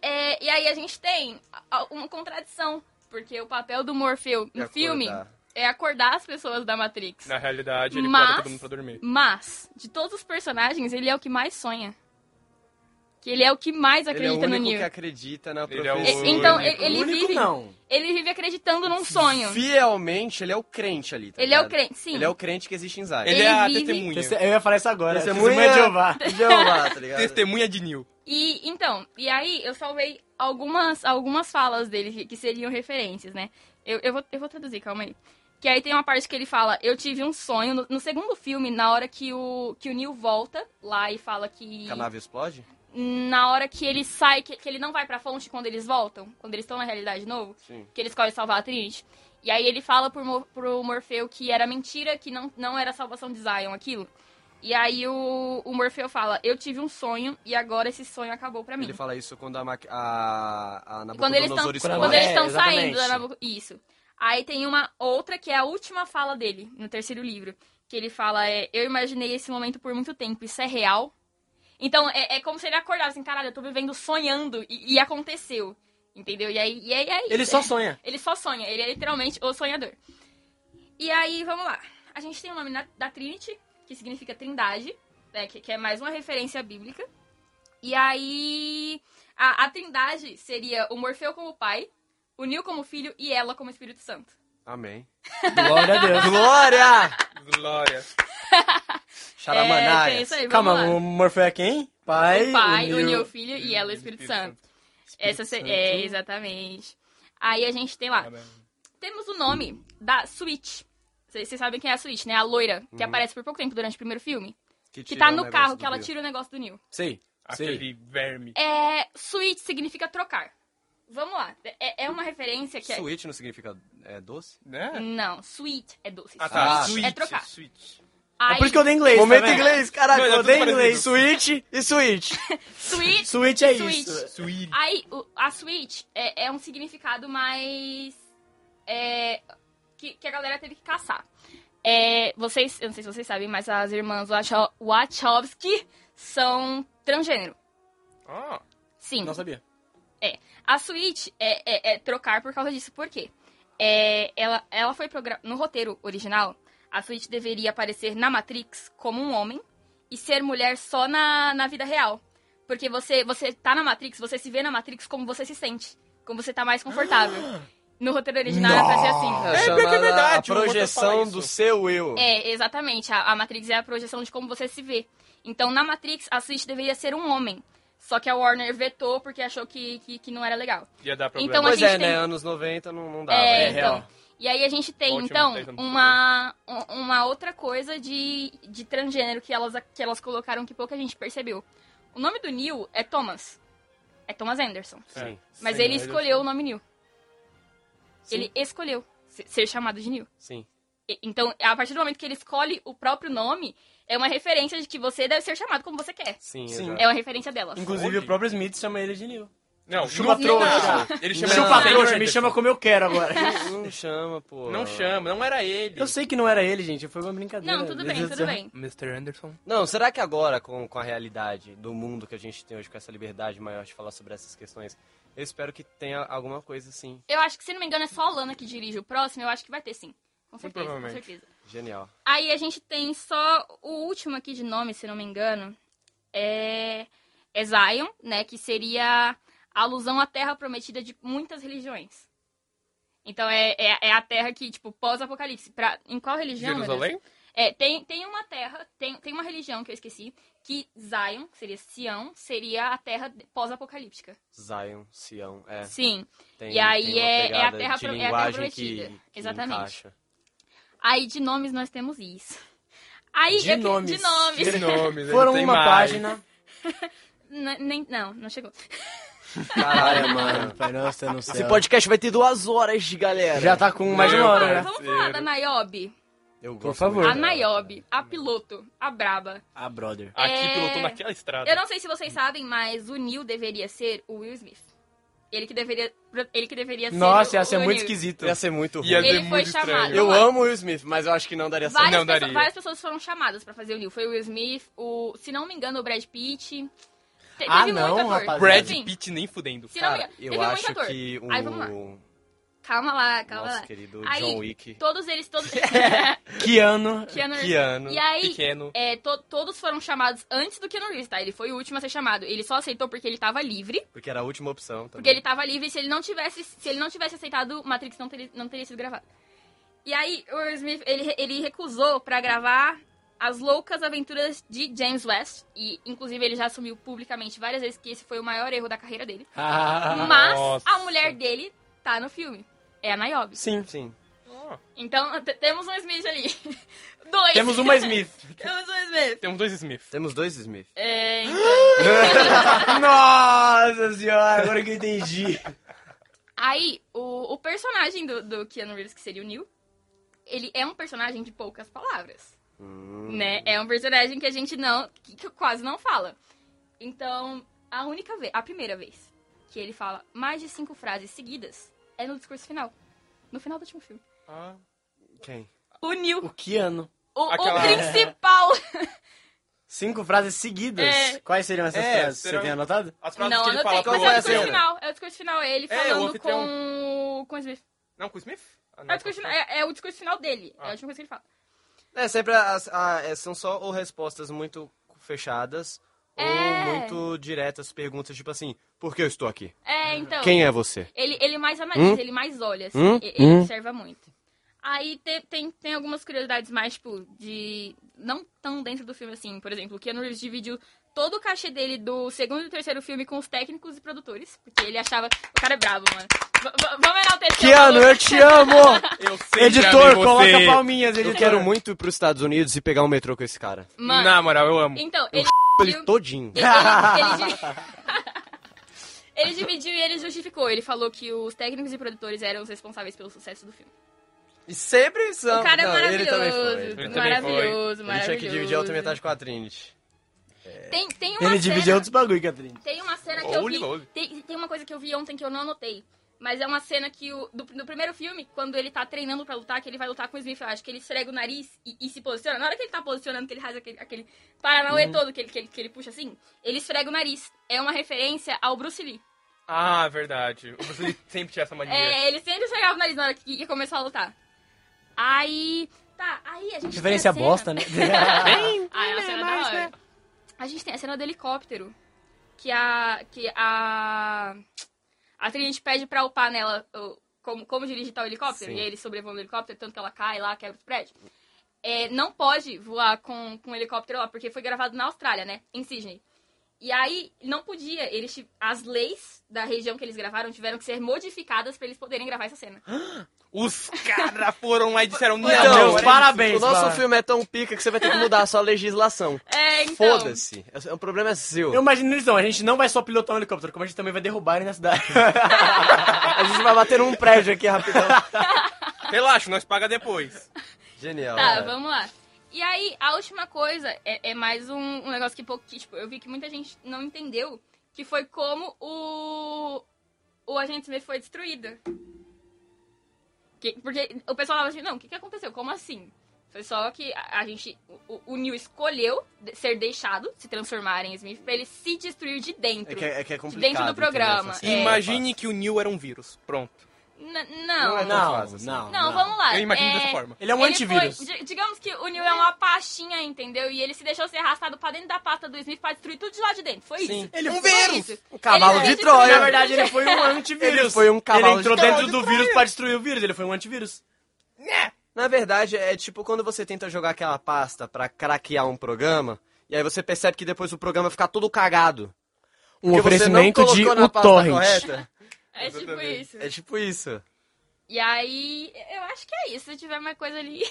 Speaker 3: É, e aí a gente tem a- a- uma contradição, porque o papel do Morfeu no
Speaker 1: É
Speaker 3: Um filme
Speaker 1: acordar.
Speaker 3: é acordar as pessoas da Matrix.
Speaker 2: Na realidade, ele
Speaker 3: Mas-
Speaker 2: bota todo mundo pra dormir.
Speaker 3: Mas, de todos os personagens, ele é o que mais sonha. Que ele é o que mais
Speaker 1: Ele é o
Speaker 3: acredita no
Speaker 1: único
Speaker 3: Neo.
Speaker 1: que acredita na
Speaker 2: Ele é o-
Speaker 1: profecia.
Speaker 3: E- Então,
Speaker 2: único.
Speaker 3: ele, ele
Speaker 4: Único
Speaker 3: vive,
Speaker 4: não.
Speaker 3: ele vive acreditando num sonho.
Speaker 1: Fielmente, ele é o crente ali, tá
Speaker 3: Ele é o
Speaker 1: ligado?
Speaker 3: crente, sim.
Speaker 1: Ele é o crente que existe em Zion.
Speaker 2: Ele,
Speaker 1: (laughs)
Speaker 3: Ele
Speaker 2: é a
Speaker 3: vive-
Speaker 2: testemunha.
Speaker 4: Teste- Eu ia falar isso agora.
Speaker 1: Testemunha
Speaker 4: Testemunha de Jeová.
Speaker 1: Jeová, tá ligado?
Speaker 2: Testemunha de Nil.
Speaker 3: E então, e aí eu salvei algumas, algumas falas dele que, que seriam referências, né? Eu, eu, vou, eu vou traduzir, calma aí. Que aí tem uma parte que ele fala, eu tive um sonho. No, no segundo filme, na hora que o, que o Neil volta lá e fala que.
Speaker 1: Que a nave explode?
Speaker 3: Na hora que ele sai, que, que ele não vai pra fonte quando eles voltam, quando eles estão na realidade de novo,
Speaker 1: Sim.
Speaker 3: que ele escolhe salvar a Trinity. E aí ele fala pro, Mo- pro Morfeu que era mentira, que não, não era a salvação de Zion aquilo. E aí o, o Morfeu fala, eu tive um sonho e agora esse sonho acabou pra mim.
Speaker 1: Ele fala isso quando a, ma... a... a
Speaker 3: Quando eles
Speaker 1: Nabucodonosor
Speaker 3: estão
Speaker 1: explode.
Speaker 3: quando eles
Speaker 4: É,
Speaker 3: estão
Speaker 4: exatamente.
Speaker 3: saindo da Nabuc- Isso. Aí tem uma outra que é a última fala dele, no terceiro livro. Que ele fala, é, eu imaginei esse momento por muito tempo, isso é real. Então, é, é como se ele acordasse assim, caralho, eu tô vivendo sonhando e, e aconteceu. Entendeu? E aí, e aí, é isso.
Speaker 4: Ele só sonha.
Speaker 3: Ele só sonha, ele é literalmente o sonhador. E aí, vamos lá. A gente tem o nome na- da Trinity, que significa trindade, né, que, que é mais uma referência bíblica. E aí, a, a trindade seria o Morfeu como pai, o Neo como filho e ela como Espírito Santo. (laughs)
Speaker 1: Amém.
Speaker 4: Glória a
Speaker 3: É,
Speaker 4: Deus.
Speaker 1: Glória!
Speaker 2: Glória.
Speaker 4: Xaramanaias.
Speaker 3: tem é isso aí, (laughs) vamos
Speaker 4: Calma,
Speaker 3: lá.
Speaker 4: o Morfeu é quem? Pai,
Speaker 3: o pai, o Neo
Speaker 4: Neo-
Speaker 3: filho e ela o Espírito, Santo. Essa se- É, exatamente. Aí a gente tem lá. Temos o nome da Switch. Vocês vocês sabem quem é a Switch, né? A loira, que aparece por pouco tempo durante o primeiro filme. Que
Speaker 1: tira
Speaker 3: tá
Speaker 1: o
Speaker 3: no
Speaker 1: um negócio
Speaker 3: carro,
Speaker 1: do
Speaker 3: que ela
Speaker 1: Bill.
Speaker 3: tira o negócio do Neo.
Speaker 4: Sei, sei.
Speaker 2: Aquele verme.
Speaker 3: É, switch significa trocar. Vamos lá. É, é uma referência que é...
Speaker 1: Switch não significa é, doce?
Speaker 2: Né?
Speaker 3: Não, sweet é doce.
Speaker 2: Ah, tá.
Speaker 4: Ah,
Speaker 2: Switch,
Speaker 3: Hum. é trocar.
Speaker 2: Switch.
Speaker 4: É
Speaker 3: Aí,
Speaker 4: por isso que eu dei inglês,
Speaker 1: Momento
Speaker 4: tá vendo?
Speaker 1: inglês, caraca,
Speaker 2: Não, não,
Speaker 1: eu odeio
Speaker 2: tudo
Speaker 1: inglês.
Speaker 4: Switch e Switch.
Speaker 3: sweet...
Speaker 4: Switch é
Speaker 3: Switch.
Speaker 4: isso.
Speaker 2: Switch.
Speaker 3: Aí, o- a switch é, é um significado mais... é, que, que a galera teve que caçar. É, vocês, eu não sei se vocês sabem, mas as irmãs Wacho- Wachowski são transgênero.
Speaker 2: Ah,
Speaker 3: Sim.
Speaker 4: Não sabia.
Speaker 3: A Switch é, é- é trocar por causa disso. Por quê? É, ela, ela foi progra- No roteiro original, a Switch deveria aparecer na Matrix como um homem e ser mulher só na, na vida real. Porque você, você tá na Matrix, você se vê na Matrix como você se sente. Como você tá mais confortável. No roteiro original era pra ser assim.
Speaker 2: É, pior que é
Speaker 1: chamada A
Speaker 2: verdade, o Matheus fala
Speaker 1: projeção
Speaker 2: isso.
Speaker 1: do seu eu.
Speaker 3: É, exatamente. A, a Matrix é a projeção de como você se vê. Então, na Matrix, a Switch deveria ser um homem. Só que a Warner vetou porque achou que, que, que não era legal.
Speaker 2: ia dar problema.
Speaker 3: Então,
Speaker 1: Pois
Speaker 3: a gente
Speaker 1: é, né?
Speaker 3: tem-
Speaker 1: Anos 90 não, não dava.
Speaker 3: É,
Speaker 1: né?
Speaker 3: então.
Speaker 4: real.
Speaker 3: E aí a gente tem,
Speaker 2: Ótimo,
Speaker 3: então,
Speaker 2: tá entrando
Speaker 3: uma, um- uma outra coisa de, de transgênero que elas, que elas colocaram que pouca gente percebeu. O nome do Neil é Thomas. É Thomas Anderson.
Speaker 1: Sim.
Speaker 4: É.
Speaker 3: Mas
Speaker 2: Sim,
Speaker 3: ele
Speaker 2: mas
Speaker 3: escolheu o nome Neil.
Speaker 1: Sim.
Speaker 3: Ele escolheu se- ser chamado de Neil.
Speaker 1: Sim.
Speaker 3: E- Então, a partir do momento que ele escolhe o próprio nome, é uma referência de que você deve ser chamado como você quer.
Speaker 1: Sim,
Speaker 4: Sim.
Speaker 1: exato.
Speaker 3: É uma referência delas.
Speaker 4: Inclusive,
Speaker 2: Olha.
Speaker 4: o próprio Smith chama ele de Neo.
Speaker 2: Não,
Speaker 4: Chupa
Speaker 2: no
Speaker 4: trouxa.
Speaker 2: final, Ele chama
Speaker 1: Não.
Speaker 4: Chupa
Speaker 2: Sam
Speaker 4: trouxa, me
Speaker 2: Anderson.
Speaker 4: chama como eu quero agora.
Speaker 3: É.
Speaker 1: Não, chama, pô.
Speaker 2: Não chama, não era ele.
Speaker 4: (laughs) Eu sei que não era ele, gente. Foi uma brincadeira.
Speaker 3: Não, tudo
Speaker 4: Meu
Speaker 3: bem,
Speaker 4: Deus do
Speaker 3: tudo
Speaker 4: céu.
Speaker 3: bem.
Speaker 2: Mr. Anderson.
Speaker 1: Não, será que agora, com, com a realidade do mundo que a gente tem hoje, com essa liberdade maior de falar sobre essas questões, eu espero que tenha alguma coisa assim.
Speaker 3: Eu acho que, se não me engano, é só a Lana que dirige o próximo. Eu acho que vai ter, sim. Com certeza, com
Speaker 2: provavelmente.
Speaker 3: certeza.
Speaker 1: Genial.
Speaker 3: Aí a gente tem só o último aqui de nome, se não me engano. É, é Zion, né? Que seria a alusão à terra prometida de muitas religiões. Então é, é, é a terra que, tipo, pós-apocalipse. Pra- Em qual religião? meu Deus?
Speaker 2: Jerusalém?
Speaker 3: É, tem, tem uma terra, tem, tem uma religião que eu esqueci, que Zion, que seria Sião, seria a terra de- pós-apocalíptica.
Speaker 1: Zion, Sião, é.
Speaker 3: Sim.
Speaker 1: Tem,
Speaker 3: E aí
Speaker 1: tem uma
Speaker 3: é- é a
Speaker 1: pegada
Speaker 3: terra
Speaker 1: de
Speaker 3: pro- é a terra
Speaker 1: linguagem
Speaker 3: prometida.
Speaker 1: que, que
Speaker 3: Exatamente.
Speaker 1: encaixa.
Speaker 3: Aí de nomes nós temos isso. Aí
Speaker 4: De
Speaker 3: eu que-
Speaker 4: nomes.
Speaker 3: de nomes.
Speaker 2: Que nome, ele
Speaker 4: Foram
Speaker 2: tem
Speaker 4: uma
Speaker 2: mais.
Speaker 4: página.
Speaker 3: N- nem, não, não chegou.
Speaker 1: Caralho,
Speaker 4: (laughs)
Speaker 1: mano.
Speaker 4: Pai nossa, não sei.
Speaker 1: Esse podcast vai ter duas horas de galera.
Speaker 4: Já tá com mais de uma
Speaker 2: Meu
Speaker 4: hora,
Speaker 2: Deus.
Speaker 4: né?
Speaker 3: Vamos falar da Nayobi.
Speaker 1: Eu gosto
Speaker 4: Por favor.
Speaker 1: muito
Speaker 3: A
Speaker 1: dela.
Speaker 3: Nayobi, a piloto, a braba.
Speaker 4: Ah, brother.
Speaker 2: Aqui
Speaker 3: É.
Speaker 2: pilotou naquela estrada.
Speaker 3: Eu não sei se vocês sabem, mas o Neil deveria ser o Will Smith. Ele que deveria, ele que deveria ser
Speaker 4: Nossa,
Speaker 3: o-
Speaker 4: ia ser
Speaker 3: o
Speaker 4: muito
Speaker 3: Neil.
Speaker 4: esquisito.
Speaker 1: Ia ser muito ruim.
Speaker 2: Ia ser
Speaker 3: Ele foi
Speaker 2: muito
Speaker 3: chamado.
Speaker 2: estranho.
Speaker 1: Eu amo o Will Smith, mas eu acho que não daria certo.
Speaker 3: Várias,
Speaker 2: Não daria.
Speaker 3: pessoas, várias pessoas foram chamadas pra fazer o Neil. Foi o Will Smith, o, se não me engano, o Brad Pitt. Te-
Speaker 4: Ah,
Speaker 3: teve
Speaker 4: não,
Speaker 3: muito ator.
Speaker 4: rapaziada.
Speaker 2: Brad
Speaker 3: Enfim,
Speaker 2: Pitt nem fudendo.
Speaker 3: assim. Se não me
Speaker 1: Cara,
Speaker 3: engano, teve
Speaker 1: eu
Speaker 3: muito
Speaker 1: acho
Speaker 3: ator.
Speaker 1: que o
Speaker 3: Aí, vamos lá. Calma lá, calma
Speaker 1: nosso
Speaker 3: lá.
Speaker 1: querido
Speaker 3: Aí-
Speaker 1: John Wick,
Speaker 3: Todos eles, todos.
Speaker 2: (laughs)
Speaker 4: Keanu.
Speaker 3: Keanu Reeves.
Speaker 1: Keanu,
Speaker 3: E aí,
Speaker 2: Pequeno.
Speaker 3: é, to- todos foram chamados antes do Keanu Reeves, tá? Ele foi o último a ser chamado. Ele só aceitou porque ele tava livre.
Speaker 1: porque era a última opção também.
Speaker 3: Porque ele tava livre e se ele não tivesse, se ele não tivesse aceitado, Matrix não teria, não teria sido gravado. E aí, o Will Smith, ele, ele recusou pra gravar As Loucas Aventuras de James West. E, inclusive, ele já assumiu publicamente várias vezes que esse foi o maior erro da carreira dele.
Speaker 1: Hum.
Speaker 4: Ah,
Speaker 3: Mas a
Speaker 2: nossa.
Speaker 3: mulher dele tá no filme. É a Niobe.
Speaker 4: sim.
Speaker 1: Sim.
Speaker 2: Ah,
Speaker 3: Então, t- temos um Smith ali. (laughs) Dois.
Speaker 1: (laughs)
Speaker 4: Temos uma Smith.
Speaker 3: (laughs) Temos um Smith.
Speaker 2: Temos dois Smith.
Speaker 1: Temos dois Smith.
Speaker 3: É, (laughs) então...
Speaker 4: Nossa senhora, agora que eu entendi.
Speaker 3: Aí, o, o personagem do, do Keanu Reeves, que seria o Neil, ele é um personagem de poucas palavras. né? É um personagem que a gente não. que, que quase não fala. Então, a única vez, a primeira vez que ele fala mais de cinco frases seguidas é no discurso final. No final do último filme.
Speaker 2: Ah.
Speaker 1: Quem?
Speaker 3: O Neil,
Speaker 4: O Keanu.
Speaker 3: o, o
Speaker 2: Aquela-
Speaker 3: principal.
Speaker 4: Cinco frases seguidas.
Speaker 3: É.
Speaker 4: Quais seriam essas
Speaker 2: É,
Speaker 4: frases?
Speaker 2: serão-
Speaker 4: Você tem anotado?
Speaker 2: As
Speaker 3: Não,
Speaker 2: frases
Speaker 3: não
Speaker 2: que ele fala
Speaker 3: tem,
Speaker 2: pro
Speaker 3: mas é o
Speaker 1: outro,
Speaker 3: discurso
Speaker 1: né?
Speaker 3: final. É o discurso final, é ele
Speaker 2: É, o
Speaker 3: falando
Speaker 2: anfitrião.
Speaker 3: com. com o Smith.
Speaker 2: Não, com o Smith? Ah,
Speaker 3: É o discurso final, é, é o discurso final dele. É
Speaker 2: Ah.
Speaker 3: a última coisa que ele fala.
Speaker 1: É sempre as- a- é, são só ou respostas muito fechadas
Speaker 3: É.
Speaker 1: ou muito diretas perguntas, tipo assim, por que eu estou aqui?
Speaker 2: Uhum.
Speaker 3: É, então.
Speaker 1: Quem é você?
Speaker 3: Ele, ele mais analisa, ele mais olha, assim,
Speaker 1: Hum?
Speaker 3: e- ele
Speaker 1: Hum?
Speaker 3: observa muito. Aí te- tem, tem algumas curiosidades mais, tipo, de. Não tão dentro do filme assim. Por exemplo, o Keanu Reeves dividiu todo o cachê dele do segundo e terceiro filme com os técnicos e produtores. Porque ele achava. O cara é bravo, mano. V- v- vamos enaltecer. o
Speaker 1: Keanu,
Speaker 3: valor.
Speaker 1: eu te amo!
Speaker 2: Eu sei que amei
Speaker 4: Editor,
Speaker 2: você.
Speaker 4: coloca palminhas,
Speaker 1: é Eu
Speaker 4: editor.
Speaker 1: quero muito ir pros Estados Unidos e pegar um metrô com esse cara.
Speaker 3: Mano,
Speaker 2: Na moral, eu amo.
Speaker 3: então, ele.
Speaker 1: (laughs) Ele todinho.
Speaker 3: Ele, ele- ele di- (laughs) Ele dividiu e ele justificou. Ele falou que os técnicos e produtores eram os responsáveis pelo sucesso do filme.
Speaker 1: E sempre são.
Speaker 3: O cara é
Speaker 1: Então, Não,
Speaker 3: maravilhoso.
Speaker 1: Ele também foi. Ele,
Speaker 2: também foi.
Speaker 3: maravilhoso, maravilhoso.
Speaker 1: ele tinha que dividir a outra metade com a Trinity.
Speaker 3: Tem, tem uma cena,
Speaker 4: Ele dividiu outros bagulho, Catherine.
Speaker 3: Tem uma cena que
Speaker 2: Holy
Speaker 3: eu vi.
Speaker 2: moly.
Speaker 3: Tem, tem uma coisa que eu vi ontem que eu não anotei. Mas é uma cena que o. Do, do primeiro filme, quando ele tá treinando pra lutar, que ele vai lutar com o Smith, eu acho que ele esfrega o nariz e, e se posiciona. Na hora que ele tá posicionando, que ele rasga aquele, aquele
Speaker 1: Hum.
Speaker 3: paranauê todo que ele, que, ele, que ele puxa assim, ele esfrega o nariz. É uma referência ao Bruce Lee.
Speaker 2: Ah, verdade. O Bruce Lee sempre tinha essa mania.
Speaker 3: É, ele sempre esfregava o nariz na hora que, que começou a lutar. Aí. Tá, aí a gente.
Speaker 4: Referência
Speaker 3: tem a cena-
Speaker 4: bosta, (laughs) né?
Speaker 3: Ah, é uma cena da hora. A gente tem a cena do helicóptero. Que a. Que a. A Trinity pede pra upar nela o- como, como dirigir tal helicóptero.
Speaker 1: Sim.
Speaker 3: E ele sobrevoando o helicóptero, tanto que ela cai lá, quebra os prédios. É, não pode voar com, com helicóptero lá, porque foi gravado na Austrália, né? Em Sydney. E aí, não podia. Eles, ti- as leis da região que eles gravaram tiveram que ser modificadas pra eles poderem gravar essa cena.
Speaker 2: Os caras foram lá e disseram, não,
Speaker 1: Então,
Speaker 4: meus
Speaker 2: olha
Speaker 4: parabéns,
Speaker 1: O nosso
Speaker 4: mano.
Speaker 1: filme é tão pica que você vai ter que mudar a sua legislação.
Speaker 3: É, então.
Speaker 1: Foda-se. É- O problema é seu.
Speaker 4: Eu imagino eles não, a gente não vai só pilotar um helicóptero, como a gente também vai derrubar ele na cidade.
Speaker 1: A gente vai bater num prédio aqui rapidão.
Speaker 2: isso. Relaxa, nós paga depois.
Speaker 1: Genial.
Speaker 3: Tá,
Speaker 1: cara.
Speaker 3: vamos lá. E aí, a última coisa é, é mais um, um negócio que, pouco, que, tipo, eu vi que muita gente não entendeu, que foi como o, o Agente Smith foi destruído. Que- porque o pessoal falava assim, não, o que, que aconteceu? Como assim? Foi só que a, a gente, o- o, o Neil escolheu de- ser deixado, se transformar em Smith, pra ele se destruir de dentro.
Speaker 1: É que é, que é complicado.
Speaker 3: Dentro do
Speaker 1: entendeu?
Speaker 3: programa.
Speaker 1: Essa-
Speaker 3: É.
Speaker 2: Imagine que o Neil era um vírus. Pronto.
Speaker 3: N-
Speaker 1: Não é
Speaker 3: não,
Speaker 1: tão fácil assim.
Speaker 4: assim. não,
Speaker 3: não, vamos lá.
Speaker 2: Eu imagino
Speaker 3: é,
Speaker 2: dessa forma.
Speaker 4: Ele é um
Speaker 3: Ele
Speaker 4: antivírus.
Speaker 3: foi- di- digamos que o Neil é uma pastinha, entendeu? E ele se deixou ser arrastado pra dentro da pasta do Smith pra destruir tudo de lá de dentro. Foi isso.
Speaker 4: Ele
Speaker 3: Foi
Speaker 4: foi
Speaker 3: isso.
Speaker 4: um cavalo
Speaker 3: Ele é tipo
Speaker 4: de
Speaker 3: se
Speaker 4: Troia.
Speaker 3: destruiu.
Speaker 4: Na verdade, ele foi um antivírus.
Speaker 1: Ele foi um cavalo
Speaker 4: Ele entrou
Speaker 1: de
Speaker 4: dentro
Speaker 1: Troia.
Speaker 4: do vírus pra destruir o vírus, ele foi um antivírus.
Speaker 1: Na verdade, é tipo quando você tenta jogar aquela pasta pra craquear um programa, e aí você percebe que depois o programa fica todo cagado.
Speaker 4: Um
Speaker 1: porque você não colocou na pasta correta.
Speaker 3: É tipo isso.
Speaker 1: É tipo isso.
Speaker 3: E aí, eu acho que é isso. Se tiver mais coisa ali,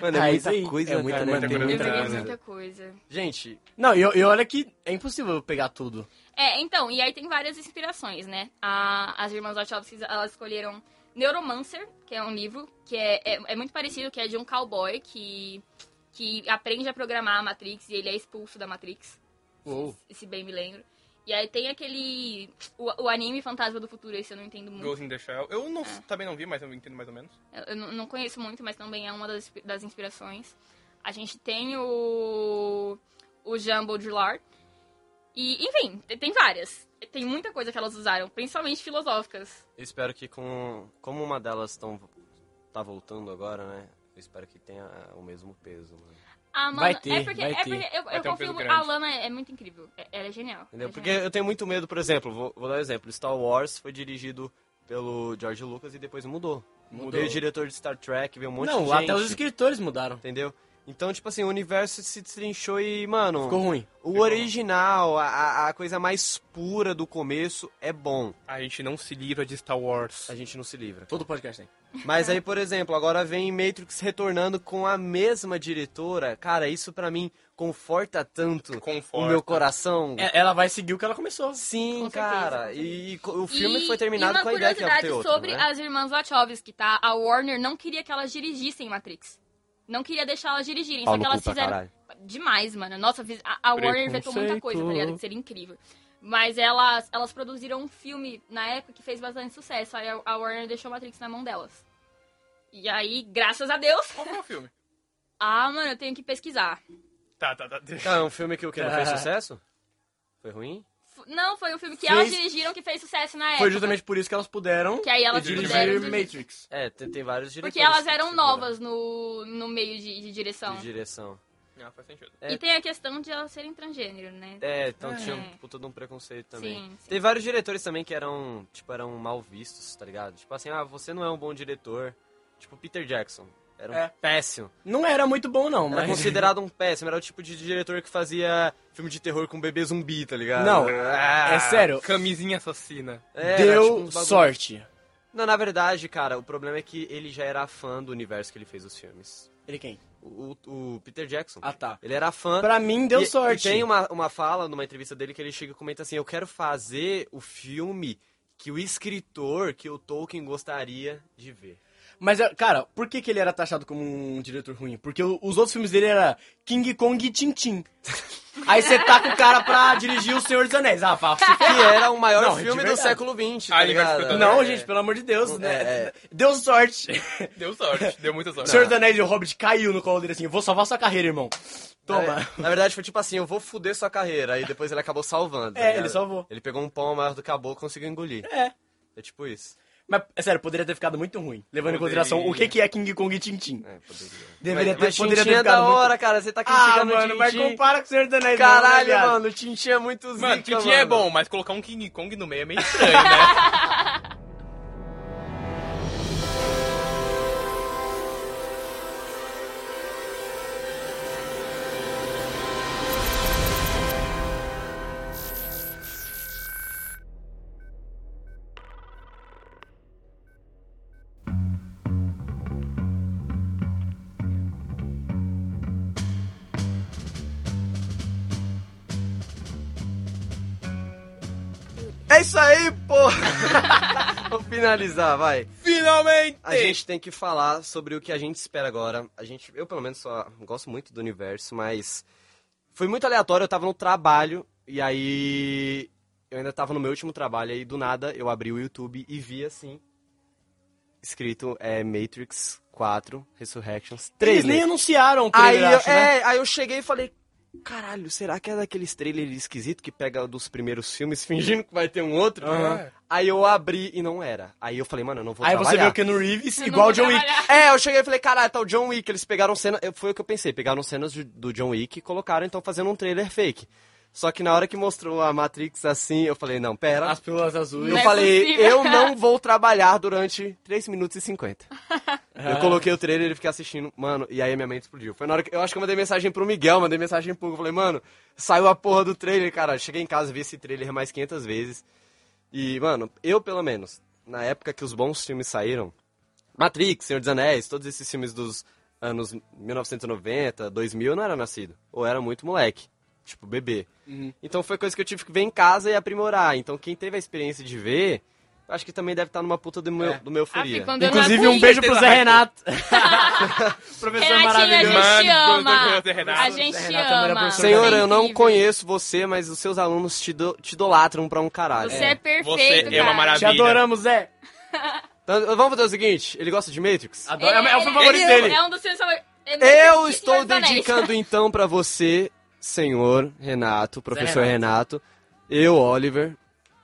Speaker 1: Mano, é
Speaker 4: Ah, isso
Speaker 1: muita
Speaker 4: aí.
Speaker 1: coisa,
Speaker 4: É muita-
Speaker 1: cara,
Speaker 4: muita
Speaker 1: tem
Speaker 4: coisa,
Speaker 3: eu
Speaker 1: muita
Speaker 3: peguei
Speaker 4: coisa.
Speaker 3: muita coisa.
Speaker 1: Gente,
Speaker 4: Não, e eu- e olha que é impossível eu pegar tudo.
Speaker 3: É, então, e aí tem várias inspirações, né? A- as irmãs Wachowski, elas escolheram Neuromancer, que é um livro que é, é, é muito parecido, que é de um cowboy que, que aprende a programar a Matrix e ele é expulso da Matrix.
Speaker 4: Uou.
Speaker 3: Se, se bem me lembro. E aí tem aquele... O, o anime Fantasma do Futuro, esse eu não entendo muito.
Speaker 2: Ghost in the Shell. Eu não, também não vi, mas eu entendo mais ou menos.
Speaker 3: Eu, eu não não conheço muito, mas também é uma das, das inspirações. A gente tem o. O Jumbo Drillard. E, enfim, te- tem várias. Tem muita coisa que elas usaram, principalmente filosóficas.
Speaker 1: eu espero que com. Como uma delas tão, tá voltando agora, né? Eu espero que tenha é, o mesmo peso, mano.
Speaker 3: A Lana.
Speaker 4: Vai ter,
Speaker 3: é porque,
Speaker 4: vai
Speaker 3: é
Speaker 4: ter.
Speaker 3: porque eu,
Speaker 2: Vai
Speaker 3: eu
Speaker 2: ter um peso
Speaker 3: confio.
Speaker 2: grande.
Speaker 3: a Lana é, é muito incrível. É- Ela é genial.
Speaker 1: Entendeu?
Speaker 3: Ela é
Speaker 1: Porque
Speaker 3: genial.
Speaker 1: eu tenho muito medo, por exemplo, vou, vou dar um exemplo. Star Wars foi dirigido pelo George Lucas e depois mudou.
Speaker 4: Mudou.
Speaker 1: Veio o diretor de Star Trek, veio um monte
Speaker 4: não,
Speaker 1: de gente.
Speaker 4: até os escritores mudaram.
Speaker 1: Entendeu? Então, tipo assim, o universo se destrinchou e, mano,
Speaker 4: Ficou ruim.
Speaker 1: o original, a- a, a coisa mais pura do começo é bom.
Speaker 2: A gente não se livra de Star Wars.
Speaker 1: A gente não se livra.
Speaker 4: Todo podcast tem.
Speaker 1: Mas aí, por exemplo, agora vem Matrix retornando com a mesma diretora. Cara, isso pra mim conforta tanto
Speaker 2: Conforta.
Speaker 1: o meu coração.
Speaker 4: É, Ela vai seguir o que ela começou.
Speaker 1: Sim,
Speaker 3: Com certeza,
Speaker 1: cara.
Speaker 3: com certeza.
Speaker 1: E, co- o filme
Speaker 3: E-
Speaker 1: foi
Speaker 3: e
Speaker 1: terminado
Speaker 3: uma
Speaker 1: com a ideia que ia
Speaker 3: curiosidade
Speaker 1: ter outro,
Speaker 3: sobre
Speaker 1: né?
Speaker 3: as irmãs Wachowski, tá? A Warner não queria que elas dirigissem Matrix. Não queria deixar elas dirigirem,
Speaker 1: Pau
Speaker 3: só
Speaker 1: no
Speaker 3: que
Speaker 1: cu
Speaker 3: elas
Speaker 1: pra
Speaker 3: fizeram
Speaker 1: caralho.
Speaker 3: demais, mano. Nossa, vis- a, a Warner inventou muita coisa, tá ligado? Que seria incrível. Mas elas, elas produziram um filme na época que fez bastante sucesso. Aí a, a Warner deixou Matrix na mão delas. E aí, graças a Deus.
Speaker 2: Qual foi o filme?
Speaker 3: Ah, mano, eu tenho que pesquisar.
Speaker 2: Tá, tá, tá. deixa.
Speaker 1: Tá, é um filme que o que não
Speaker 3: (laughs)
Speaker 1: fez sucesso? Foi ruim?
Speaker 3: F- Não, foi um filme que
Speaker 4: Fez-
Speaker 3: elas dirigiram que fez sucesso na época.
Speaker 4: Foi justamente por isso que elas puderam
Speaker 3: Que aí elas
Speaker 2: Dirigir
Speaker 3: puderam
Speaker 4: dirigir
Speaker 3: dirigir.
Speaker 4: Matrix.
Speaker 1: É, tem, tem vários diretores.
Speaker 3: Porque elas
Speaker 1: que
Speaker 3: eram então.
Speaker 1: seguraram
Speaker 3: novas no, no meio de, de direção.
Speaker 1: De direção.
Speaker 2: Não, faz sentido.
Speaker 1: É.
Speaker 3: E tem a questão de elas serem transgênero, né?
Speaker 1: É, então
Speaker 3: É.
Speaker 1: tinha um, tipo, todo um preconceito também.
Speaker 3: Sim, sim.
Speaker 1: Tem vários diretores também que eram, tipo, eram mal vistos, tá ligado? Tipo assim, ah, você não é um bom diretor. Tipo, Peter Jackson. Era um
Speaker 4: É.
Speaker 1: péssimo.
Speaker 4: Não era muito bom, não,
Speaker 1: Era
Speaker 4: mas.
Speaker 1: considerado um péssimo. Era o tipo de diretor que fazia filme de terror com bebê zumbi, tá ligado?
Speaker 4: Não,
Speaker 1: Ah,
Speaker 4: é sério.
Speaker 2: Camisinha assassina.
Speaker 1: era, tipo,
Speaker 4: deu
Speaker 1: uns bagulho-
Speaker 4: sorte.
Speaker 1: Não, na verdade, cara, o problema é que ele já era fã do universo que ele fez os filmes.
Speaker 4: Ele quem?
Speaker 1: O, o- o Peter Jackson.
Speaker 4: Ah, tá.
Speaker 1: Ele era fã.
Speaker 4: Pra mim, deu
Speaker 1: E-
Speaker 4: sorte.
Speaker 1: E tem uma, uma fala numa entrevista dele que ele chega e comenta assim: Eu quero fazer o filme que o escritor, que o Tolkien gostaria de ver.
Speaker 4: Mas, é, cara, por que, que ele era taxado como um diretor ruim? Porque o- os outros filmes dele era King Kong
Speaker 1: (laughs)
Speaker 4: e Tintim. Aí você taca o cara pra dirigir O Senhor dos Anéis. Ah, pá, se
Speaker 1: (laughs)
Speaker 4: (laughs)
Speaker 1: Que era o maior
Speaker 4: Não, de
Speaker 1: filme do
Speaker 4: verdade.
Speaker 1: século XX. Tá
Speaker 2: Ah, ele vai
Speaker 1: ligado?
Speaker 2: escutar.
Speaker 4: Não,
Speaker 2: É.
Speaker 4: gente, pelo amor de Deus, né?
Speaker 1: É.
Speaker 4: Deu sorte.
Speaker 2: Deu sorte, deu muita
Speaker 4: O
Speaker 2: sorte.
Speaker 4: Senhor dos Anéis e o Hobbit caiu no colo dele assim, eu vou salvar sua carreira, irmão. Toma.
Speaker 1: Na, na verdade, foi tipo assim: Eu vou fuder sua carreira. Aí depois ele acabou salvando. tá
Speaker 4: É,
Speaker 1: ligado?
Speaker 4: ele salvou.
Speaker 1: Ele pegou um pão maior do que a boca e conseguiu engolir.
Speaker 4: É.
Speaker 1: É tipo isso.
Speaker 4: Mas, é sério, poderia ter ficado muito ruim. Levando em
Speaker 2: Poderia.
Speaker 4: consideração o que, que é King Kong e Tintim.
Speaker 1: É, poderia.
Speaker 4: Deveria ter,
Speaker 1: mas
Speaker 4: poderia ter
Speaker 1: Tintin é
Speaker 4: ficado
Speaker 1: da
Speaker 4: muito...
Speaker 1: hora, cara. Você tá
Speaker 4: Ah,
Speaker 1: criticando
Speaker 4: mano,
Speaker 1: o
Speaker 4: mas
Speaker 1: Tintin.
Speaker 4: compara com o Senhor dos Anéis. não, né,
Speaker 1: Caralho,
Speaker 4: viado?
Speaker 1: mano, o Tintin é muito zica,
Speaker 2: Mano, Tintin
Speaker 1: mano.
Speaker 2: é bom, mas colocar um King Kong no meio é meio
Speaker 4: (laughs)
Speaker 2: estranho, né?
Speaker 1: É isso aí, porra! (laughs) Vamos finalizar, vai.
Speaker 2: Finalmente!
Speaker 1: A gente tem que falar sobre o que a gente espera agora. A gente, eu pelo menos só gosto muito do universo, mas foi muito aleatório, eu tava no trabalho e aí eu ainda tava no meu último trabalho aí do nada eu abri o YouTube e vi assim escrito é Matrix 4 Resurrections 3.
Speaker 4: Eles nem anunciaram o
Speaker 1: Aí
Speaker 4: trailer,
Speaker 1: eu,
Speaker 4: acho, né?
Speaker 1: é, aí eu cheguei e falei, caralho, será que é daqueles trailers esquisito que pega dos primeiros filmes fingindo que vai ter um outro?
Speaker 4: Aham.
Speaker 1: Aí eu abri e não era. Aí eu falei, mano, eu não vou
Speaker 4: Aí você vê
Speaker 1: trabalhar.
Speaker 4: o Keanu Reeves
Speaker 3: Eu não
Speaker 4: igual o
Speaker 3: vou
Speaker 4: John Wick.
Speaker 3: trabalhar.
Speaker 1: É, eu cheguei e falei, caralho, tá o John Wick, eles pegaram cenas, foi o que eu pensei, pegaram cenas de- do John Wick e colocaram, então, fazendo um trailer fake. Só que na hora que mostrou a Matrix assim, eu falei, não, pera.
Speaker 4: As pílulas azuis.
Speaker 1: Eu
Speaker 3: Não é
Speaker 1: falei,
Speaker 3: possível.
Speaker 1: eu não vou trabalhar durante 3 minutos e 50.
Speaker 4: Ah.
Speaker 1: Eu coloquei o trailer e fiquei assistindo, mano, e aí minha mente explodiu. Foi na hora que eu acho que eu mandei mensagem pro Miguel, mandei mensagem pro Hugo, falei, mano, saiu a porra do trailer, cara. Cheguei em casa, vi esse trailer mais 500 vezes. E, mano, eu pelo menos, na época que os bons filmes saíram, Matrix, Senhor dos Anéis, todos esses filmes dos anos 1990, 2000, eu não era nascido. Ou era muito moleque, tipo bebê. Então foi coisa que eu tive que ver em casa e aprimorar. Então quem teve a experiência de ver, eu acho que também deve estar numa puta do meu,
Speaker 4: É.
Speaker 1: do meu euforia.
Speaker 3: Afi, quando eu não
Speaker 4: Inclusive,
Speaker 3: era
Speaker 4: um beijo pro Zé
Speaker 2: certeza vai ter.
Speaker 3: (laughs)
Speaker 4: Renato. Professor
Speaker 3: Renatinho, a
Speaker 4: maravilhoso.
Speaker 3: gente
Speaker 2: Mano,
Speaker 3: ama.
Speaker 2: Zé Renato.
Speaker 3: A gente
Speaker 4: Zé Renato é o melhor
Speaker 3: ama.
Speaker 4: professor.
Speaker 1: Senhor,
Speaker 3: Você é
Speaker 1: eu não
Speaker 3: incrível.
Speaker 1: conheço você, mas os seus alunos te, do- te idolatram pra um caralho.
Speaker 3: Você é
Speaker 2: Você
Speaker 3: perfeito,
Speaker 2: é uma
Speaker 3: cara.
Speaker 4: Te
Speaker 2: maravilha.
Speaker 4: adoramos, Zé.
Speaker 1: Então, vamos fazer o seguinte, ele gosta de Matrix?
Speaker 4: Adoro. É, o- é o
Speaker 3: Ele-
Speaker 4: favorito
Speaker 3: ele-
Speaker 4: dele.
Speaker 3: É um dos seus favoritos.
Speaker 1: Eu estou dedicando então pra você, senhor Renato, professor Renato. eu, Oliver,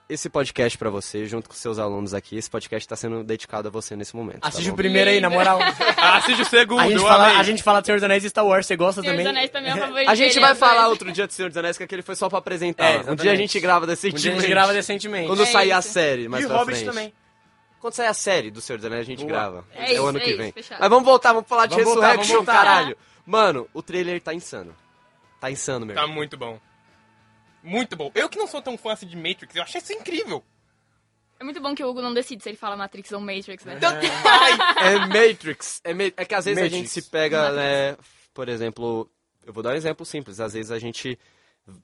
Speaker 1: esse podcast pra você, junto com seus alunos aqui. Esse podcast tá sendo dedicado a você nesse momento. tá
Speaker 4: Assiste o
Speaker 1: bom?
Speaker 4: primeiro aí, na moral.
Speaker 3: é
Speaker 2: Ah, Assiste o segundo,
Speaker 4: (laughs) A gente,
Speaker 2: eu
Speaker 4: fala,
Speaker 2: amei.
Speaker 4: a gente fala de Senhor dos Anéis e Star Wars, você gosta
Speaker 3: Senhor dos
Speaker 4: também?
Speaker 3: Anéis também é o
Speaker 1: (laughs)
Speaker 3: favorito.
Speaker 1: A gente
Speaker 3: dele,
Speaker 1: vai
Speaker 3: os dois.
Speaker 1: falar outro dia do Senhor dos Anéis, que é aquele foi só pra apresentar.
Speaker 4: né? É,
Speaker 1: um
Speaker 4: exatamente.
Speaker 1: dia a gente grava
Speaker 4: Um
Speaker 1: decentemente.
Speaker 4: dia a gente grava decentemente.
Speaker 1: Quando
Speaker 3: É
Speaker 1: sair a
Speaker 3: isso.
Speaker 1: série, mas
Speaker 4: E
Speaker 1: pra
Speaker 4: Hobbit
Speaker 1: frente.
Speaker 4: também.
Speaker 1: Quando sair a série do Senhor dos Anéis, a gente
Speaker 4: Boa.
Speaker 1: grava.
Speaker 3: É isso,
Speaker 1: o ano
Speaker 3: é
Speaker 1: que
Speaker 3: isso,
Speaker 1: vem.
Speaker 3: fechado.
Speaker 1: Mas vamos voltar, vamos falar de
Speaker 4: Vamos voltar,
Speaker 1: Resurrection,
Speaker 4: vamos voltar.
Speaker 1: caralho. Mano, o trailer tá insano. Tá insano, meu
Speaker 2: Tá
Speaker 1: irmão.
Speaker 2: muito bom. Muito bom. Eu que não sou tão fã assim de Matrix, eu achei isso incrível.
Speaker 3: É muito bom que o Hugo não decide se ele fala Matrix ou Matrix, né?
Speaker 1: Então,
Speaker 2: Tanto faz.
Speaker 1: É Matrix. É, ma- é que às vezes a
Speaker 4: Tá Matrix.
Speaker 1: gente se pega, né? Por exemplo, eu vou dar um exemplo simples. Às vezes a gente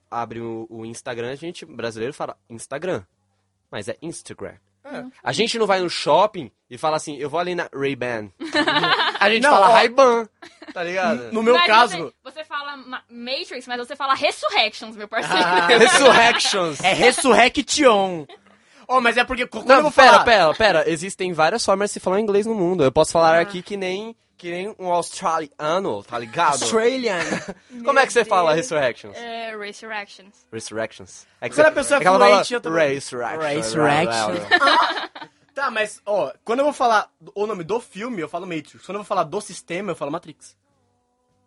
Speaker 1: abre o, o Instagram, a gente, brasileiro, fala Instagram. Mas é Instagram. A gente não vai no shopping e fala assim, eu vou ali na
Speaker 3: (laughs)
Speaker 1: Ray-Ban. A gente
Speaker 4: Não,
Speaker 1: fala
Speaker 4: ó.
Speaker 1: Ray-Ban, tá ligado?
Speaker 4: No meu
Speaker 3: Mas
Speaker 4: caso,
Speaker 3: Você, você fala Ma- Matrix, mas você fala Resurrections, meu
Speaker 1: (laughs)
Speaker 3: parceiro.
Speaker 1: Ah, (laughs) Resurrections.
Speaker 4: é Resurrection. Oh, mas é porque quando eu
Speaker 1: Não,
Speaker 4: vou
Speaker 1: pera,
Speaker 4: falar...
Speaker 1: pera, pera. Existem várias formas de se falar inglês no mundo. Eu posso
Speaker 4: Ah.
Speaker 1: falar aqui que nem, que nem um australiano, tá ligado?
Speaker 4: Australian.
Speaker 1: (laughs) Como é que você fala Resurrections?
Speaker 3: É, Resurrections.
Speaker 1: Resurrections. É que
Speaker 4: Quando
Speaker 1: você-
Speaker 4: a pessoa é
Speaker 1: é que ela fala
Speaker 4: fluente, eu também-
Speaker 1: Resurrections.
Speaker 4: Resurrections. Tá, mas, ó, quando eu vou falar do- o nome do filme, eu falo Matrix. Quando eu vou falar do sistema, eu falo Matrix.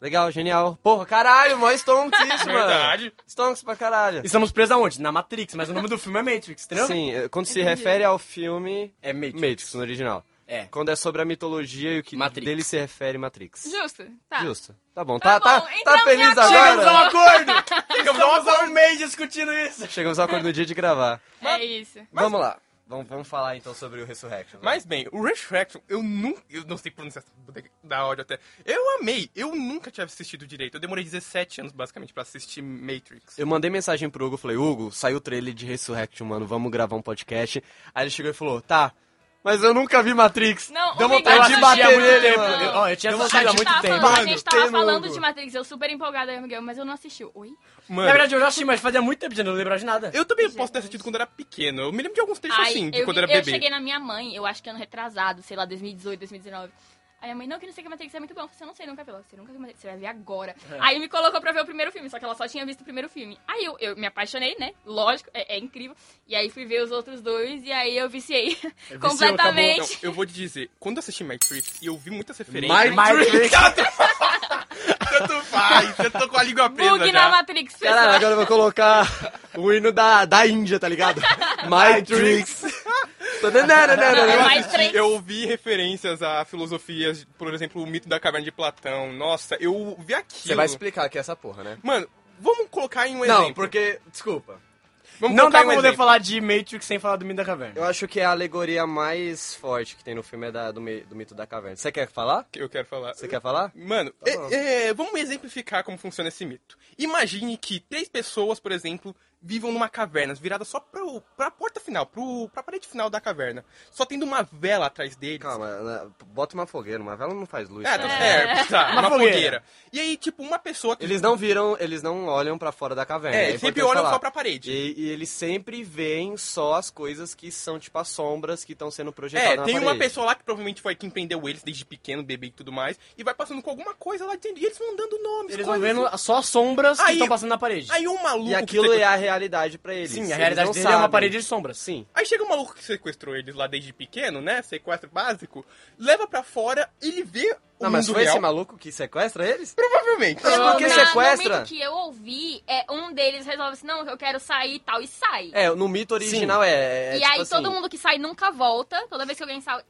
Speaker 1: Legal, genial. Porra, caralho, mó Stonks isso,
Speaker 4: É
Speaker 1: mano.
Speaker 2: É Verdade.
Speaker 1: Stonks pra caralho.
Speaker 4: Estamos presos aonde? Na Matrix, mas o nome do filme é Matrix, entendeu?
Speaker 1: Sim, eh, quando se refere ao filme
Speaker 4: É Matrix.
Speaker 1: Matrix no original.
Speaker 4: É.
Speaker 1: Quando é sobre a mitologia e o que
Speaker 4: Matrix.
Speaker 1: dele se refere Matrix.
Speaker 3: Justo, tá.
Speaker 1: Justo. Tá bom. Tá,
Speaker 3: Tá
Speaker 1: tá,
Speaker 3: bom,
Speaker 1: tá,
Speaker 4: então
Speaker 3: entramos em
Speaker 1: feliz
Speaker 3: acordo.
Speaker 4: Chegamos a um
Speaker 1: agora?
Speaker 4: acordo! Estamos há um mês discutindo isso.
Speaker 1: Chegamos ao acordo do dia de gravar.
Speaker 3: É isso.
Speaker 1: Vamos lá. Vamos, vamos falar então sobre o Resurrection. vai.
Speaker 2: Mas bem, o Resurrection, eu nunca. Eu não sei pronunciar essa puta da ódio até. Eu amei, eu nunca tinha assistido direito. Eu demorei 17 anos basicamente pra assistir Matrix.
Speaker 1: Eu mandei mensagem pro Hugo, falei, Hugo, saiu o trailer de Resurrection, mano, vamos gravar um podcast. Aí ele chegou e falou, tá, mas eu nunca vi Matrix.
Speaker 3: Não,
Speaker 1: Deu
Speaker 3: o Miguel
Speaker 1: vontade de
Speaker 3: assistiu.
Speaker 1: bater
Speaker 3: Não.
Speaker 1: nele, mano.
Speaker 4: Eu- ó, eu tinha
Speaker 1: Deu
Speaker 4: assistido
Speaker 1: vontade
Speaker 4: há
Speaker 1: de
Speaker 4: muito
Speaker 3: tava
Speaker 4: tempo.
Speaker 3: Falando, a
Speaker 1: Mano,
Speaker 3: gente tava
Speaker 1: tem no
Speaker 3: falando
Speaker 1: Hugo.
Speaker 3: de Matrix, eu super empolgada, aí o Miguel, mas eu não assisti. Oi?
Speaker 2: Mano,
Speaker 4: Na verdade, eu já assisti, mas fazia muito tempo, eu não lembro de nada.
Speaker 2: eu também posso ter assistido quando era pequeno. Eu me lembro de alguns trechos
Speaker 3: Ai,
Speaker 2: assim, de
Speaker 3: eu,
Speaker 2: quando
Speaker 3: vi-
Speaker 2: era
Speaker 3: eu
Speaker 2: bebê.
Speaker 3: cheguei na minha mãe, eu acho que ano retrasado, sei lá, 2018, 2019. Aí a mãe, não, que não sei o que Matrix é muito bom. Eu falei, "Você não sei, nunca viu. Ela, Você nunca viu Matrix, você vai ver agora.
Speaker 2: É.
Speaker 3: Aí me colocou pra ver o primeiro filme, só que ela só tinha visto o primeiro filme. Aí eu, eu me apaixonei, né? Lógico, é, é incrível. E aí fui ver os outros dois, e aí eu
Speaker 2: É
Speaker 3: viciei
Speaker 2: Não,
Speaker 3: (laughs) completamente.
Speaker 2: eu vou te dizer, quando eu assisti Matrix e eu vi muitas
Speaker 4: Matrix.
Speaker 2: referências.
Speaker 4: Matrix.
Speaker 2: (laughs) Tanto faz, eu tô com a língua presa.
Speaker 3: Bug na
Speaker 2: já.
Speaker 3: Matrix, pessoal.
Speaker 1: Caralho, agora eu vou colocar o hino da, da Índia, tá
Speaker 3: (laughs)
Speaker 1: ligado? Matrix. (laughs)
Speaker 3: Não, é mais
Speaker 2: assisti,
Speaker 3: três.
Speaker 2: eu ouvi referências a filosofias, por exemplo, o mito da caverna de Platão. Nossa, eu vi aquilo.
Speaker 1: Você vai explicar que é essa porra, né?
Speaker 2: Mano, vamos colocar em um
Speaker 1: Não,
Speaker 2: exemplo.
Speaker 1: porque, desculpa,
Speaker 2: Vamos
Speaker 4: Não
Speaker 2: colocar
Speaker 4: dá
Speaker 2: em
Speaker 4: pra
Speaker 2: um
Speaker 4: poder
Speaker 2: exemplo.
Speaker 4: falar de Matrix sem falar do Mito da Caverna.
Speaker 1: eu acho que é a alegoria mais forte que tem no filme é da- do, mi- do mito da caverna. Você quer falar?
Speaker 2: Eu quero falar.
Speaker 1: Você quer falar? Tá
Speaker 2: Mano, é-
Speaker 1: bom.
Speaker 2: é, vamos exemplificar como funciona esse mito. Imagine que três pessoas, por exemplo, vivam numa caverna, virada só pro, pra porta final, pro, pra parede final da caverna. Só tendo uma vela atrás deles.
Speaker 1: Calma, né, bota uma fogueira, uma vela não faz luz.
Speaker 2: É, tá
Speaker 1: cara.
Speaker 2: certo, tá,
Speaker 4: Uma
Speaker 2: uma, fogueira.
Speaker 4: fogueira.
Speaker 2: E aí, tipo, uma pessoa que...
Speaker 1: Eles não viram, eles não olham pra fora da caverna.
Speaker 2: é,
Speaker 1: importante
Speaker 2: sempre olham
Speaker 1: falar.
Speaker 2: só pra parede.
Speaker 1: E, e eles sempre veem só as coisas que são tipo as sombras que estão sendo projetadas
Speaker 2: É,
Speaker 1: na
Speaker 2: tem uma
Speaker 1: parede.
Speaker 2: pessoa lá que provavelmente foi quem prendeu eles desde pequeno, bebê e tudo mais, e vai passando com alguma coisa lá dentro, e eles vão dando nomes,
Speaker 4: Eles vão
Speaker 2: coisas
Speaker 4: vendo só sombras que
Speaker 2: Aí-
Speaker 4: estão passando na parede.
Speaker 2: assim. Aí um maluco...
Speaker 1: E
Speaker 2: que
Speaker 1: aquilo
Speaker 2: sequestrou-
Speaker 1: é a realidade pra eles.
Speaker 4: Sim, a
Speaker 1: Eles
Speaker 4: realidade
Speaker 1: não
Speaker 4: dele é
Speaker 1: sabem.
Speaker 4: uma parede de sombras.
Speaker 1: Sim.
Speaker 2: Aí chega um maluco que sequestrou eles lá desde pequeno, né, sequestro básico, leva pra fora, ele vê o
Speaker 1: Não, mas
Speaker 2: mundo
Speaker 1: foi
Speaker 2: real,
Speaker 1: esse maluco que sequestra eles?
Speaker 2: provavelmente.
Speaker 1: Mas por que
Speaker 3: Na- No
Speaker 1: É sequestra?
Speaker 3: momento que eu ouvi, é, um deles resolve assim, não, eu quero sair e tal, e sai.
Speaker 1: É, no mito original é, é
Speaker 3: e
Speaker 1: tipo
Speaker 3: aí
Speaker 1: assim,
Speaker 3: todo mundo que sai nunca volta. Toda vez que alguém sai,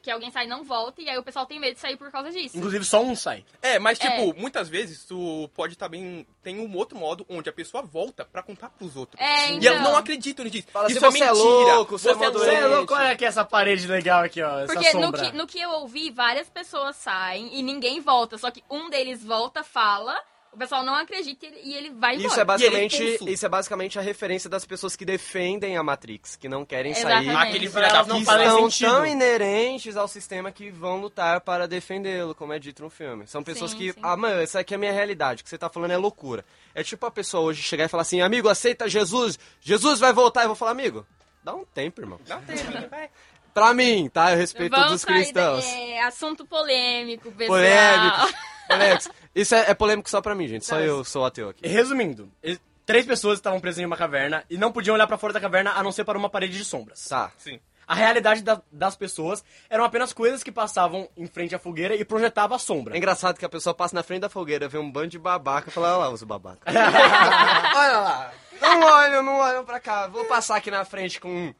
Speaker 3: que alguém sai não volta. E aí o pessoal tem medo de sair por causa disso.
Speaker 4: Inclusive, só um sai.
Speaker 2: É, mas tipo, muitas vezes tu pode estar bem... Tem um outro modo onde a pessoa volta pra contar pros outros.
Speaker 3: É,
Speaker 2: E
Speaker 3: então.
Speaker 2: elas não acreditam nisso.
Speaker 1: Fala
Speaker 2: Isso
Speaker 1: assim, "Você
Speaker 2: é
Speaker 1: é
Speaker 2: mentira.
Speaker 1: louco, você é mó
Speaker 4: Você é
Speaker 1: Doente.
Speaker 4: louco, olha aqui essa parede legal aqui, ó. Essa
Speaker 3: Porque no
Speaker 4: sombra.
Speaker 3: que, no que eu ouvi, várias pessoas saem e ninguém volta. Só que um deles volta, fala, o pessoal não acredita e ele- e ele vai embora.
Speaker 1: Isso é,
Speaker 2: E ele é
Speaker 1: basicamente,
Speaker 2: expulso.
Speaker 1: isso é basicamente a referência das pessoas que defendem a Matrix, que não querem sair.
Speaker 3: Exatamente.
Speaker 2: Aquele
Speaker 4: Pra
Speaker 2: filho da
Speaker 4: elas não
Speaker 1: Que
Speaker 2: puta. assim.
Speaker 4: fazem
Speaker 1: estão
Speaker 4: sentido.
Speaker 1: tão inerentes ao sistema que vão lutar para defendê-lo, como é dito no filme. São pessoas
Speaker 3: Sim,
Speaker 1: que.
Speaker 3: sim.
Speaker 1: Ah, mano, essa aqui é a minha realidade. O que você tá falando é loucura. É tipo a pessoa hoje chegar e falar assim, amigo, aceita Jesus, Jesus vai voltar. Eu vou falar, amigo, dá um tempo, irmão.
Speaker 2: Dá um tempo, vai.
Speaker 1: Pra mim, tá? Eu respeito todos os
Speaker 3: Vamos sair
Speaker 1: cristãos.
Speaker 3: da- é, assunto polêmico, pessoal.
Speaker 1: Polêmicos. Polêmicos. Isso é, é polêmico só pra mim, gente. Só
Speaker 4: Tá,
Speaker 1: eu sou ateu aqui.
Speaker 4: Resumindo, eles- três pessoas estavam presas em uma caverna e não podiam olhar pra fora da caverna a não ser para uma parede de sombras.
Speaker 1: Tá.
Speaker 2: Sim.
Speaker 4: A realidade da- das pessoas eram apenas coisas que passavam em frente à fogueira e projetavam a sombra.
Speaker 1: É engraçado que a pessoa passa na frente da fogueira, vê um bando de babaca e fala, olha lá os (laughs) babaca. olha lá. Não olham, não olham pra cá. Vou passar aqui na frente com,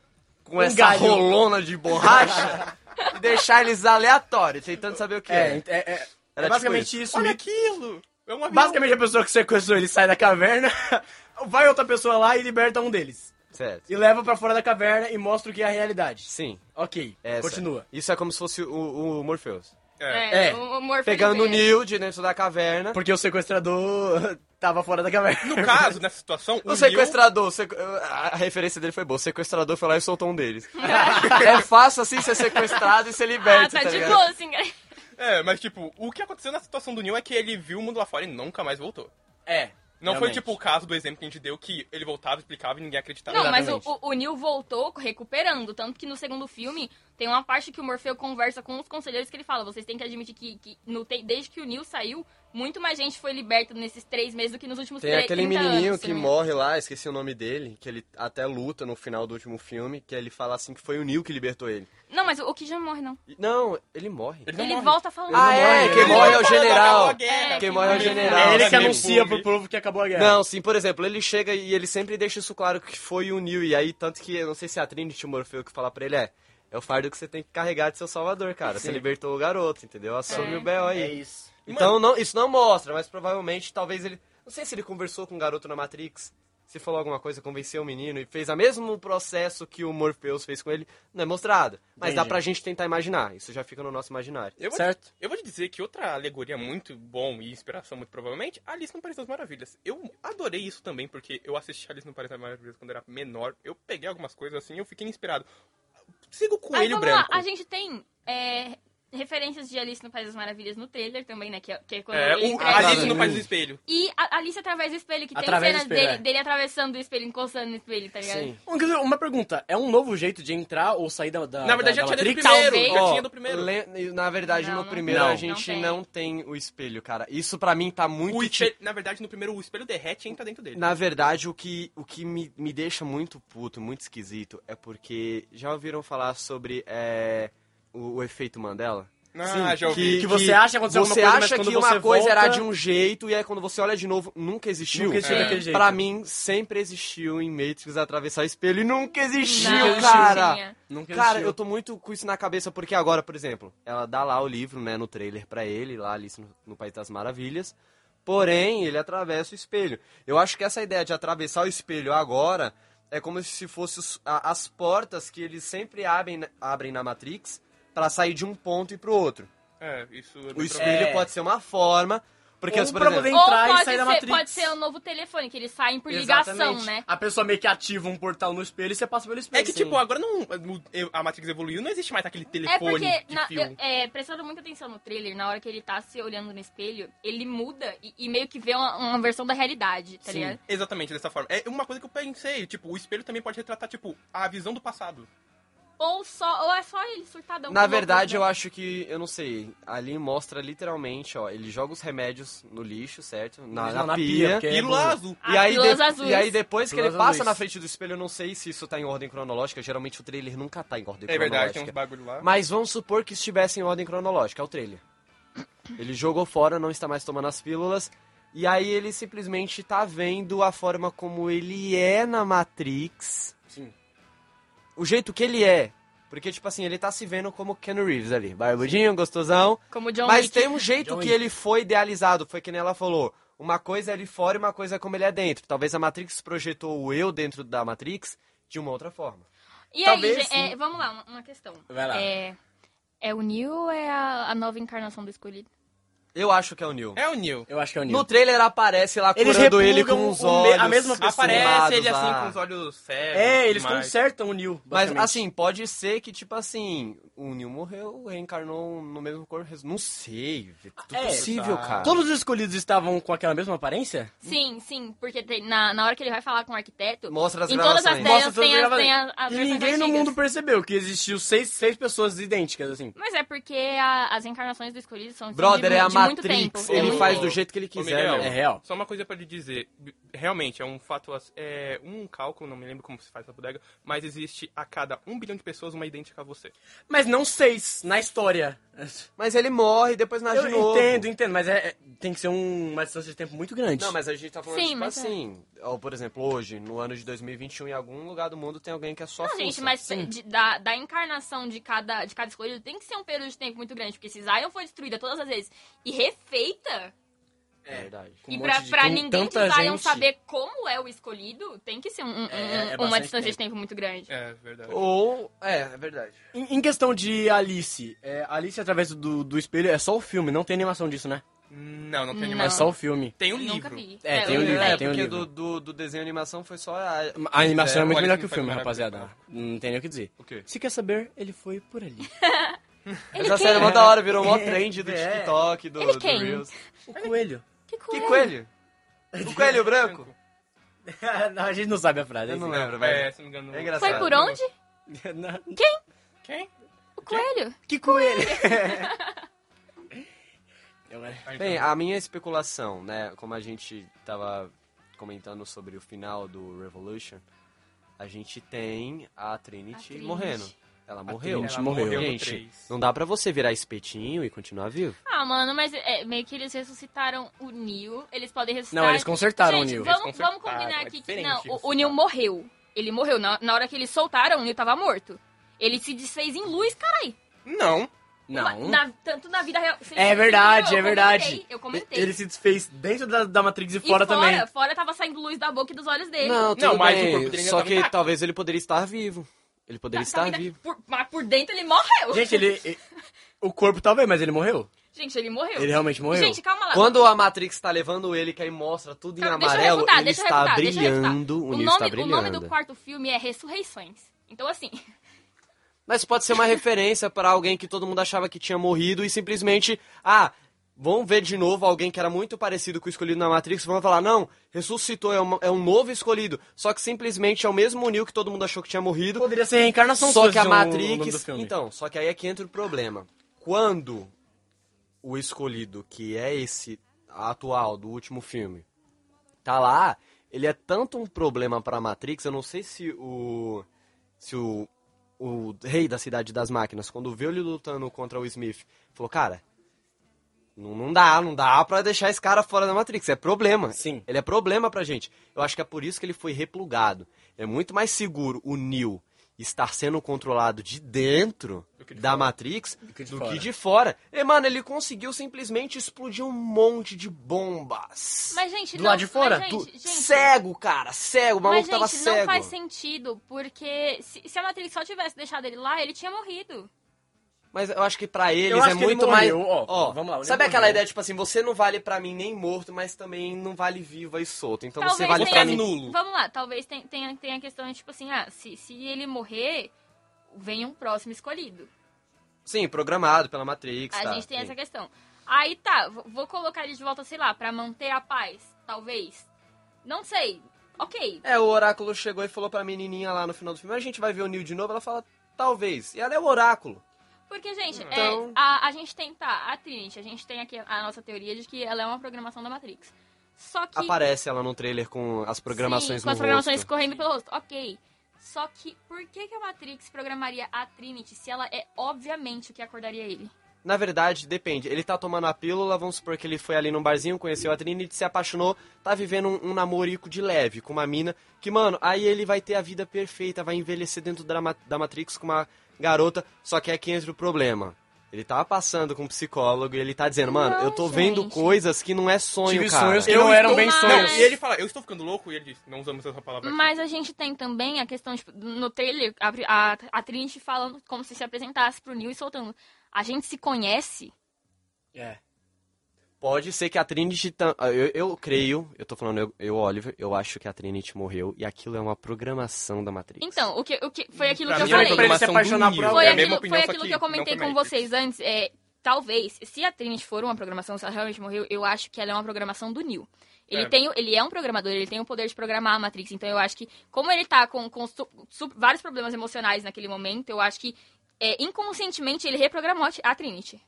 Speaker 1: com essa
Speaker 4: galho.
Speaker 1: rolona de (laughs) borracha e deixar eles aleatórios, tentando saber o que é.
Speaker 4: É, é, é, é
Speaker 1: Era
Speaker 4: basicamente
Speaker 1: tipo
Speaker 4: isso.
Speaker 2: Olha
Speaker 4: me-
Speaker 2: aquilo! É um avião.
Speaker 4: Basicamente a pessoa que sequestrou ele sai da caverna, (laughs) vai outra pessoa lá e liberta um deles.
Speaker 1: Certo.
Speaker 4: E leva pra fora da caverna e mostra o que é a realidade.
Speaker 1: Sim.
Speaker 4: Ok,
Speaker 1: Essa.
Speaker 4: continua.
Speaker 1: Isso é como se fosse o, o Morpheus.
Speaker 2: É.
Speaker 3: (laughs) É,
Speaker 4: É.
Speaker 3: o humor
Speaker 1: Pegando o
Speaker 3: feito.
Speaker 1: Neo de dentro da caverna.
Speaker 4: Porque o sequestrador (laughs) tava fora da caverna.
Speaker 2: No Um caso, nessa situação,
Speaker 1: O
Speaker 2: Neil-
Speaker 1: sequestrador, o sequ- a referência dele foi boa. O sequestrador foi lá e soltou um
Speaker 3: (laughs)
Speaker 1: deles. é fácil assim ser sequestrado e ser
Speaker 3: Ah,
Speaker 1: liberto,
Speaker 3: tá de
Speaker 1: ligado?
Speaker 3: boa, assim, cara.
Speaker 2: É, mas tipo, o que aconteceu na situação do Neil é que ele viu o mundo lá fora e nunca mais voltou.
Speaker 4: (laughs) É.
Speaker 2: Não foi
Speaker 4: realmente.
Speaker 2: tipo o caso do exemplo que a gente deu que ele voltava, explicava e ninguém acreditava.
Speaker 3: Não, mas o,
Speaker 4: Exatamente.
Speaker 3: o- o Neil voltou recuperando, tanto que no segundo filme tem uma parte que o Morfeu conversa com os conselheiros que ele fala, vocês têm que admitir que, que no te- desde que o Neil saiu, Muito mais gente foi liberta nesses três meses do que nos últimos
Speaker 1: Tem
Speaker 3: tre-
Speaker 1: aquele
Speaker 3: 30
Speaker 1: menininho
Speaker 3: É, anos, né? se
Speaker 1: que
Speaker 3: não me engano.
Speaker 1: morre lá, esqueci o nome dele, que ele até luta no final do último filme, que ele fala assim que foi o Neil que libertou ele.
Speaker 3: Não, mas o o Kid não morre, não.
Speaker 1: E- Não, ele morre.
Speaker 3: Ele, volta falando.
Speaker 1: Ah, é,
Speaker 2: morre,
Speaker 1: quem morre
Speaker 2: ele não
Speaker 1: é o
Speaker 2: fala, acabou a
Speaker 1: general.
Speaker 2: guerra.
Speaker 1: Quem morre é o
Speaker 3: Ele-
Speaker 1: general.
Speaker 4: É ele que
Speaker 2: Não,
Speaker 4: anuncia
Speaker 2: Google.
Speaker 4: pro povo que acabou a guerra.
Speaker 1: Não, sim, por exemplo, ele chega e ele sempre deixa isso claro que foi o Neil, e aí, tanto que, eu não sei se é a Trinity o Morfeu que fala pra ele, é, é o fardo que você tem que carregar de seu salvador, cara, você libertou o garoto, entendeu? Assume
Speaker 3: É.
Speaker 1: o B.O. aí.
Speaker 4: É isso.
Speaker 1: Então, não, isso não mostra, mas provavelmente, talvez ele, não sei se ele conversou com o garoto na Matrix, se falou alguma coisa, convenceu o menino e fez o mesmo processo que o Morpheus fez com ele, não é mostrado, mas dá
Speaker 4: Entendi.
Speaker 1: pra gente tentar imaginar, isso já fica no nosso imaginário.
Speaker 2: Eu vou,
Speaker 4: Certo.
Speaker 2: eu vou te dizer que outra alegoria muito bom e inspiração, muito provavelmente, é Alice no País das Maravilhas. Eu adorei isso também, porque eu assisti Alice no País das Maravilhas quando era menor. Eu peguei algumas coisas assim eu fiquei inspirado. Siga o
Speaker 3: Aí,
Speaker 2: coelho
Speaker 3: vamos lá,
Speaker 2: branco.
Speaker 3: a gente tem é, referências de Alice no País das Maravilhas no trailer também, né? Que é, que é quando
Speaker 2: É,
Speaker 3: ele
Speaker 2: o
Speaker 3: entrega-
Speaker 2: Alice no País do Espelho.
Speaker 3: E a Alice através do espelho, que
Speaker 4: Através
Speaker 3: tem
Speaker 4: do
Speaker 3: cenas
Speaker 4: espelho,
Speaker 3: dele,
Speaker 4: é.
Speaker 3: dele atravessando o espelho, encostando no espelho, tá ligado?
Speaker 1: Sim.
Speaker 4: Inclusive, uma pergunta. É um novo jeito de entrar ou sair da,
Speaker 1: Tá,
Speaker 4: da
Speaker 2: Na verdade,
Speaker 4: da,
Speaker 2: já
Speaker 4: da
Speaker 2: tinha desde o
Speaker 4: Matrix?
Speaker 2: primeiro.
Speaker 3: talvez.
Speaker 2: Já
Speaker 1: Ó,
Speaker 2: tinha do primeiro.
Speaker 1: le- na verdade,
Speaker 3: Não,
Speaker 1: no
Speaker 3: não
Speaker 1: primeiro
Speaker 4: tem.
Speaker 1: a
Speaker 4: Não.
Speaker 1: gente
Speaker 3: Não
Speaker 1: não tem. o espelho, cara. Isso pra mim tá muito.
Speaker 2: O
Speaker 1: ti-
Speaker 2: espelho- na verdade, no primeiro, o espelho derrete e entra dentro dele.
Speaker 1: Na verdade, o que, o que me, me deixa muito puto, muito esquisito, é porque já ouviram falar sobre é, o, o efeito Mandela?
Speaker 2: Ah,
Speaker 4: que-
Speaker 2: já ouvi.
Speaker 4: que você acha que aconteceu
Speaker 1: você
Speaker 4: alguma coisa, mas
Speaker 1: acha
Speaker 4: quando
Speaker 1: que uma
Speaker 4: você
Speaker 1: coisa era
Speaker 4: volta-
Speaker 1: de um jeito e aí quando você olha de novo, nunca existiu.
Speaker 4: Nunca existiu
Speaker 2: É.
Speaker 4: daquele jeito.
Speaker 1: Pra mim, sempre existiu em Matrix atravessar espelho e nunca existiu, é.
Speaker 3: Não,
Speaker 1: cara!
Speaker 3: não tinha.
Speaker 4: Nunca
Speaker 1: Cara,
Speaker 4: existiu.
Speaker 1: eu tô muito com isso na cabeça, porque agora, por exemplo, ela dá lá o livro, né, no trailer pra ele, lá Alice no, no País das Maravilhas. Porém, ele atravessa o espelho. Eu acho que essa ideia de atravessar o espelho agora é como se fosse os- a- as portas que eles sempre abrem, na- abrem na Matrix pra sair de um ponto e pro outro.
Speaker 2: É, isso é bem
Speaker 1: O
Speaker 2: provável.
Speaker 1: espelho
Speaker 4: É.
Speaker 1: pode ser uma forma, porque
Speaker 4: Ou
Speaker 1: assim, por
Speaker 4: pra
Speaker 1: exemplo,
Speaker 4: poder entrar
Speaker 3: Ou um
Speaker 4: e
Speaker 3: pode
Speaker 4: sair da
Speaker 3: ser,
Speaker 4: Matrix.
Speaker 3: pode ser um novo telefone, que eles saem por ligação,
Speaker 4: Exatamente.
Speaker 3: né?
Speaker 4: A pessoa meio que ativa um portal no espelho e você passa pelo espelho.
Speaker 2: É que,
Speaker 4: Sim.
Speaker 2: tipo, agora não. A Matrix evoluiu, não existe mais aquele
Speaker 3: Assim. É
Speaker 2: telefone
Speaker 3: porque,
Speaker 2: de
Speaker 3: na-
Speaker 2: fio.
Speaker 3: eu- é, prestando muita atenção no trailer, na hora que ele tá se olhando no espelho, ele muda e, e meio que vê uma, uma versão da realidade, tá ligado?
Speaker 2: Exatamente, dessa forma. É uma coisa que eu pensei, tipo, o espelho também pode retratar, tipo, a visão do passado.
Speaker 3: Ou, só, ou é só ele surtadão.
Speaker 1: Na
Speaker 3: louco,
Speaker 1: verdade,
Speaker 3: né?
Speaker 1: eu acho que, eu não sei, ali mostra literalmente, ó, ele joga os remédios no lixo, certo? Na,
Speaker 4: Não,
Speaker 1: na,
Speaker 4: na pia,
Speaker 1: pia.
Speaker 4: porque É,
Speaker 2: Pílula
Speaker 4: bom.
Speaker 2: azul.
Speaker 3: Ah,
Speaker 1: E aí,
Speaker 3: pílulas
Speaker 1: de-
Speaker 3: azuis.
Speaker 1: e aí depois que ele
Speaker 4: Pílulas
Speaker 1: passa
Speaker 4: azuis.
Speaker 1: na frente do espelho, eu não sei se isso tá em ordem cronológica, geralmente o trailer nunca tá em ordem
Speaker 2: É verdade,
Speaker 1: cronológica.
Speaker 2: tem uns bagulho lá.
Speaker 1: Mas vamos supor que estivesse em ordem cronológica, é o trailer. Ele jogou fora, não está mais tomando as pílulas, e aí ele simplesmente tá vendo a forma como ele é na Matrix.
Speaker 4: Sim.
Speaker 1: O jeito que ele é. Porque, tipo assim, ele tá se vendo como Ken Reeves ali. Barbudinho, gostosão.
Speaker 3: Como John
Speaker 1: Mas
Speaker 3: Wick.
Speaker 1: tem um jeito
Speaker 4: John
Speaker 1: que
Speaker 4: Wick.
Speaker 1: ele foi idealizado, foi que nem ela falou. Uma coisa é ele fora e uma coisa é como ele é dentro. Talvez a Matrix projetou o eu dentro da Matrix de uma outra forma.
Speaker 3: E
Speaker 4: Talvez Tá.
Speaker 3: aí, gente,
Speaker 4: sim.
Speaker 3: é, vamos lá, uma, uma questão.
Speaker 4: Vai lá.
Speaker 3: É, é o Neo ou é a, a nova encarnação do escolhido?
Speaker 1: Eu acho que é o Neo.
Speaker 2: É o Neil.
Speaker 4: Eu acho que é o Neo.
Speaker 1: No trailer aparece lá
Speaker 4: Eles
Speaker 1: curando ele
Speaker 4: repugam
Speaker 1: com os
Speaker 4: o me-
Speaker 1: olhos.
Speaker 4: a mesma pessoa.
Speaker 2: Aparece
Speaker 1: lados
Speaker 2: ele assim,
Speaker 1: lá.
Speaker 2: com os olhos cegos.
Speaker 4: É, eles
Speaker 2: mas-
Speaker 4: consertam o Neo,
Speaker 1: Mas
Speaker 4: basicamente.
Speaker 1: assim, pode ser que, tipo assim, o Neo morreu, reencarnou no mesmo corpo. res- Não sei. É tudo
Speaker 4: É,
Speaker 1: possível,
Speaker 2: tá.
Speaker 1: cara.
Speaker 4: Todos os escolhidos estavam com aquela mesma aparência?
Speaker 3: Sim, sim, porque tem- na, na hora que ele vai falar com o arquiteto,
Speaker 1: Mostra as
Speaker 3: em todas as assim,
Speaker 1: gravações.
Speaker 4: Mostra
Speaker 3: telas
Speaker 4: todas
Speaker 3: tem
Speaker 4: as
Speaker 3: as,
Speaker 4: gravações.
Speaker 3: tem as, as
Speaker 4: E
Speaker 3: versões
Speaker 4: ninguém no
Speaker 3: Ah, antigas.
Speaker 4: mundo percebeu que existiu seis, seis pessoas idênticas, assim.
Speaker 3: Mas é porque a- as encarnações do escolhido são são
Speaker 1: Brother,
Speaker 3: de,
Speaker 1: é a
Speaker 3: de muito
Speaker 1: Matrix.
Speaker 3: tempo.
Speaker 1: Ele
Speaker 3: muito
Speaker 1: faz
Speaker 3: tempo.
Speaker 1: do jeito que ele
Speaker 2: Ô,
Speaker 1: quiser,
Speaker 2: Miguel,
Speaker 1: né?
Speaker 4: É real.
Speaker 2: Só uma coisa pra te dizer. Realmente, é um fato. ass- É um cálculo, não me lembro como se faz na bodega, mas existe a cada um bilhão de pessoas uma idêntica a você.
Speaker 4: Mas não seis, na história.
Speaker 1: Mas ele morre, depois nasce
Speaker 4: Eu
Speaker 1: de novo.
Speaker 4: entendo, entendo, mas é- é- tem que ser um- uma distância de tempo muito grande.
Speaker 1: Não, mas a gente tá falando,
Speaker 3: Sim,
Speaker 1: tipo
Speaker 3: mas é.
Speaker 1: assim, ó, por exemplo, hoje, no ano de 2021, em algum lugar do mundo tem alguém que é só
Speaker 3: Não,
Speaker 1: fuça.
Speaker 3: gente, mas de- da, da encarnação de cada, de cada escolhido tem que ser um período de tempo muito grande, porque se Zion foi destruída todas as vezes e refeita,
Speaker 1: É verdade.
Speaker 4: Com um
Speaker 3: e
Speaker 4: monte
Speaker 3: pra,
Speaker 4: de-
Speaker 3: pra
Speaker 4: com
Speaker 3: ninguém de
Speaker 4: tanta
Speaker 3: Zion
Speaker 4: gente.
Speaker 3: saber como é o escolhido, tem que ser um- um-
Speaker 4: É, é
Speaker 3: um- uma
Speaker 4: bastante
Speaker 3: distância de tempo muito grande.
Speaker 2: É, verdade.
Speaker 1: Ou, é, é verdade.
Speaker 4: Em, em questão de Alice, é, Alice através do, do espelho é só o filme, não tem animação disso, né?
Speaker 2: Não, não tem
Speaker 3: Não.
Speaker 4: É
Speaker 2: animação.
Speaker 4: só o filme.
Speaker 2: Tem um
Speaker 3: Nunca
Speaker 2: livro.
Speaker 3: vi.
Speaker 4: É, tem
Speaker 3: eu
Speaker 4: o
Speaker 3: não
Speaker 4: livro,
Speaker 3: sei.
Speaker 1: é,
Speaker 4: tem o
Speaker 1: porque do,
Speaker 4: livro.
Speaker 1: do, do desenho e animação foi só a...
Speaker 4: A animação é,
Speaker 2: É, o
Speaker 4: muito
Speaker 2: Alice
Speaker 4: melhor
Speaker 2: não
Speaker 4: que o
Speaker 2: faz
Speaker 4: filme,
Speaker 2: maravilha,
Speaker 4: rapaziada. Não tem nem o que dizer.
Speaker 1: O quê?
Speaker 4: Se quer saber, ele foi por ali.
Speaker 1: Essa série é mó da hora, virou mó trend do
Speaker 4: É.
Speaker 1: TikTok, do,
Speaker 3: Ele É.
Speaker 1: do
Speaker 3: quem?
Speaker 1: Reels.
Speaker 4: O coelho.
Speaker 3: Que
Speaker 1: Que
Speaker 3: coisa.
Speaker 1: coelho?
Speaker 2: É
Speaker 1: O coelho branco?
Speaker 4: (laughs) não, a gente não sabe a frase.
Speaker 1: Eu não
Speaker 4: assim.
Speaker 1: lembro,
Speaker 2: É,
Speaker 1: velho.
Speaker 2: se não me engano.
Speaker 1: É engraçado.
Speaker 3: Foi por onde?
Speaker 4: (laughs) Não.
Speaker 2: Quem?
Speaker 3: O coelho.
Speaker 4: que coelho? (laughs) Eu, é.
Speaker 2: Ah, então.
Speaker 1: Bem, a minha especulação, né? Como a gente tava comentando sobre o final do Revolution, a gente tem a
Speaker 6: A
Speaker 1: Trinity,
Speaker 6: Trinity.
Speaker 1: morrendo. Ela morreu.
Speaker 2: Trinity morreu. morreu no
Speaker 1: Gente,
Speaker 2: três.
Speaker 1: não dá pra você virar espetinho e continuar vivo.
Speaker 3: Ah, mano, mas é, meio que eles ressuscitaram o Neil. Eles podem ressuscitar.
Speaker 4: Não, eles consertaram
Speaker 3: Gente,
Speaker 4: o Neil.
Speaker 3: Vamos,
Speaker 2: Eles
Speaker 3: vamos
Speaker 2: consertaram,
Speaker 3: combinar
Speaker 2: é
Speaker 3: aqui que.
Speaker 2: diferente
Speaker 3: Não, o- o,
Speaker 2: ressuscitar.
Speaker 3: Neil morreu. Ele morreu. Na, na hora que eles soltaram, o Neil tava morto. Ele se desfez em luz, carai.
Speaker 2: Não.
Speaker 4: Não.
Speaker 3: Na- tanto na vida real. Vocês-
Speaker 4: É verdade,
Speaker 3: eu
Speaker 4: é verdade.
Speaker 3: comentei, eu comentei.
Speaker 4: Ele se desfez dentro da, da Matrix e
Speaker 3: E
Speaker 4: fora, também.
Speaker 3: (laughs) Fora tava saindo luz da boca e dos olhos dele.
Speaker 1: Não, tudo
Speaker 2: Não, mas o
Speaker 1: bem.
Speaker 2: corpo dele ainda
Speaker 1: Só
Speaker 2: tava
Speaker 1: que
Speaker 2: intacto.
Speaker 1: talvez ele poderia estar vivo. Ele
Speaker 3: Tá-
Speaker 1: poderia
Speaker 3: tá
Speaker 1: estar
Speaker 3: ainda-
Speaker 1: vivo.
Speaker 3: por- mas por dentro ele morreu.
Speaker 4: Gente, ele. e- O corpo talvez, mas ele morreu.
Speaker 3: (laughs) Gente, ele morreu.
Speaker 4: Ele realmente morreu.
Speaker 3: Gente, calma lá.
Speaker 1: Quando a Matrix tá levando ele, que aí mostra tudo em
Speaker 3: Calma, deixa eu
Speaker 1: amarelo,
Speaker 3: refutar,
Speaker 1: ele
Speaker 3: deixa eu
Speaker 1: está
Speaker 3: refutar, deixa eu refutar.
Speaker 1: brilhando. O
Speaker 3: o
Speaker 1: Neo
Speaker 3: nome,
Speaker 1: está
Speaker 3: o nome
Speaker 1: brilhando.
Speaker 3: do quarto filme é Ressurreições. Então, assim, (laughs)
Speaker 1: Mas pode ser uma referência pra alguém que todo mundo achava que tinha morrido e simplesmente, ah, vão ver de novo alguém que era muito parecido com o escolhido na Matrix, vão falar, não, ressuscitou, é, uma- é um novo escolhido. Só que simplesmente é o mesmo Neo que todo mundo achou que tinha morrido,
Speaker 4: Poderia ser reencarnação
Speaker 1: só
Speaker 4: se
Speaker 1: que a
Speaker 4: fosse o- o nome do
Speaker 1: Matrix...
Speaker 4: filme.
Speaker 1: então, só que aí é que entra o problema. Quando o escolhido, que é esse atual do último filme, tá lá, ele é tanto um problema pra Matrix, eu não sei se o se o, o rei da cidade das máquinas, quando viu ele lutando contra o Smith, falou, cara, não, não dá, não dá pra deixar esse cara fora da Matrix, é problema.
Speaker 4: Sim.
Speaker 1: Ele é problema pra gente. Eu acho que é por isso que ele foi replugado. É muito mais seguro o Neo estar sendo controlado de dentro
Speaker 2: que de
Speaker 1: da
Speaker 2: fora.
Speaker 1: Matrix
Speaker 4: Do que de
Speaker 1: do
Speaker 4: fora.
Speaker 1: que de fora. E, mano, ele conseguiu simplesmente explodir um monte de bombas.
Speaker 3: mas gente,
Speaker 4: Do
Speaker 3: não,
Speaker 4: lado de fora,
Speaker 3: mas,
Speaker 1: Do-
Speaker 3: gente, gente,
Speaker 1: Cego, cara, cego, o maluco
Speaker 3: mas, gente,
Speaker 1: tava
Speaker 3: não
Speaker 1: cego.
Speaker 3: faz sentido, porque se, se a Matrix só tivesse deixado ele lá, ele tinha morrido.
Speaker 1: Mas eu acho que pra eles
Speaker 4: Eu acho
Speaker 1: é
Speaker 4: que ele
Speaker 1: muito
Speaker 4: morreu,
Speaker 1: mais.
Speaker 4: ó, vamos lá, ele
Speaker 1: sabe aquela
Speaker 4: morreu.
Speaker 1: ideia, tipo assim, você não vale pra mim nem morto, mas também não vale viva e solto. Então você
Speaker 3: Talvez
Speaker 1: vale
Speaker 3: tenha-
Speaker 1: pra mim.
Speaker 2: nulo.
Speaker 3: Vamos lá, talvez ten- tenha, tenha a questão de, tipo assim, ah, se, se ele morrer, vem um próximo escolhido.
Speaker 1: Sim, programado pela Matrix.
Speaker 3: A
Speaker 1: tá,
Speaker 3: gente tem
Speaker 1: sim.
Speaker 3: essa questão. Aí tá, vou- vou colocar ele de volta, sei lá, pra manter a paz, talvez. Não sei. Ok.
Speaker 1: É, o oráculo chegou e falou pra menininha lá no final do filme, a gente vai ver o Neo de novo, ela fala, talvez. E ela é o oráculo.
Speaker 3: Porque, gente, é,
Speaker 1: Então-
Speaker 3: a, a gente tem, tá, a Trinity, a gente tem aqui a nossa teoria de que ela é uma programação da Matrix. Só que...
Speaker 1: Aparece ela no trailer com as programações
Speaker 3: Sim, com
Speaker 1: no
Speaker 3: as programações
Speaker 1: rosto.
Speaker 3: correndo pelo rosto. Ok. Só que por que, que a Matrix programaria a Trinity se ela é obviamente o que acordaria ele?
Speaker 1: Na verdade, depende. Ele tá tomando a pílula, vamos supor que ele foi ali num barzinho, conheceu a Trinity, se apaixonou, tá vivendo um, um namorico de leve com uma mina que, mano, aí ele vai ter a vida perfeita, vai envelhecer dentro da, ma- da Matrix com uma garota, só que é que entra o problema. Ele tá passando com um psicólogo e ele tá dizendo, mano,
Speaker 3: Não,
Speaker 1: eu tô
Speaker 3: gente.
Speaker 1: vendo coisas que não é sonho,
Speaker 4: Tive
Speaker 1: cara.
Speaker 4: sonhos que
Speaker 2: Eu
Speaker 4: não eram
Speaker 2: estou-
Speaker 4: bem
Speaker 3: Mas-
Speaker 4: sonhos.
Speaker 2: Não, e ele fala, eu estou ficando louco, e ele diz, não usamos essa palavra aqui.
Speaker 3: Mas a gente tem também a questão, tipo, no trailer, a, a, a Trinity falando como se se apresentasse pro Neil e soltando. A gente se conhece?
Speaker 4: É.
Speaker 1: Pode ser que a Trinity. tam- ah, Eu, eu creio, eu tô falando eu, eu, Oliver, eu acho que a Trinity morreu e aquilo é uma programação da Matrix.
Speaker 3: Então, o que, o que foi aquilo
Speaker 2: Pra
Speaker 3: que eu
Speaker 2: mim, é uma
Speaker 3: falei.
Speaker 4: Pra ele se
Speaker 2: programação
Speaker 4: apaixonar
Speaker 2: do
Speaker 4: por
Speaker 2: Neo.
Speaker 4: alguém.
Speaker 3: Foi
Speaker 2: É a
Speaker 3: aquilo,
Speaker 2: mesma opinião,
Speaker 3: foi
Speaker 2: só
Speaker 3: aquilo que eu
Speaker 2: não foi
Speaker 3: comentei com
Speaker 2: Matrix.
Speaker 3: vocês antes. É, talvez, se a Trinity for uma programação, se ela realmente morreu, eu acho que ela é uma programação do Neil. Ele,
Speaker 2: É.
Speaker 3: tem, o- ele é um programador, ele tem o poder de programar a Matrix. Então eu acho que, como ele tá com, com su- su- vários problemas emocionais naquele momento, eu acho que é, inconscientemente ele reprogramou a Ti- a Trinity.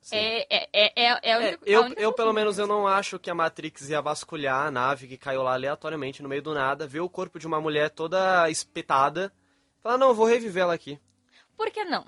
Speaker 1: Sim.
Speaker 3: É, é, é, é, é a
Speaker 1: É,
Speaker 3: única, a
Speaker 1: eu,
Speaker 3: única
Speaker 1: eu, pelo
Speaker 3: solução.
Speaker 1: menos, eu não acho que a Matrix ia vasculhar a nave que caiu lá aleatoriamente no meio do nada, ver o corpo de uma mulher toda espetada, falar, não, eu vou reviver ela aqui.
Speaker 3: Por que não?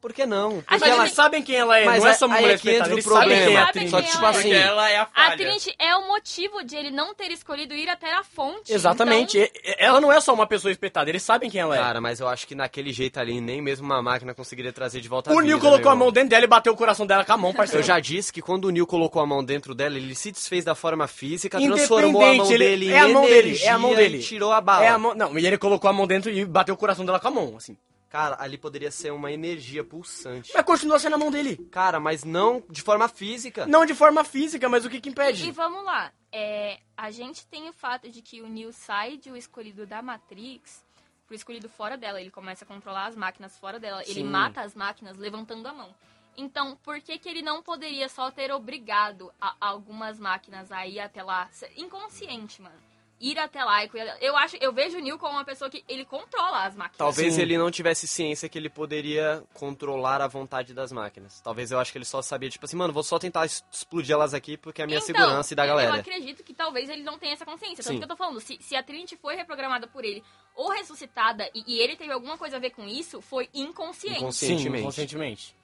Speaker 1: Por que não?
Speaker 3: A
Speaker 4: Mas
Speaker 3: gente-
Speaker 4: eles sabem quem ela é,
Speaker 1: Mas
Speaker 4: não é essa
Speaker 1: aí
Speaker 4: mulher
Speaker 1: é que entra
Speaker 4: espetada,
Speaker 1: o
Speaker 4: eles sabem quem é
Speaker 1: problema.
Speaker 4: a
Speaker 3: Sabem
Speaker 4: atriz.
Speaker 1: Só
Speaker 3: quem
Speaker 1: que,
Speaker 3: é
Speaker 1: tipo
Speaker 3: ela.
Speaker 2: Porque
Speaker 1: assim,
Speaker 2: ela é a
Speaker 3: A
Speaker 2: falha.
Speaker 3: Trinity é o motivo de ele não ter escolhido ir até a fonte.
Speaker 4: Exatamente. E- e- Ela não é só uma pessoa espetada, eles sabem quem ela é.
Speaker 1: Cara, mas eu acho que naquele jeito ali, nem mesmo uma máquina conseguiria trazer de volta a
Speaker 4: o
Speaker 1: vida,
Speaker 4: Neil
Speaker 1: tá né, meu
Speaker 4: colocou a
Speaker 1: irmão.
Speaker 4: mão dentro dela e bateu o coração dela com a mão, parceiro.
Speaker 1: Eu já disse que quando o Neil colocou a mão dentro dela, ele se desfez da forma física,
Speaker 4: Independente,
Speaker 1: transformou a mão
Speaker 4: ele-
Speaker 1: dele em
Speaker 4: é a mão dele,
Speaker 1: energia
Speaker 4: é a mão dele.
Speaker 1: e tirou a bala.
Speaker 4: É a mão... Não, e ele colocou a mão dentro e bateu o coração dela com a mão, assim.
Speaker 1: Cara, ali poderia ser uma energia pulsante.
Speaker 4: Mas continua sendo a mão dele.
Speaker 1: Cara, mas não de forma física.
Speaker 4: Não de forma física, mas o que que
Speaker 3: E
Speaker 4: impede?
Speaker 3: vamos lá. É, a gente tem o fato de que o Neo sai de o escolhido da Matrix pro escolhido fora dela. Ele começa a controlar as máquinas fora dela. Ele
Speaker 4: Sim.
Speaker 3: mata as máquinas levantando a mão. Então, por que, que ele não poderia só ter obrigado a algumas máquinas a ir até lá? Se- Inconsciente, mano. ir até lá. e cuidar- Eu acho, eu vejo o Neil como uma pessoa que ele controla as máquinas.
Speaker 1: Talvez
Speaker 4: Sim.
Speaker 1: ele não tivesse ciência que ele poderia controlar a vontade das máquinas. Talvez eu acho que ele só sabia, tipo assim, mano, vou só tentar es- explodir elas aqui porque é a minha
Speaker 3: Então,
Speaker 1: segurança e da
Speaker 3: Eu
Speaker 1: galera.
Speaker 3: acredito que talvez ele não tenha essa consciência. Tanto
Speaker 1: Sim.
Speaker 3: que eu tô falando, se, se a Trinity foi reprogramada por ele ou ressuscitada e, e ele teve alguma coisa a ver com isso, foi inconsciente.
Speaker 1: Inconscientemente.
Speaker 4: conscientemente.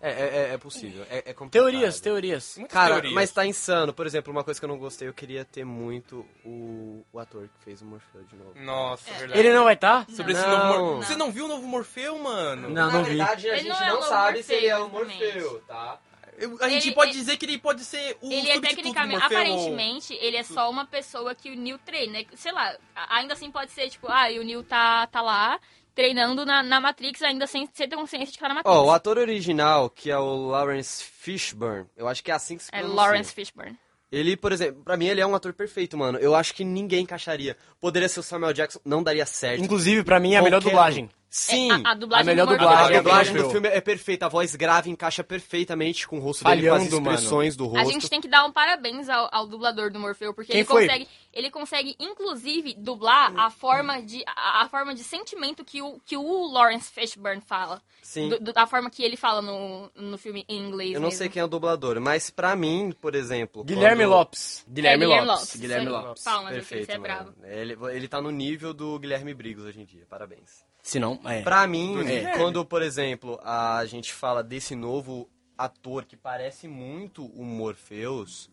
Speaker 1: É, é- é- é possível. É, é complicado.
Speaker 4: Teorias, teorias.
Speaker 2: Muitas
Speaker 1: Cara,
Speaker 2: teorias.
Speaker 1: mas tá insano. Por exemplo, uma coisa que eu não gostei, eu queria ter muito o, o ator que fez o Morfeu de novo.
Speaker 2: Nossa,
Speaker 3: É.
Speaker 2: verdade.
Speaker 4: Ele não vai tá? estar?
Speaker 2: Sobre
Speaker 1: Não.
Speaker 2: esse novo Mor...
Speaker 1: Não.
Speaker 2: Você não viu o novo Morfeu, mano?
Speaker 4: Não, não vi.
Speaker 1: verdade,
Speaker 3: a Ele gente não é não o novo sabe se ele é o Morfeu, exatamente. Morfeu,
Speaker 1: tá?
Speaker 2: Eu- a gente
Speaker 3: Ele-
Speaker 2: pode
Speaker 3: ele-
Speaker 2: dizer que ele pode ser o
Speaker 3: Ele é
Speaker 2: substituto
Speaker 3: tecnicamente,
Speaker 2: do
Speaker 1: um-
Speaker 2: Morfeu.
Speaker 3: aparentemente, ele
Speaker 1: Hum.
Speaker 3: é só uma pessoa que o Neil treina. Sei lá, a- ainda assim pode ser, tipo, ah, e o Neil tá, tá lá treinando na, na Matrix, ainda sem, sem ter consciência de que tá na Matrix.
Speaker 1: Ó, o ator original, que é o Lawrence Fishburne, eu acho que é assim que se
Speaker 3: É
Speaker 1: pronuncia.
Speaker 3: Lawrence Fishburne.
Speaker 1: Ele, por exemplo, pra mim ele é um ator perfeito, mano. Eu acho que ninguém encaixaria. Poderia ser o Samuel Jackson, não daria certo.
Speaker 4: Inclusive, pra mim, é a melhor
Speaker 1: Qualquer
Speaker 4: dublagem.
Speaker 1: um. Sim.
Speaker 3: É, a, a dublagem
Speaker 4: a melhor
Speaker 3: do Morpheus.
Speaker 1: A
Speaker 4: dublagem.
Speaker 1: dublagem do
Speaker 4: Morfeu.
Speaker 1: filme é perfeita, a voz grave encaixa perfeitamente com o rosto dele,
Speaker 4: Falhando,
Speaker 1: com as expressões do
Speaker 3: A
Speaker 1: rosto.
Speaker 3: gente tem que dar um parabéns ao, ao dublador do Morfeu, porque
Speaker 4: Quem
Speaker 3: ele
Speaker 4: foi?
Speaker 3: consegue, ele consegue inclusive dublar a forma de a, a forma de sentimento que o que o Lawrence Fishburne fala,
Speaker 1: Sim.
Speaker 3: Do- do- da forma que ele fala no, no filme em inglês.
Speaker 1: Eu não sei quem é o dublador, mas pra mim, por exemplo.
Speaker 4: Guilherme
Speaker 1: um. quando-
Speaker 4: Lopes.
Speaker 3: É, Guilherme, Lopes.
Speaker 4: Guilherme
Speaker 3: Isso aí.
Speaker 4: Lopes.
Speaker 3: Palmas,
Speaker 1: Perfeito,
Speaker 3: Perfeito, você é
Speaker 1: mano.
Speaker 3: bravo.
Speaker 1: Ele, ele tá no nível do Guilherme Briggs hoje em dia, parabéns.
Speaker 4: Se não, é.
Speaker 1: Pra mim,
Speaker 2: Do Guilherme.
Speaker 1: quando, por exemplo, a gente fala desse novo ator que parece muito o Morpheus,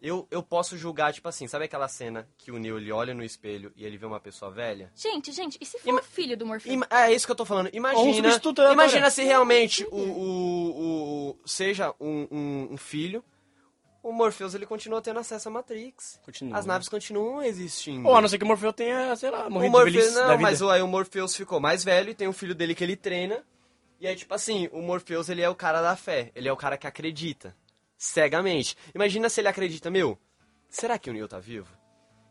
Speaker 1: eu, eu posso julgar, tipo assim, sabe aquela cena que o Neo ele olha no espelho e ele vê uma pessoa velha?
Speaker 3: Gente, gente, e se for o filho do Morfeu?
Speaker 1: Ima- é isso que eu tô falando.
Speaker 4: Ou um
Speaker 1: Imagina,
Speaker 4: substituto aleatório.
Speaker 1: imagina se realmente o, o, o- seja um, um- um filho, o Morpheus ele continua tendo acesso à Matrix.
Speaker 4: Continua.
Speaker 1: As naves continuam existindo.
Speaker 4: Ou a não ser que o Morfeu tenha, sei lá,
Speaker 1: O
Speaker 4: morrido de
Speaker 1: Morpheus,
Speaker 4: velhice da
Speaker 1: não,
Speaker 4: vida.
Speaker 1: mas o, aí o Morpheus ficou mais velho e tem um filho dele que ele treina. E aí, tipo assim, o Morpheus, ele é o cara da fé. Ele é o cara que acredita. Cegamente. Imagina se ele acredita, meu, será que o Neo tá vivo?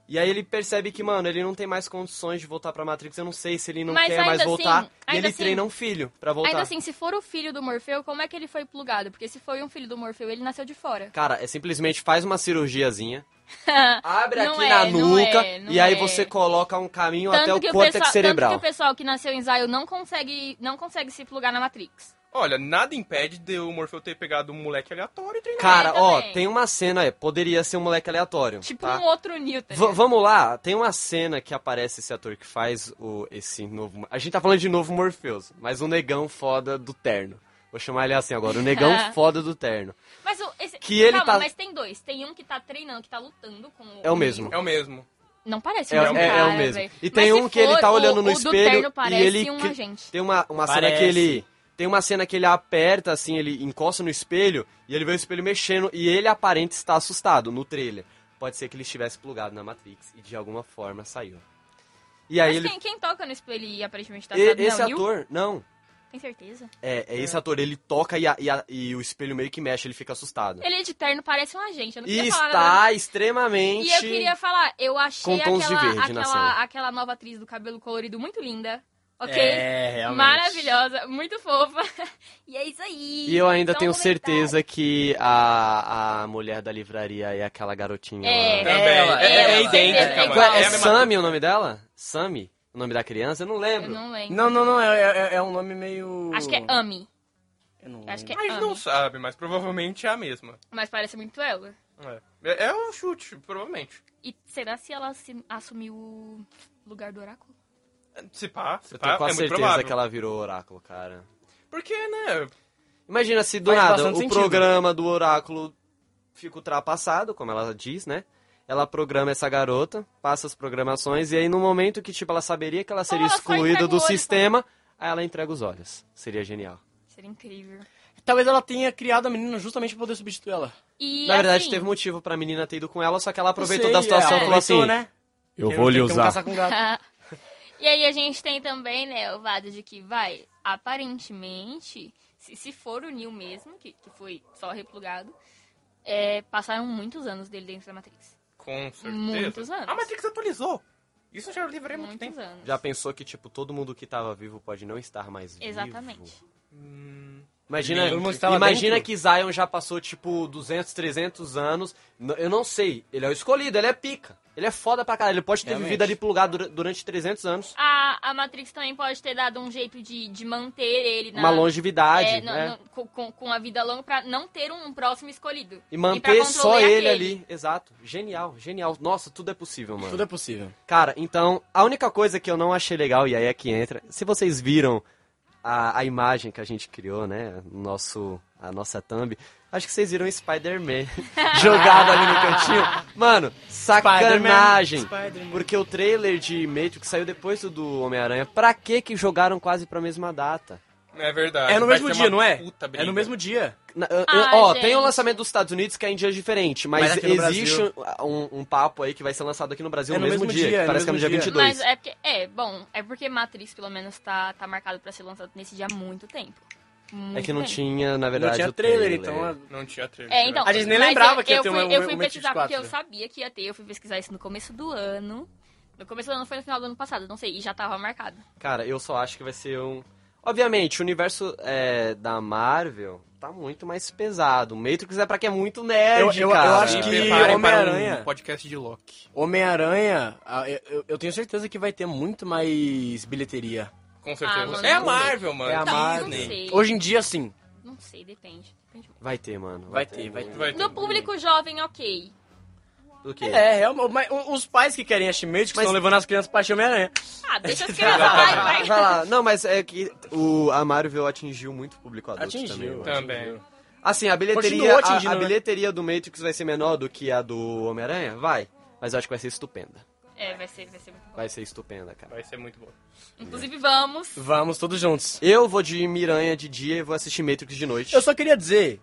Speaker 1: E aí ele percebe que, mano, ele não tem mais condições de voltar pra Matrix. Eu não sei se ele não
Speaker 3: Mas
Speaker 1: quer
Speaker 3: ainda
Speaker 1: mais
Speaker 3: assim,
Speaker 1: voltar. e
Speaker 3: ainda
Speaker 1: ele
Speaker 3: assim-
Speaker 1: treina um filho pra voltar.
Speaker 3: Ainda assim, se for o filho do Morfeu, como é que ele foi plugado? Porque se foi um filho do Morfeu, ele nasceu de fora.
Speaker 1: Cara, é simplesmente faz uma
Speaker 3: (laughs)
Speaker 1: cirurgiazinha. Abre
Speaker 3: Não
Speaker 1: aqui
Speaker 3: é,
Speaker 1: na
Speaker 3: não é,
Speaker 1: nuca.
Speaker 3: não
Speaker 1: e aí
Speaker 3: é.
Speaker 1: você coloca um caminho até o
Speaker 3: Tanto que, o
Speaker 1: córtex
Speaker 3: pessoal,
Speaker 1: cerebral.
Speaker 3: tanto que o pessoal que nasceu em Zion não consegue, não consegue se plugar na Matrix.
Speaker 2: Olha, nada impede de o Morfeu ter pegado um moleque aleatório e treinado.
Speaker 1: Cara,
Speaker 3: é também.
Speaker 1: ó, tem uma cena, é, poderia ser um moleque aleatório.
Speaker 3: Tipo
Speaker 1: tá?
Speaker 3: um outro Newton.
Speaker 1: V- vamos lá, tem uma cena que aparece esse ator que faz o, esse novo. A gente tá falando de novo Morpheus, mas o negão foda do terno. Vou chamar ele assim agora, o
Speaker 3: (laughs)
Speaker 1: negão foda do terno.
Speaker 3: Mas o, esse,
Speaker 1: Que ele
Speaker 3: calma,
Speaker 1: tá-
Speaker 3: mas tem dois. Tem um que tá treinando, que tá lutando com o.
Speaker 1: É o mesmo.
Speaker 2: É o mesmo.
Speaker 3: Não parece
Speaker 1: É,
Speaker 3: o mesmo
Speaker 1: é- é
Speaker 3: cara,
Speaker 1: o mesmo.
Speaker 3: velho.
Speaker 1: E tem
Speaker 3: Mas se
Speaker 1: um que ele
Speaker 3: for,
Speaker 1: tá olhando
Speaker 3: o-
Speaker 1: no
Speaker 3: o do
Speaker 1: espelho
Speaker 3: terno
Speaker 1: e
Speaker 3: parece
Speaker 1: ele
Speaker 3: um
Speaker 1: cri-
Speaker 3: agente.
Speaker 1: tem uma, uma cena
Speaker 4: Parece.
Speaker 1: que ele tem uma cena que ele aperta assim, ele encosta no espelho e ele vê o espelho mexendo e ele aparenta estar assustado no trailer. Pode ser que ele estivesse plugado na Matrix e de alguma forma saiu. E aí
Speaker 3: Mas
Speaker 1: ele
Speaker 3: quem, quem toca no espelho e aparentemente tá
Speaker 1: E-
Speaker 3: assado?
Speaker 1: esse
Speaker 3: não, Neil?
Speaker 1: ator, não.
Speaker 3: Tem certeza?
Speaker 1: É, é esse ator, ele toca e, a- e a- e o espelho meio que mexe, ele fica assustado.
Speaker 3: Ele de terno parece um agente. Eu não
Speaker 1: E
Speaker 3: queria falar nada.
Speaker 1: está extremamente.
Speaker 3: né? E eu queria falar, eu achei
Speaker 1: Com tons de
Speaker 3: aquela,
Speaker 1: verde na cena.
Speaker 3: aquela, aquela nova atriz do cabelo colorido muito linda. Ok?
Speaker 4: É, realmente.
Speaker 3: Maravilhosa, muito fofa. (laughs) E é isso aí.
Speaker 1: E eu ainda
Speaker 3: Então,
Speaker 1: tenho
Speaker 3: comentário.
Speaker 1: certeza que a, a mulher da livraria é aquela garotinha. lá.
Speaker 3: É,
Speaker 2: Também.
Speaker 4: Ela,
Speaker 2: é,
Speaker 4: ela,
Speaker 2: é
Speaker 4: ela.
Speaker 2: idêntica,
Speaker 3: É
Speaker 2: mano.
Speaker 3: igual.
Speaker 1: É,
Speaker 2: a mesma
Speaker 1: Sammy o nome dela? Sammy? O nome da criança? Eu não
Speaker 3: Eu
Speaker 1: lembro.
Speaker 3: não lembro.
Speaker 4: Não, não, não, é, é- é um nome meio...
Speaker 3: Acho que é Ami.
Speaker 4: Eu não
Speaker 3: Acho que é
Speaker 2: Mas
Speaker 3: Ami.
Speaker 2: não sabe, mas provavelmente é a mesma.
Speaker 3: Mas parece muito ela.
Speaker 2: É, é, é um chute, provavelmente.
Speaker 3: E será se ela se- assumiu o lugar do oráculo?
Speaker 2: Se pá, se
Speaker 1: Eu
Speaker 2: pá,
Speaker 1: tenho com
Speaker 2: é muito
Speaker 1: certeza
Speaker 2: provável.
Speaker 1: que ela virou oráculo, cara.
Speaker 2: Porque, né,
Speaker 1: Imagina se do
Speaker 4: Faz
Speaker 1: nada
Speaker 4: bastante
Speaker 1: o
Speaker 4: sentido. né?
Speaker 1: programa do Oráculo fica ultrapassado, como ela diz, né? Ela programa essa garota, passa as programações, e aí no momento que, tipo, ela saberia que ela seria
Speaker 3: Então ela só
Speaker 1: excluída
Speaker 3: entrega
Speaker 1: do
Speaker 3: o olho,
Speaker 1: sistema, aí ela entrega os olhos. Seria genial.
Speaker 3: Seria incrível.
Speaker 4: Talvez ela tenha criado a menina justamente pra poder substituir ela.
Speaker 3: E,
Speaker 1: Na verdade,
Speaker 3: assim,
Speaker 1: teve um- motivo pra menina ter ido com ela, só que ela aproveitou
Speaker 4: Não sei,
Speaker 1: da situação
Speaker 4: é,
Speaker 1: e falou
Speaker 4: aproveitou,
Speaker 1: assim,
Speaker 4: né?
Speaker 1: eu
Speaker 4: Porque
Speaker 1: vou lhe
Speaker 4: tem como
Speaker 1: usar.
Speaker 4: caçar com gato.
Speaker 3: e aí a gente tem também, né, o lado de que, vai, aparentemente, se, se for o Neil mesmo, que, que foi só replugado, é, passaram muitos anos dele dentro da Matrix.
Speaker 2: com certeza. Ah,
Speaker 3: Muitos anos.
Speaker 2: A Matrix atualizou. Isso eu já livrei há muito
Speaker 3: Muitos
Speaker 2: tempo.
Speaker 4: né?
Speaker 3: anos.
Speaker 1: Já pensou que, tipo, todo mundo que tava vivo pode não estar mais vivo?
Speaker 3: Exatamente.
Speaker 2: Hum,
Speaker 1: Imagina,
Speaker 4: Todo mundo que tava
Speaker 1: imagina
Speaker 4: dentro?
Speaker 1: que Zion já passou, tipo, 200, 300 anos. N- Eu não sei. Ele é o escolhido, ele é pica. Ele é foda pra caralho. Ele pode ter
Speaker 4: Realmente.
Speaker 1: vivido ali pro lugar dura- durante 300 anos.
Speaker 3: A, a Matrix também pode ter dado um jeito de, de manter ele na.
Speaker 1: uma longevidade,
Speaker 3: é, na-
Speaker 1: né?
Speaker 3: na- com- com, com a vida longa pra não ter um próximo escolhido.
Speaker 1: E
Speaker 3: pra
Speaker 1: manter
Speaker 3: controlar
Speaker 1: só ele
Speaker 3: aquele.
Speaker 1: ali. Exato. Genial, genial. Nossa, tudo é possível, mano.
Speaker 4: Tudo é possível.
Speaker 1: Cara, então, a única coisa que eu não achei legal, e aí é que entra. Se vocês viram a, a imagem que a gente criou, né? o Nosso, a nossa thumb. Acho que vocês viram Spider-Man jogado ali no cantinho. Mano, sacanagem. Porque o trailer de Matrix saiu depois do, do Homem-Aranha. Pra que que jogaram quase pra mesma data?
Speaker 2: É verdade.
Speaker 4: É no
Speaker 2: vai
Speaker 4: mesmo
Speaker 2: ser
Speaker 4: dia,
Speaker 2: uma
Speaker 4: não é?
Speaker 2: puta
Speaker 4: É
Speaker 2: briga.
Speaker 4: no mesmo dia.
Speaker 1: Na- eu- eu-
Speaker 3: Ah,
Speaker 1: ó,
Speaker 3: gente.
Speaker 1: tem o lançamento dos Estados Unidos que é em dias diferente, mas,
Speaker 4: Mas aqui no
Speaker 1: existe um, um papo aí que vai ser lançado aqui no Brasil
Speaker 4: É
Speaker 1: no mesmo, dia,
Speaker 4: é
Speaker 1: que
Speaker 4: no
Speaker 1: parece que é no dia
Speaker 4: mesmo dia.
Speaker 1: 22.
Speaker 3: Mas é porque. É, bom, é porque Matrix, pelo menos, tá, tá marcado pra ser lançado nesse dia há muito tempo.
Speaker 1: É
Speaker 3: Muito
Speaker 1: que não
Speaker 3: tempo.
Speaker 1: tinha, na verdade, né?
Speaker 4: não tinha
Speaker 1: o
Speaker 4: trailer, então. é-
Speaker 2: Não tinha trailer.
Speaker 3: É, então.
Speaker 4: A gente nem
Speaker 3: mas
Speaker 4: lembrava
Speaker 3: eu-
Speaker 4: que ia
Speaker 3: eu
Speaker 4: ter
Speaker 3: fui,
Speaker 4: um-
Speaker 3: Eu
Speaker 4: um
Speaker 3: fui
Speaker 4: Matrix
Speaker 3: pesquisar
Speaker 4: 4,
Speaker 3: porque eu
Speaker 4: né?
Speaker 3: sabia que ia ter. Eu fui pesquisar isso no começo do ano. No começo do ano foi no final do ano passado, não sei. E já tava marcado.
Speaker 1: Cara, eu só acho que vai ser um. Obviamente, o universo é, da Marvel tá muito mais pesado. O Matrix é pra quem é muito nerd,
Speaker 4: Eu- eu- eu
Speaker 1: cara.
Speaker 4: acho
Speaker 2: E
Speaker 4: que
Speaker 2: Tá, preparem para
Speaker 4: Homem-Aranha-
Speaker 2: um podcast de Loki.
Speaker 4: Homem-Aranha, ah, eu- eu, eu tenho certeza que vai ter muito mais bilheteria.
Speaker 2: Com certeza.
Speaker 3: Ah, mano,
Speaker 2: é a
Speaker 3: não
Speaker 2: Marvel, mano.
Speaker 1: É a
Speaker 3: Então, não
Speaker 1: Marvel.
Speaker 3: sei.
Speaker 4: Tá Hoje em dia, sim.
Speaker 3: Não sei, depende. depende muito.
Speaker 1: Vai ter, mano.
Speaker 4: Vai ter, vai ter.
Speaker 2: Vai ter.
Speaker 3: No público jovem, ok.
Speaker 1: Do quê?
Speaker 4: (laughs) É, é uma- mas o- os pais que querem Ash Matrix estão levando as crianças pra Ash Homem-Aranha.
Speaker 3: Ah, deixa as
Speaker 4: (laughs)
Speaker 3: crianças vai, vai.
Speaker 1: Vai lá. Não, mas é que o, a Marvel atingiu muito o público adulto também.
Speaker 4: Atingiu.
Speaker 1: eu acho.
Speaker 2: Também.
Speaker 1: Assim, a bilheteria,
Speaker 4: Continuou
Speaker 1: a-
Speaker 4: atingindo,
Speaker 1: a,
Speaker 4: né?
Speaker 1: bilheteria do Matrix vai ser menor do que a do Homem-Aranha? Vai. Mas eu acho que vai ser estupenda.
Speaker 3: É, vai ser, vai ser muito bom.
Speaker 1: Vai ser estupenda, cara.
Speaker 2: Vai ser muito bom.
Speaker 3: Inclusive, vamos.
Speaker 4: Vamos todos juntos.
Speaker 1: Eu vou de Miranha de dia e vou assistir Matrix de noite.
Speaker 4: Eu só queria dizer,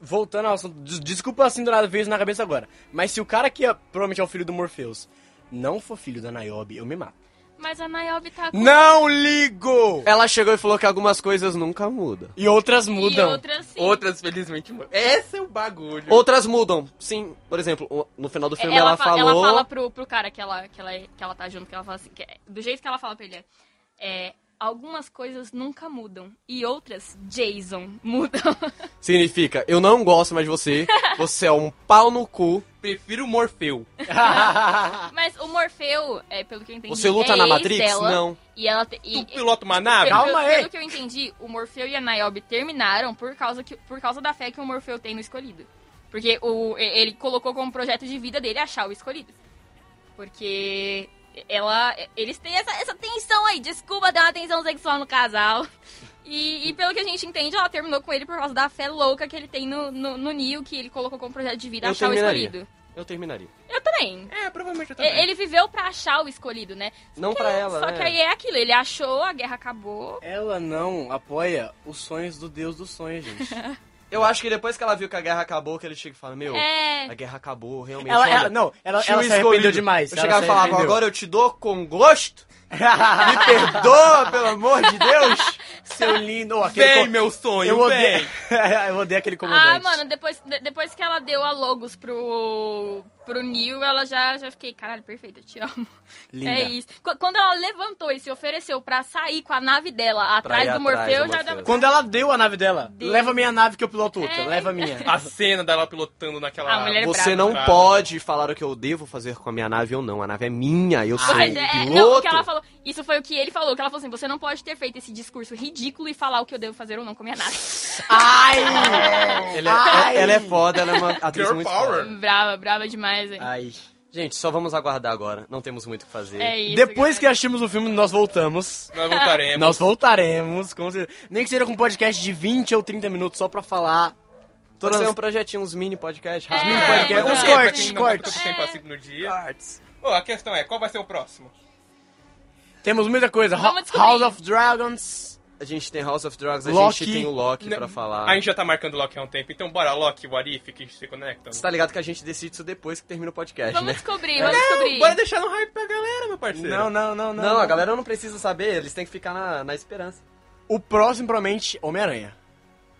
Speaker 4: voltando ao assunto, des- desculpa assim do nada, veio isso na cabeça agora. Mas se o cara que é, provavelmente é o filho do Morpheus não for filho da Niobe, eu me mato.
Speaker 3: Mas a Nayobi tá com...
Speaker 4: Não ligo!
Speaker 1: Ela chegou e falou que algumas coisas nunca mudam.
Speaker 4: E outras mudam.
Speaker 3: E outras, sim.
Speaker 2: Outras, felizmente, mano. Esse é o bagulho.
Speaker 1: Outras mudam, sim. Por exemplo, o- no final do
Speaker 3: É,
Speaker 1: filme
Speaker 3: ela,
Speaker 1: ela,
Speaker 3: fa- ela
Speaker 1: falou.
Speaker 3: fala pro, pro cara que ela, que, ela, que ela tá junto, que ela fala assim, que é- do jeito que ela fala pra ele, é, é, algumas coisas nunca mudam e outras, Jason, mudam. (laughs)
Speaker 1: Significa, eu não gosto mais de você, você é um pau no cu,
Speaker 2: Prefiro o Morfeu.
Speaker 3: Mas o Morfeu, é, pelo que eu entendi,
Speaker 1: você luta
Speaker 3: é
Speaker 1: na
Speaker 3: ex
Speaker 1: Matrix?
Speaker 3: dela,
Speaker 1: Não.
Speaker 3: E ela te- e-
Speaker 2: Tu pilota uma nave?
Speaker 3: pelo,
Speaker 4: calma
Speaker 3: pelo,
Speaker 4: aí.
Speaker 3: pelo que eu entendi, o Morfeu e a Niobe terminaram por causa, que, por causa da fé que o Morfeu tem no escolhido. Porque o, e- ele colocou como projeto de vida dele achar o escolhido. Porque ela, eles têm essa, essa tensão aí. Desculpa dar uma tensão sexual no casal. E, e pelo que a gente entende, ela terminou com ele por causa da fé louca que ele tem no, no, no Neo, que ele colocou como projeto de vida
Speaker 1: Eu
Speaker 3: achar o
Speaker 1: terminaria.
Speaker 3: escolhido.
Speaker 1: Eu terminaria.
Speaker 3: Eu também.
Speaker 2: É, provavelmente eu
Speaker 3: E-
Speaker 2: também.
Speaker 3: Ele viveu pra achar o escolhido, né?
Speaker 1: Não pra ela,
Speaker 3: Só
Speaker 1: né?
Speaker 3: que aí é aquilo, ele achou, a guerra acabou.
Speaker 4: Ela não apoia os sonhos do Deus dos sonhos, gente.
Speaker 1: Eu acho que depois que ela viu que a guerra acabou, que ele chega e fala, meu,
Speaker 3: É.
Speaker 1: a guerra acabou, realmente.
Speaker 4: ela,
Speaker 1: olha,
Speaker 4: ela- não, ela,
Speaker 1: tio
Speaker 4: ela se
Speaker 1: um escolhido.
Speaker 4: arrependeu demais.
Speaker 1: Eu
Speaker 4: ela
Speaker 1: chegava
Speaker 4: se
Speaker 1: e falava,
Speaker 4: arrependeu.
Speaker 1: agora eu te dou com gosto.
Speaker 4: (laughs)
Speaker 1: Me perdoa, pelo amor de Deus.
Speaker 4: Seu lindo. ó, aquele
Speaker 2: Vem,
Speaker 4: co-
Speaker 2: meu sonho,
Speaker 4: eu odeio,
Speaker 2: vem.
Speaker 4: (laughs) eu odeio aquele comandante.
Speaker 3: Ah, mano, depois, de- depois que ela deu a logos pro, pro Neil, ela já, já fiquei, caralho, perfeita, eu te amo.
Speaker 4: Linda.
Speaker 3: É isso. Qu- Quando ela levantou e se ofereceu pra sair com a nave dela
Speaker 1: Pra ir
Speaker 3: atrás do
Speaker 1: atrás do
Speaker 3: Morfeu, já
Speaker 1: Morpheus.
Speaker 3: dava.
Speaker 4: Quando ela deu a nave dela,
Speaker 3: Deu.
Speaker 4: leva minha nave que eu piloto outra.
Speaker 3: É. (laughs)
Speaker 4: Leva minha. (laughs)
Speaker 2: A cena dela pilotando naquela...
Speaker 3: A mulher-
Speaker 1: Você
Speaker 3: brava.
Speaker 1: não
Speaker 2: Brava.
Speaker 1: pode falar o que eu devo fazer com a minha nave ou não. A nave é minha, eu sou
Speaker 3: Mas
Speaker 1: o
Speaker 3: é- é-
Speaker 1: piloto.
Speaker 3: não, o que ela falou, isso foi o que ele falou, que ela falou assim, você não pode ter feito esse discurso ridículo e falar o que eu devo fazer ou não com a minha nave.
Speaker 4: Ai!
Speaker 1: Ela é,
Speaker 4: Ai!
Speaker 1: ela é foda, ela é uma atriz
Speaker 2: Girl
Speaker 1: muito foda.
Speaker 2: power.
Speaker 3: (laughs) brava, brava demais, hein?
Speaker 1: Ai. Gente, só vamos aguardar agora. Não temos muito o que fazer.
Speaker 3: É isso.
Speaker 4: Depois que
Speaker 3: galera.
Speaker 4: assistimos o filme, nós voltamos.
Speaker 2: Nós voltaremos.
Speaker 4: Nós voltaremos, com certeza. Nem que seja com um podcast de 20 ou 30 minutos só pra falar.
Speaker 1: Pode
Speaker 4: Todas
Speaker 1: ser
Speaker 4: as...
Speaker 1: um projetinho, uns mini podcast,
Speaker 3: É,
Speaker 1: rapidinho.
Speaker 4: Mini podcast,
Speaker 3: é,
Speaker 4: uns
Speaker 3: é,
Speaker 4: cortes,
Speaker 3: sim.
Speaker 4: cortes.
Speaker 2: Tempo assim no dia. Ô, a questão é, qual vai ser o próximo?
Speaker 4: Temos muita coisa.
Speaker 3: Vamos
Speaker 4: Ho-
Speaker 3: descobrir.
Speaker 4: House of Dragons.
Speaker 1: A gente tem House of Drugs, a
Speaker 4: Loki.
Speaker 1: gente tem o Loki pra
Speaker 2: A
Speaker 4: Ah.
Speaker 1: falar.
Speaker 2: gente já tá marcando Loki há um tempo, então bora Loki, o Arif, que se conectam.
Speaker 1: Você tá ligado que a gente decide isso depois que termina o podcast,
Speaker 3: Vamos
Speaker 1: né?
Speaker 3: descobrir, vamos descobrir.
Speaker 2: Bora deixar no hype pra galera, meu parceiro.
Speaker 4: Não, não, não, não.
Speaker 1: Não, a galera não precisa saber, eles têm que ficar na, na esperança.
Speaker 4: O próximo, provavelmente, Homem-Aranha.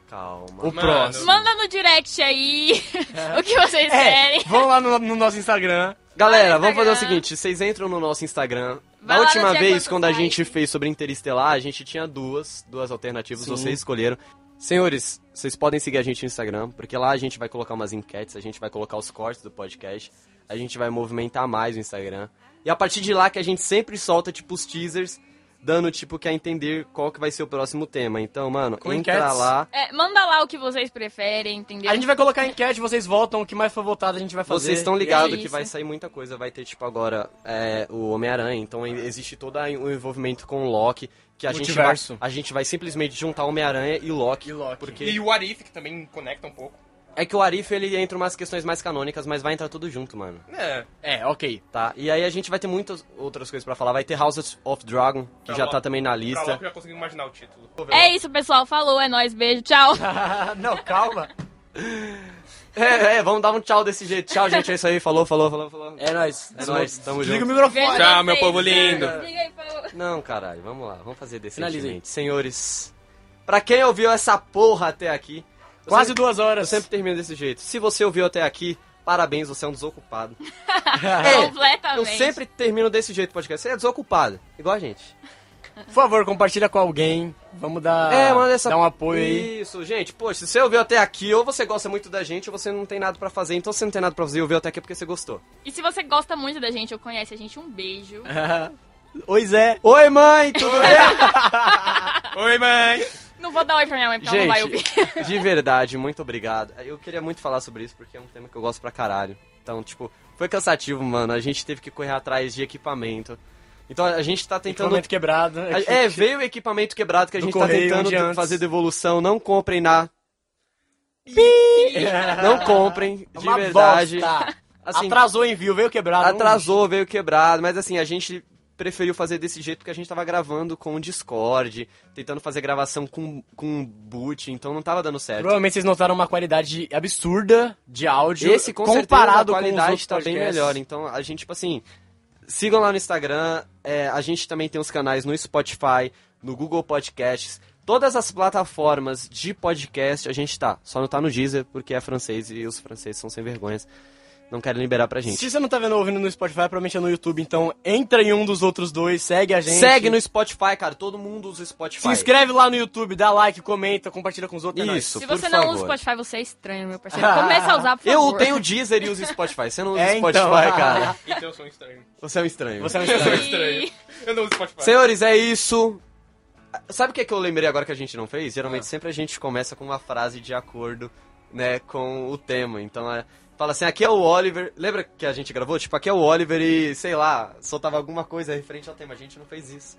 Speaker 1: Calma.
Speaker 4: O
Speaker 2: Mano.
Speaker 4: próximo.
Speaker 3: Manda no direct aí
Speaker 7: (laughs)
Speaker 3: o que vocês
Speaker 4: É,
Speaker 3: querem.
Speaker 4: vão lá no, no nosso Instagram.
Speaker 1: Galera,
Speaker 3: Vai no
Speaker 1: vamos fazer o
Speaker 3: Instagram.
Speaker 1: seguinte, vocês entram no nosso Instagram. Na
Speaker 3: Vai lá no
Speaker 1: última
Speaker 3: Dia
Speaker 1: vez,
Speaker 3: Quanto
Speaker 1: quando a
Speaker 3: Sai.
Speaker 1: gente fez sobre Interestelar, a gente tinha duas, duas alternativas,
Speaker 4: Sim.
Speaker 1: vocês escolheram. Senhores, vocês podem seguir a gente no Instagram, porque lá a gente vai colocar umas enquetes, a gente vai colocar os cortes do podcast, a gente vai movimentar mais o Instagram. E a partir de lá que a gente sempre solta, tipo, os teasers, dando, tipo, que a entender qual que vai ser o próximo tema. Então, mano,
Speaker 4: Com
Speaker 1: entra
Speaker 4: enquetes.
Speaker 1: lá.
Speaker 7: É, manda lá o que vocês preferem, entendeu?
Speaker 4: A gente vai colocar a enquete, vocês votam, o que mais foi votado a gente vai fazer.
Speaker 1: Vocês estão ligados
Speaker 7: É
Speaker 1: que
Speaker 7: isso.
Speaker 1: vai sair muita coisa. Vai ter, tipo, agora é, o Homem-Aranha. Então e- existe todo aí o envolvimento com o Loki. Que a gente, vai,
Speaker 4: Multiverso.
Speaker 1: a gente vai simplesmente juntar Homem-Aranha e Loki.
Speaker 4: E Loki.
Speaker 1: Porque
Speaker 2: E o Arif, que também conecta um pouco.
Speaker 1: é que o Arif, ele entra umas questões mais canônicas, mas vai entrar tudo junto, mano.
Speaker 2: É,
Speaker 4: É,
Speaker 1: (laughs)
Speaker 4: ok.
Speaker 1: Tá? E aí a gente vai ter muitas outras coisas pra falar. Vai ter House of Dragon, que
Speaker 2: Pra
Speaker 1: já
Speaker 2: Loki.
Speaker 1: tá também na
Speaker 2: pra
Speaker 1: lista.
Speaker 2: Loki eu já consegui imaginar o título.
Speaker 7: É isso, pessoal. Falou, é nóis, beijo, tchau.
Speaker 4: Tá Não, calma.
Speaker 1: (laughs) É, é, vamos dar um tchau desse jeito. Tchau, gente. É isso aí. Falou, falou, falou, falou.
Speaker 4: É nóis.
Speaker 1: É nóis, tamo
Speaker 4: Liga o
Speaker 1: junto.
Speaker 4: microfone.
Speaker 3: Vejo
Speaker 2: Tchau, meu
Speaker 3: vocês,
Speaker 2: povo
Speaker 3: né?
Speaker 2: lindo.
Speaker 3: Diga aí, povo.
Speaker 1: Não, caralho, vamos lá, vamos fazer
Speaker 4: Finaliza aí.
Speaker 1: decentemente. Senhores, pra quem ouviu essa porra até aqui,
Speaker 4: Quase
Speaker 1: eu sempre,
Speaker 4: duas
Speaker 1: eu
Speaker 4: horas. (laughs)
Speaker 1: sempre termino desse jeito. Se você ouviu até aqui, parabéns, você é um desocupado. é, eu
Speaker 7: Completamente.
Speaker 1: sempre termino desse jeito o podcast. Você é desocupado, igual a gente.
Speaker 4: Por favor, compartilha com alguém. Vamos dar,
Speaker 1: é, manda essa
Speaker 4: dar um apoio aí.
Speaker 1: Isso, gente. Poxa, se você ouviu até aqui, ou você gosta muito da gente, ou você não tem nada pra fazer. Então, se você não tem nada pra fazer e ouviu até aqui é porque você gostou.
Speaker 7: E se você gosta muito da gente ou conhece a gente, um beijo.
Speaker 4: Pois é.
Speaker 1: Oi, mãe, tudo
Speaker 7: Então
Speaker 1: bem?
Speaker 2: Oi, mãe!
Speaker 7: Não vou dar oi pra minha mãe, porque ela não vai ouvir.
Speaker 1: Gente, de verdade, muito obrigado. Eu queria muito falar sobre isso, porque é um tema que eu gosto pra caralho. Então, tipo, foi cansativo, mano. A gente teve que correr atrás de equipamento. Então a gente tá tentando.
Speaker 4: Equipamento quebrado.
Speaker 1: a-
Speaker 4: (laughs)
Speaker 1: É, veio o equipamento quebrado que a
Speaker 4: Do
Speaker 1: gente tá
Speaker 4: correio um
Speaker 1: tentando
Speaker 4: dia
Speaker 1: de-
Speaker 4: antes.
Speaker 1: fazer devolução. Não comprem na. (laughs) Não comprem, de
Speaker 4: É Uma
Speaker 1: verdade.
Speaker 4: bosta.
Speaker 1: Assim,
Speaker 4: Atrasou o envio, veio quebrado.
Speaker 1: Atrasou, veio quebrado, mas assim, a gente preferiu fazer desse jeito porque a gente tava gravando com o Discord, tentando fazer gravação com, com boot, então não tava dando certo.
Speaker 4: Provavelmente vocês notaram uma qualidade absurda de áudio.
Speaker 1: Esse, com
Speaker 4: comparado
Speaker 1: certeza, a
Speaker 4: com os
Speaker 1: qualidade
Speaker 4: outros
Speaker 1: tá bem
Speaker 4: podcasts.
Speaker 1: melhor. Então, a gente, tipo assim, sigam lá no Instagram. é, a gente também tem os canais no Spotify, no Google Podcasts. Todas as plataformas de podcast a gente tá. Só não tá no Deezer, porque é francês e os franceses são sem vergonhas. Não querem liberar pra gente.
Speaker 4: Se você não tá vendo ou ouvindo no Spotify, provavelmente é no YouTube. Então entra em um dos outros dois, segue a gente.
Speaker 1: Segue no Spotify, cara. Todo mundo usa o Spotify.
Speaker 4: Se inscreve lá no YouTube, dá like, comenta, compartilha com os outros. é nóis.
Speaker 1: Isso,
Speaker 7: Se
Speaker 1: por
Speaker 7: você não
Speaker 1: favor.
Speaker 7: usa o Spotify, você é estranho, meu parceiro. Começa a usar, por favor.
Speaker 1: Eu tenho o Deezer e uso o Spotify. Você não usa
Speaker 4: É,
Speaker 1: o Spotify,
Speaker 4: então. (laughs)
Speaker 1: cara.
Speaker 2: Então eu sou um estranho.
Speaker 1: Você é um estranho.
Speaker 4: Você
Speaker 1: (laughs)
Speaker 4: é um
Speaker 2: Eu sou um
Speaker 4: estranho.
Speaker 2: estranho. Eu não uso Spotify.
Speaker 1: Senhores, é isso. Sabe o que, é que eu lembrei agora que a gente não fez? Geralmente sempre a gente começa com uma frase de acordo, né, com o tema. Então é, fala assim, aqui é o Oliver. Lembra que a gente gravou? Tipo, aqui é o Oliver e, sei lá, soltava alguma coisa referente ao tema. A gente não fez isso.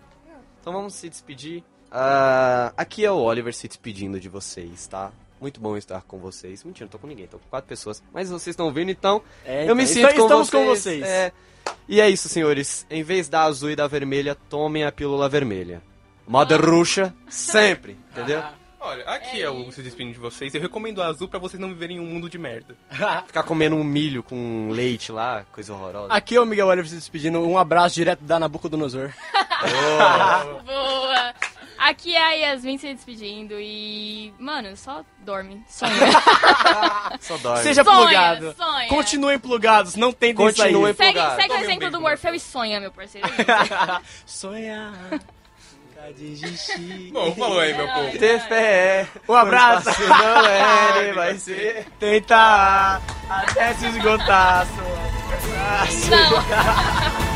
Speaker 1: Então vamos se despedir. Ah, aqui é o Oliver se despedindo de vocês, tá? Muito bom estar com vocês. Mentira, não tô com ninguém, tô com quatro pessoas. Mas vocês estão ouvindo, então
Speaker 4: É,
Speaker 1: eu
Speaker 4: então,
Speaker 1: me sinto
Speaker 4: então
Speaker 1: com
Speaker 4: estamos
Speaker 1: vocês.
Speaker 4: com vocês.
Speaker 1: É. E é isso, senhores. Em vez da azul e da vermelha, tomem a pílula vermelha. Moda ruxa, sempre, entendeu?
Speaker 2: Olha, aqui é, o Se Despedindo de Vocês. Eu recomendo a azul pra vocês não viverem em um mundo de merda.
Speaker 1: Ficar comendo um milho com leite lá, coisa horrorosa.
Speaker 4: (laughs) Aqui é o Miguel Oliver se despedindo. Um abraço direto da Nabucodonosor.
Speaker 7: Boa. Aqui é a Yasmin se despedindo e... Mano, só dorme. Sonha.
Speaker 1: Só dói.
Speaker 4: Seja
Speaker 7: Sonha,
Speaker 4: plugado.
Speaker 7: sonha.
Speaker 4: Continuem plugados, não tentem
Speaker 1: Continuem
Speaker 4: sair.
Speaker 7: Segue,
Speaker 1: Empolgado.
Speaker 7: segue o
Speaker 2: Tome um
Speaker 7: exemplo
Speaker 2: beijo,
Speaker 7: do
Speaker 2: meu
Speaker 7: Morfeu e sonha, meu parceiro.
Speaker 4: Sonhar, nunca desistir.
Speaker 2: Bom, falou aí, meu
Speaker 7: É
Speaker 2: povo.
Speaker 7: nóis.
Speaker 1: Ter fé.
Speaker 4: Um abraço.
Speaker 1: Se não é, ele vai ser.
Speaker 4: Tentar até se esgotar. sua força.
Speaker 7: Não.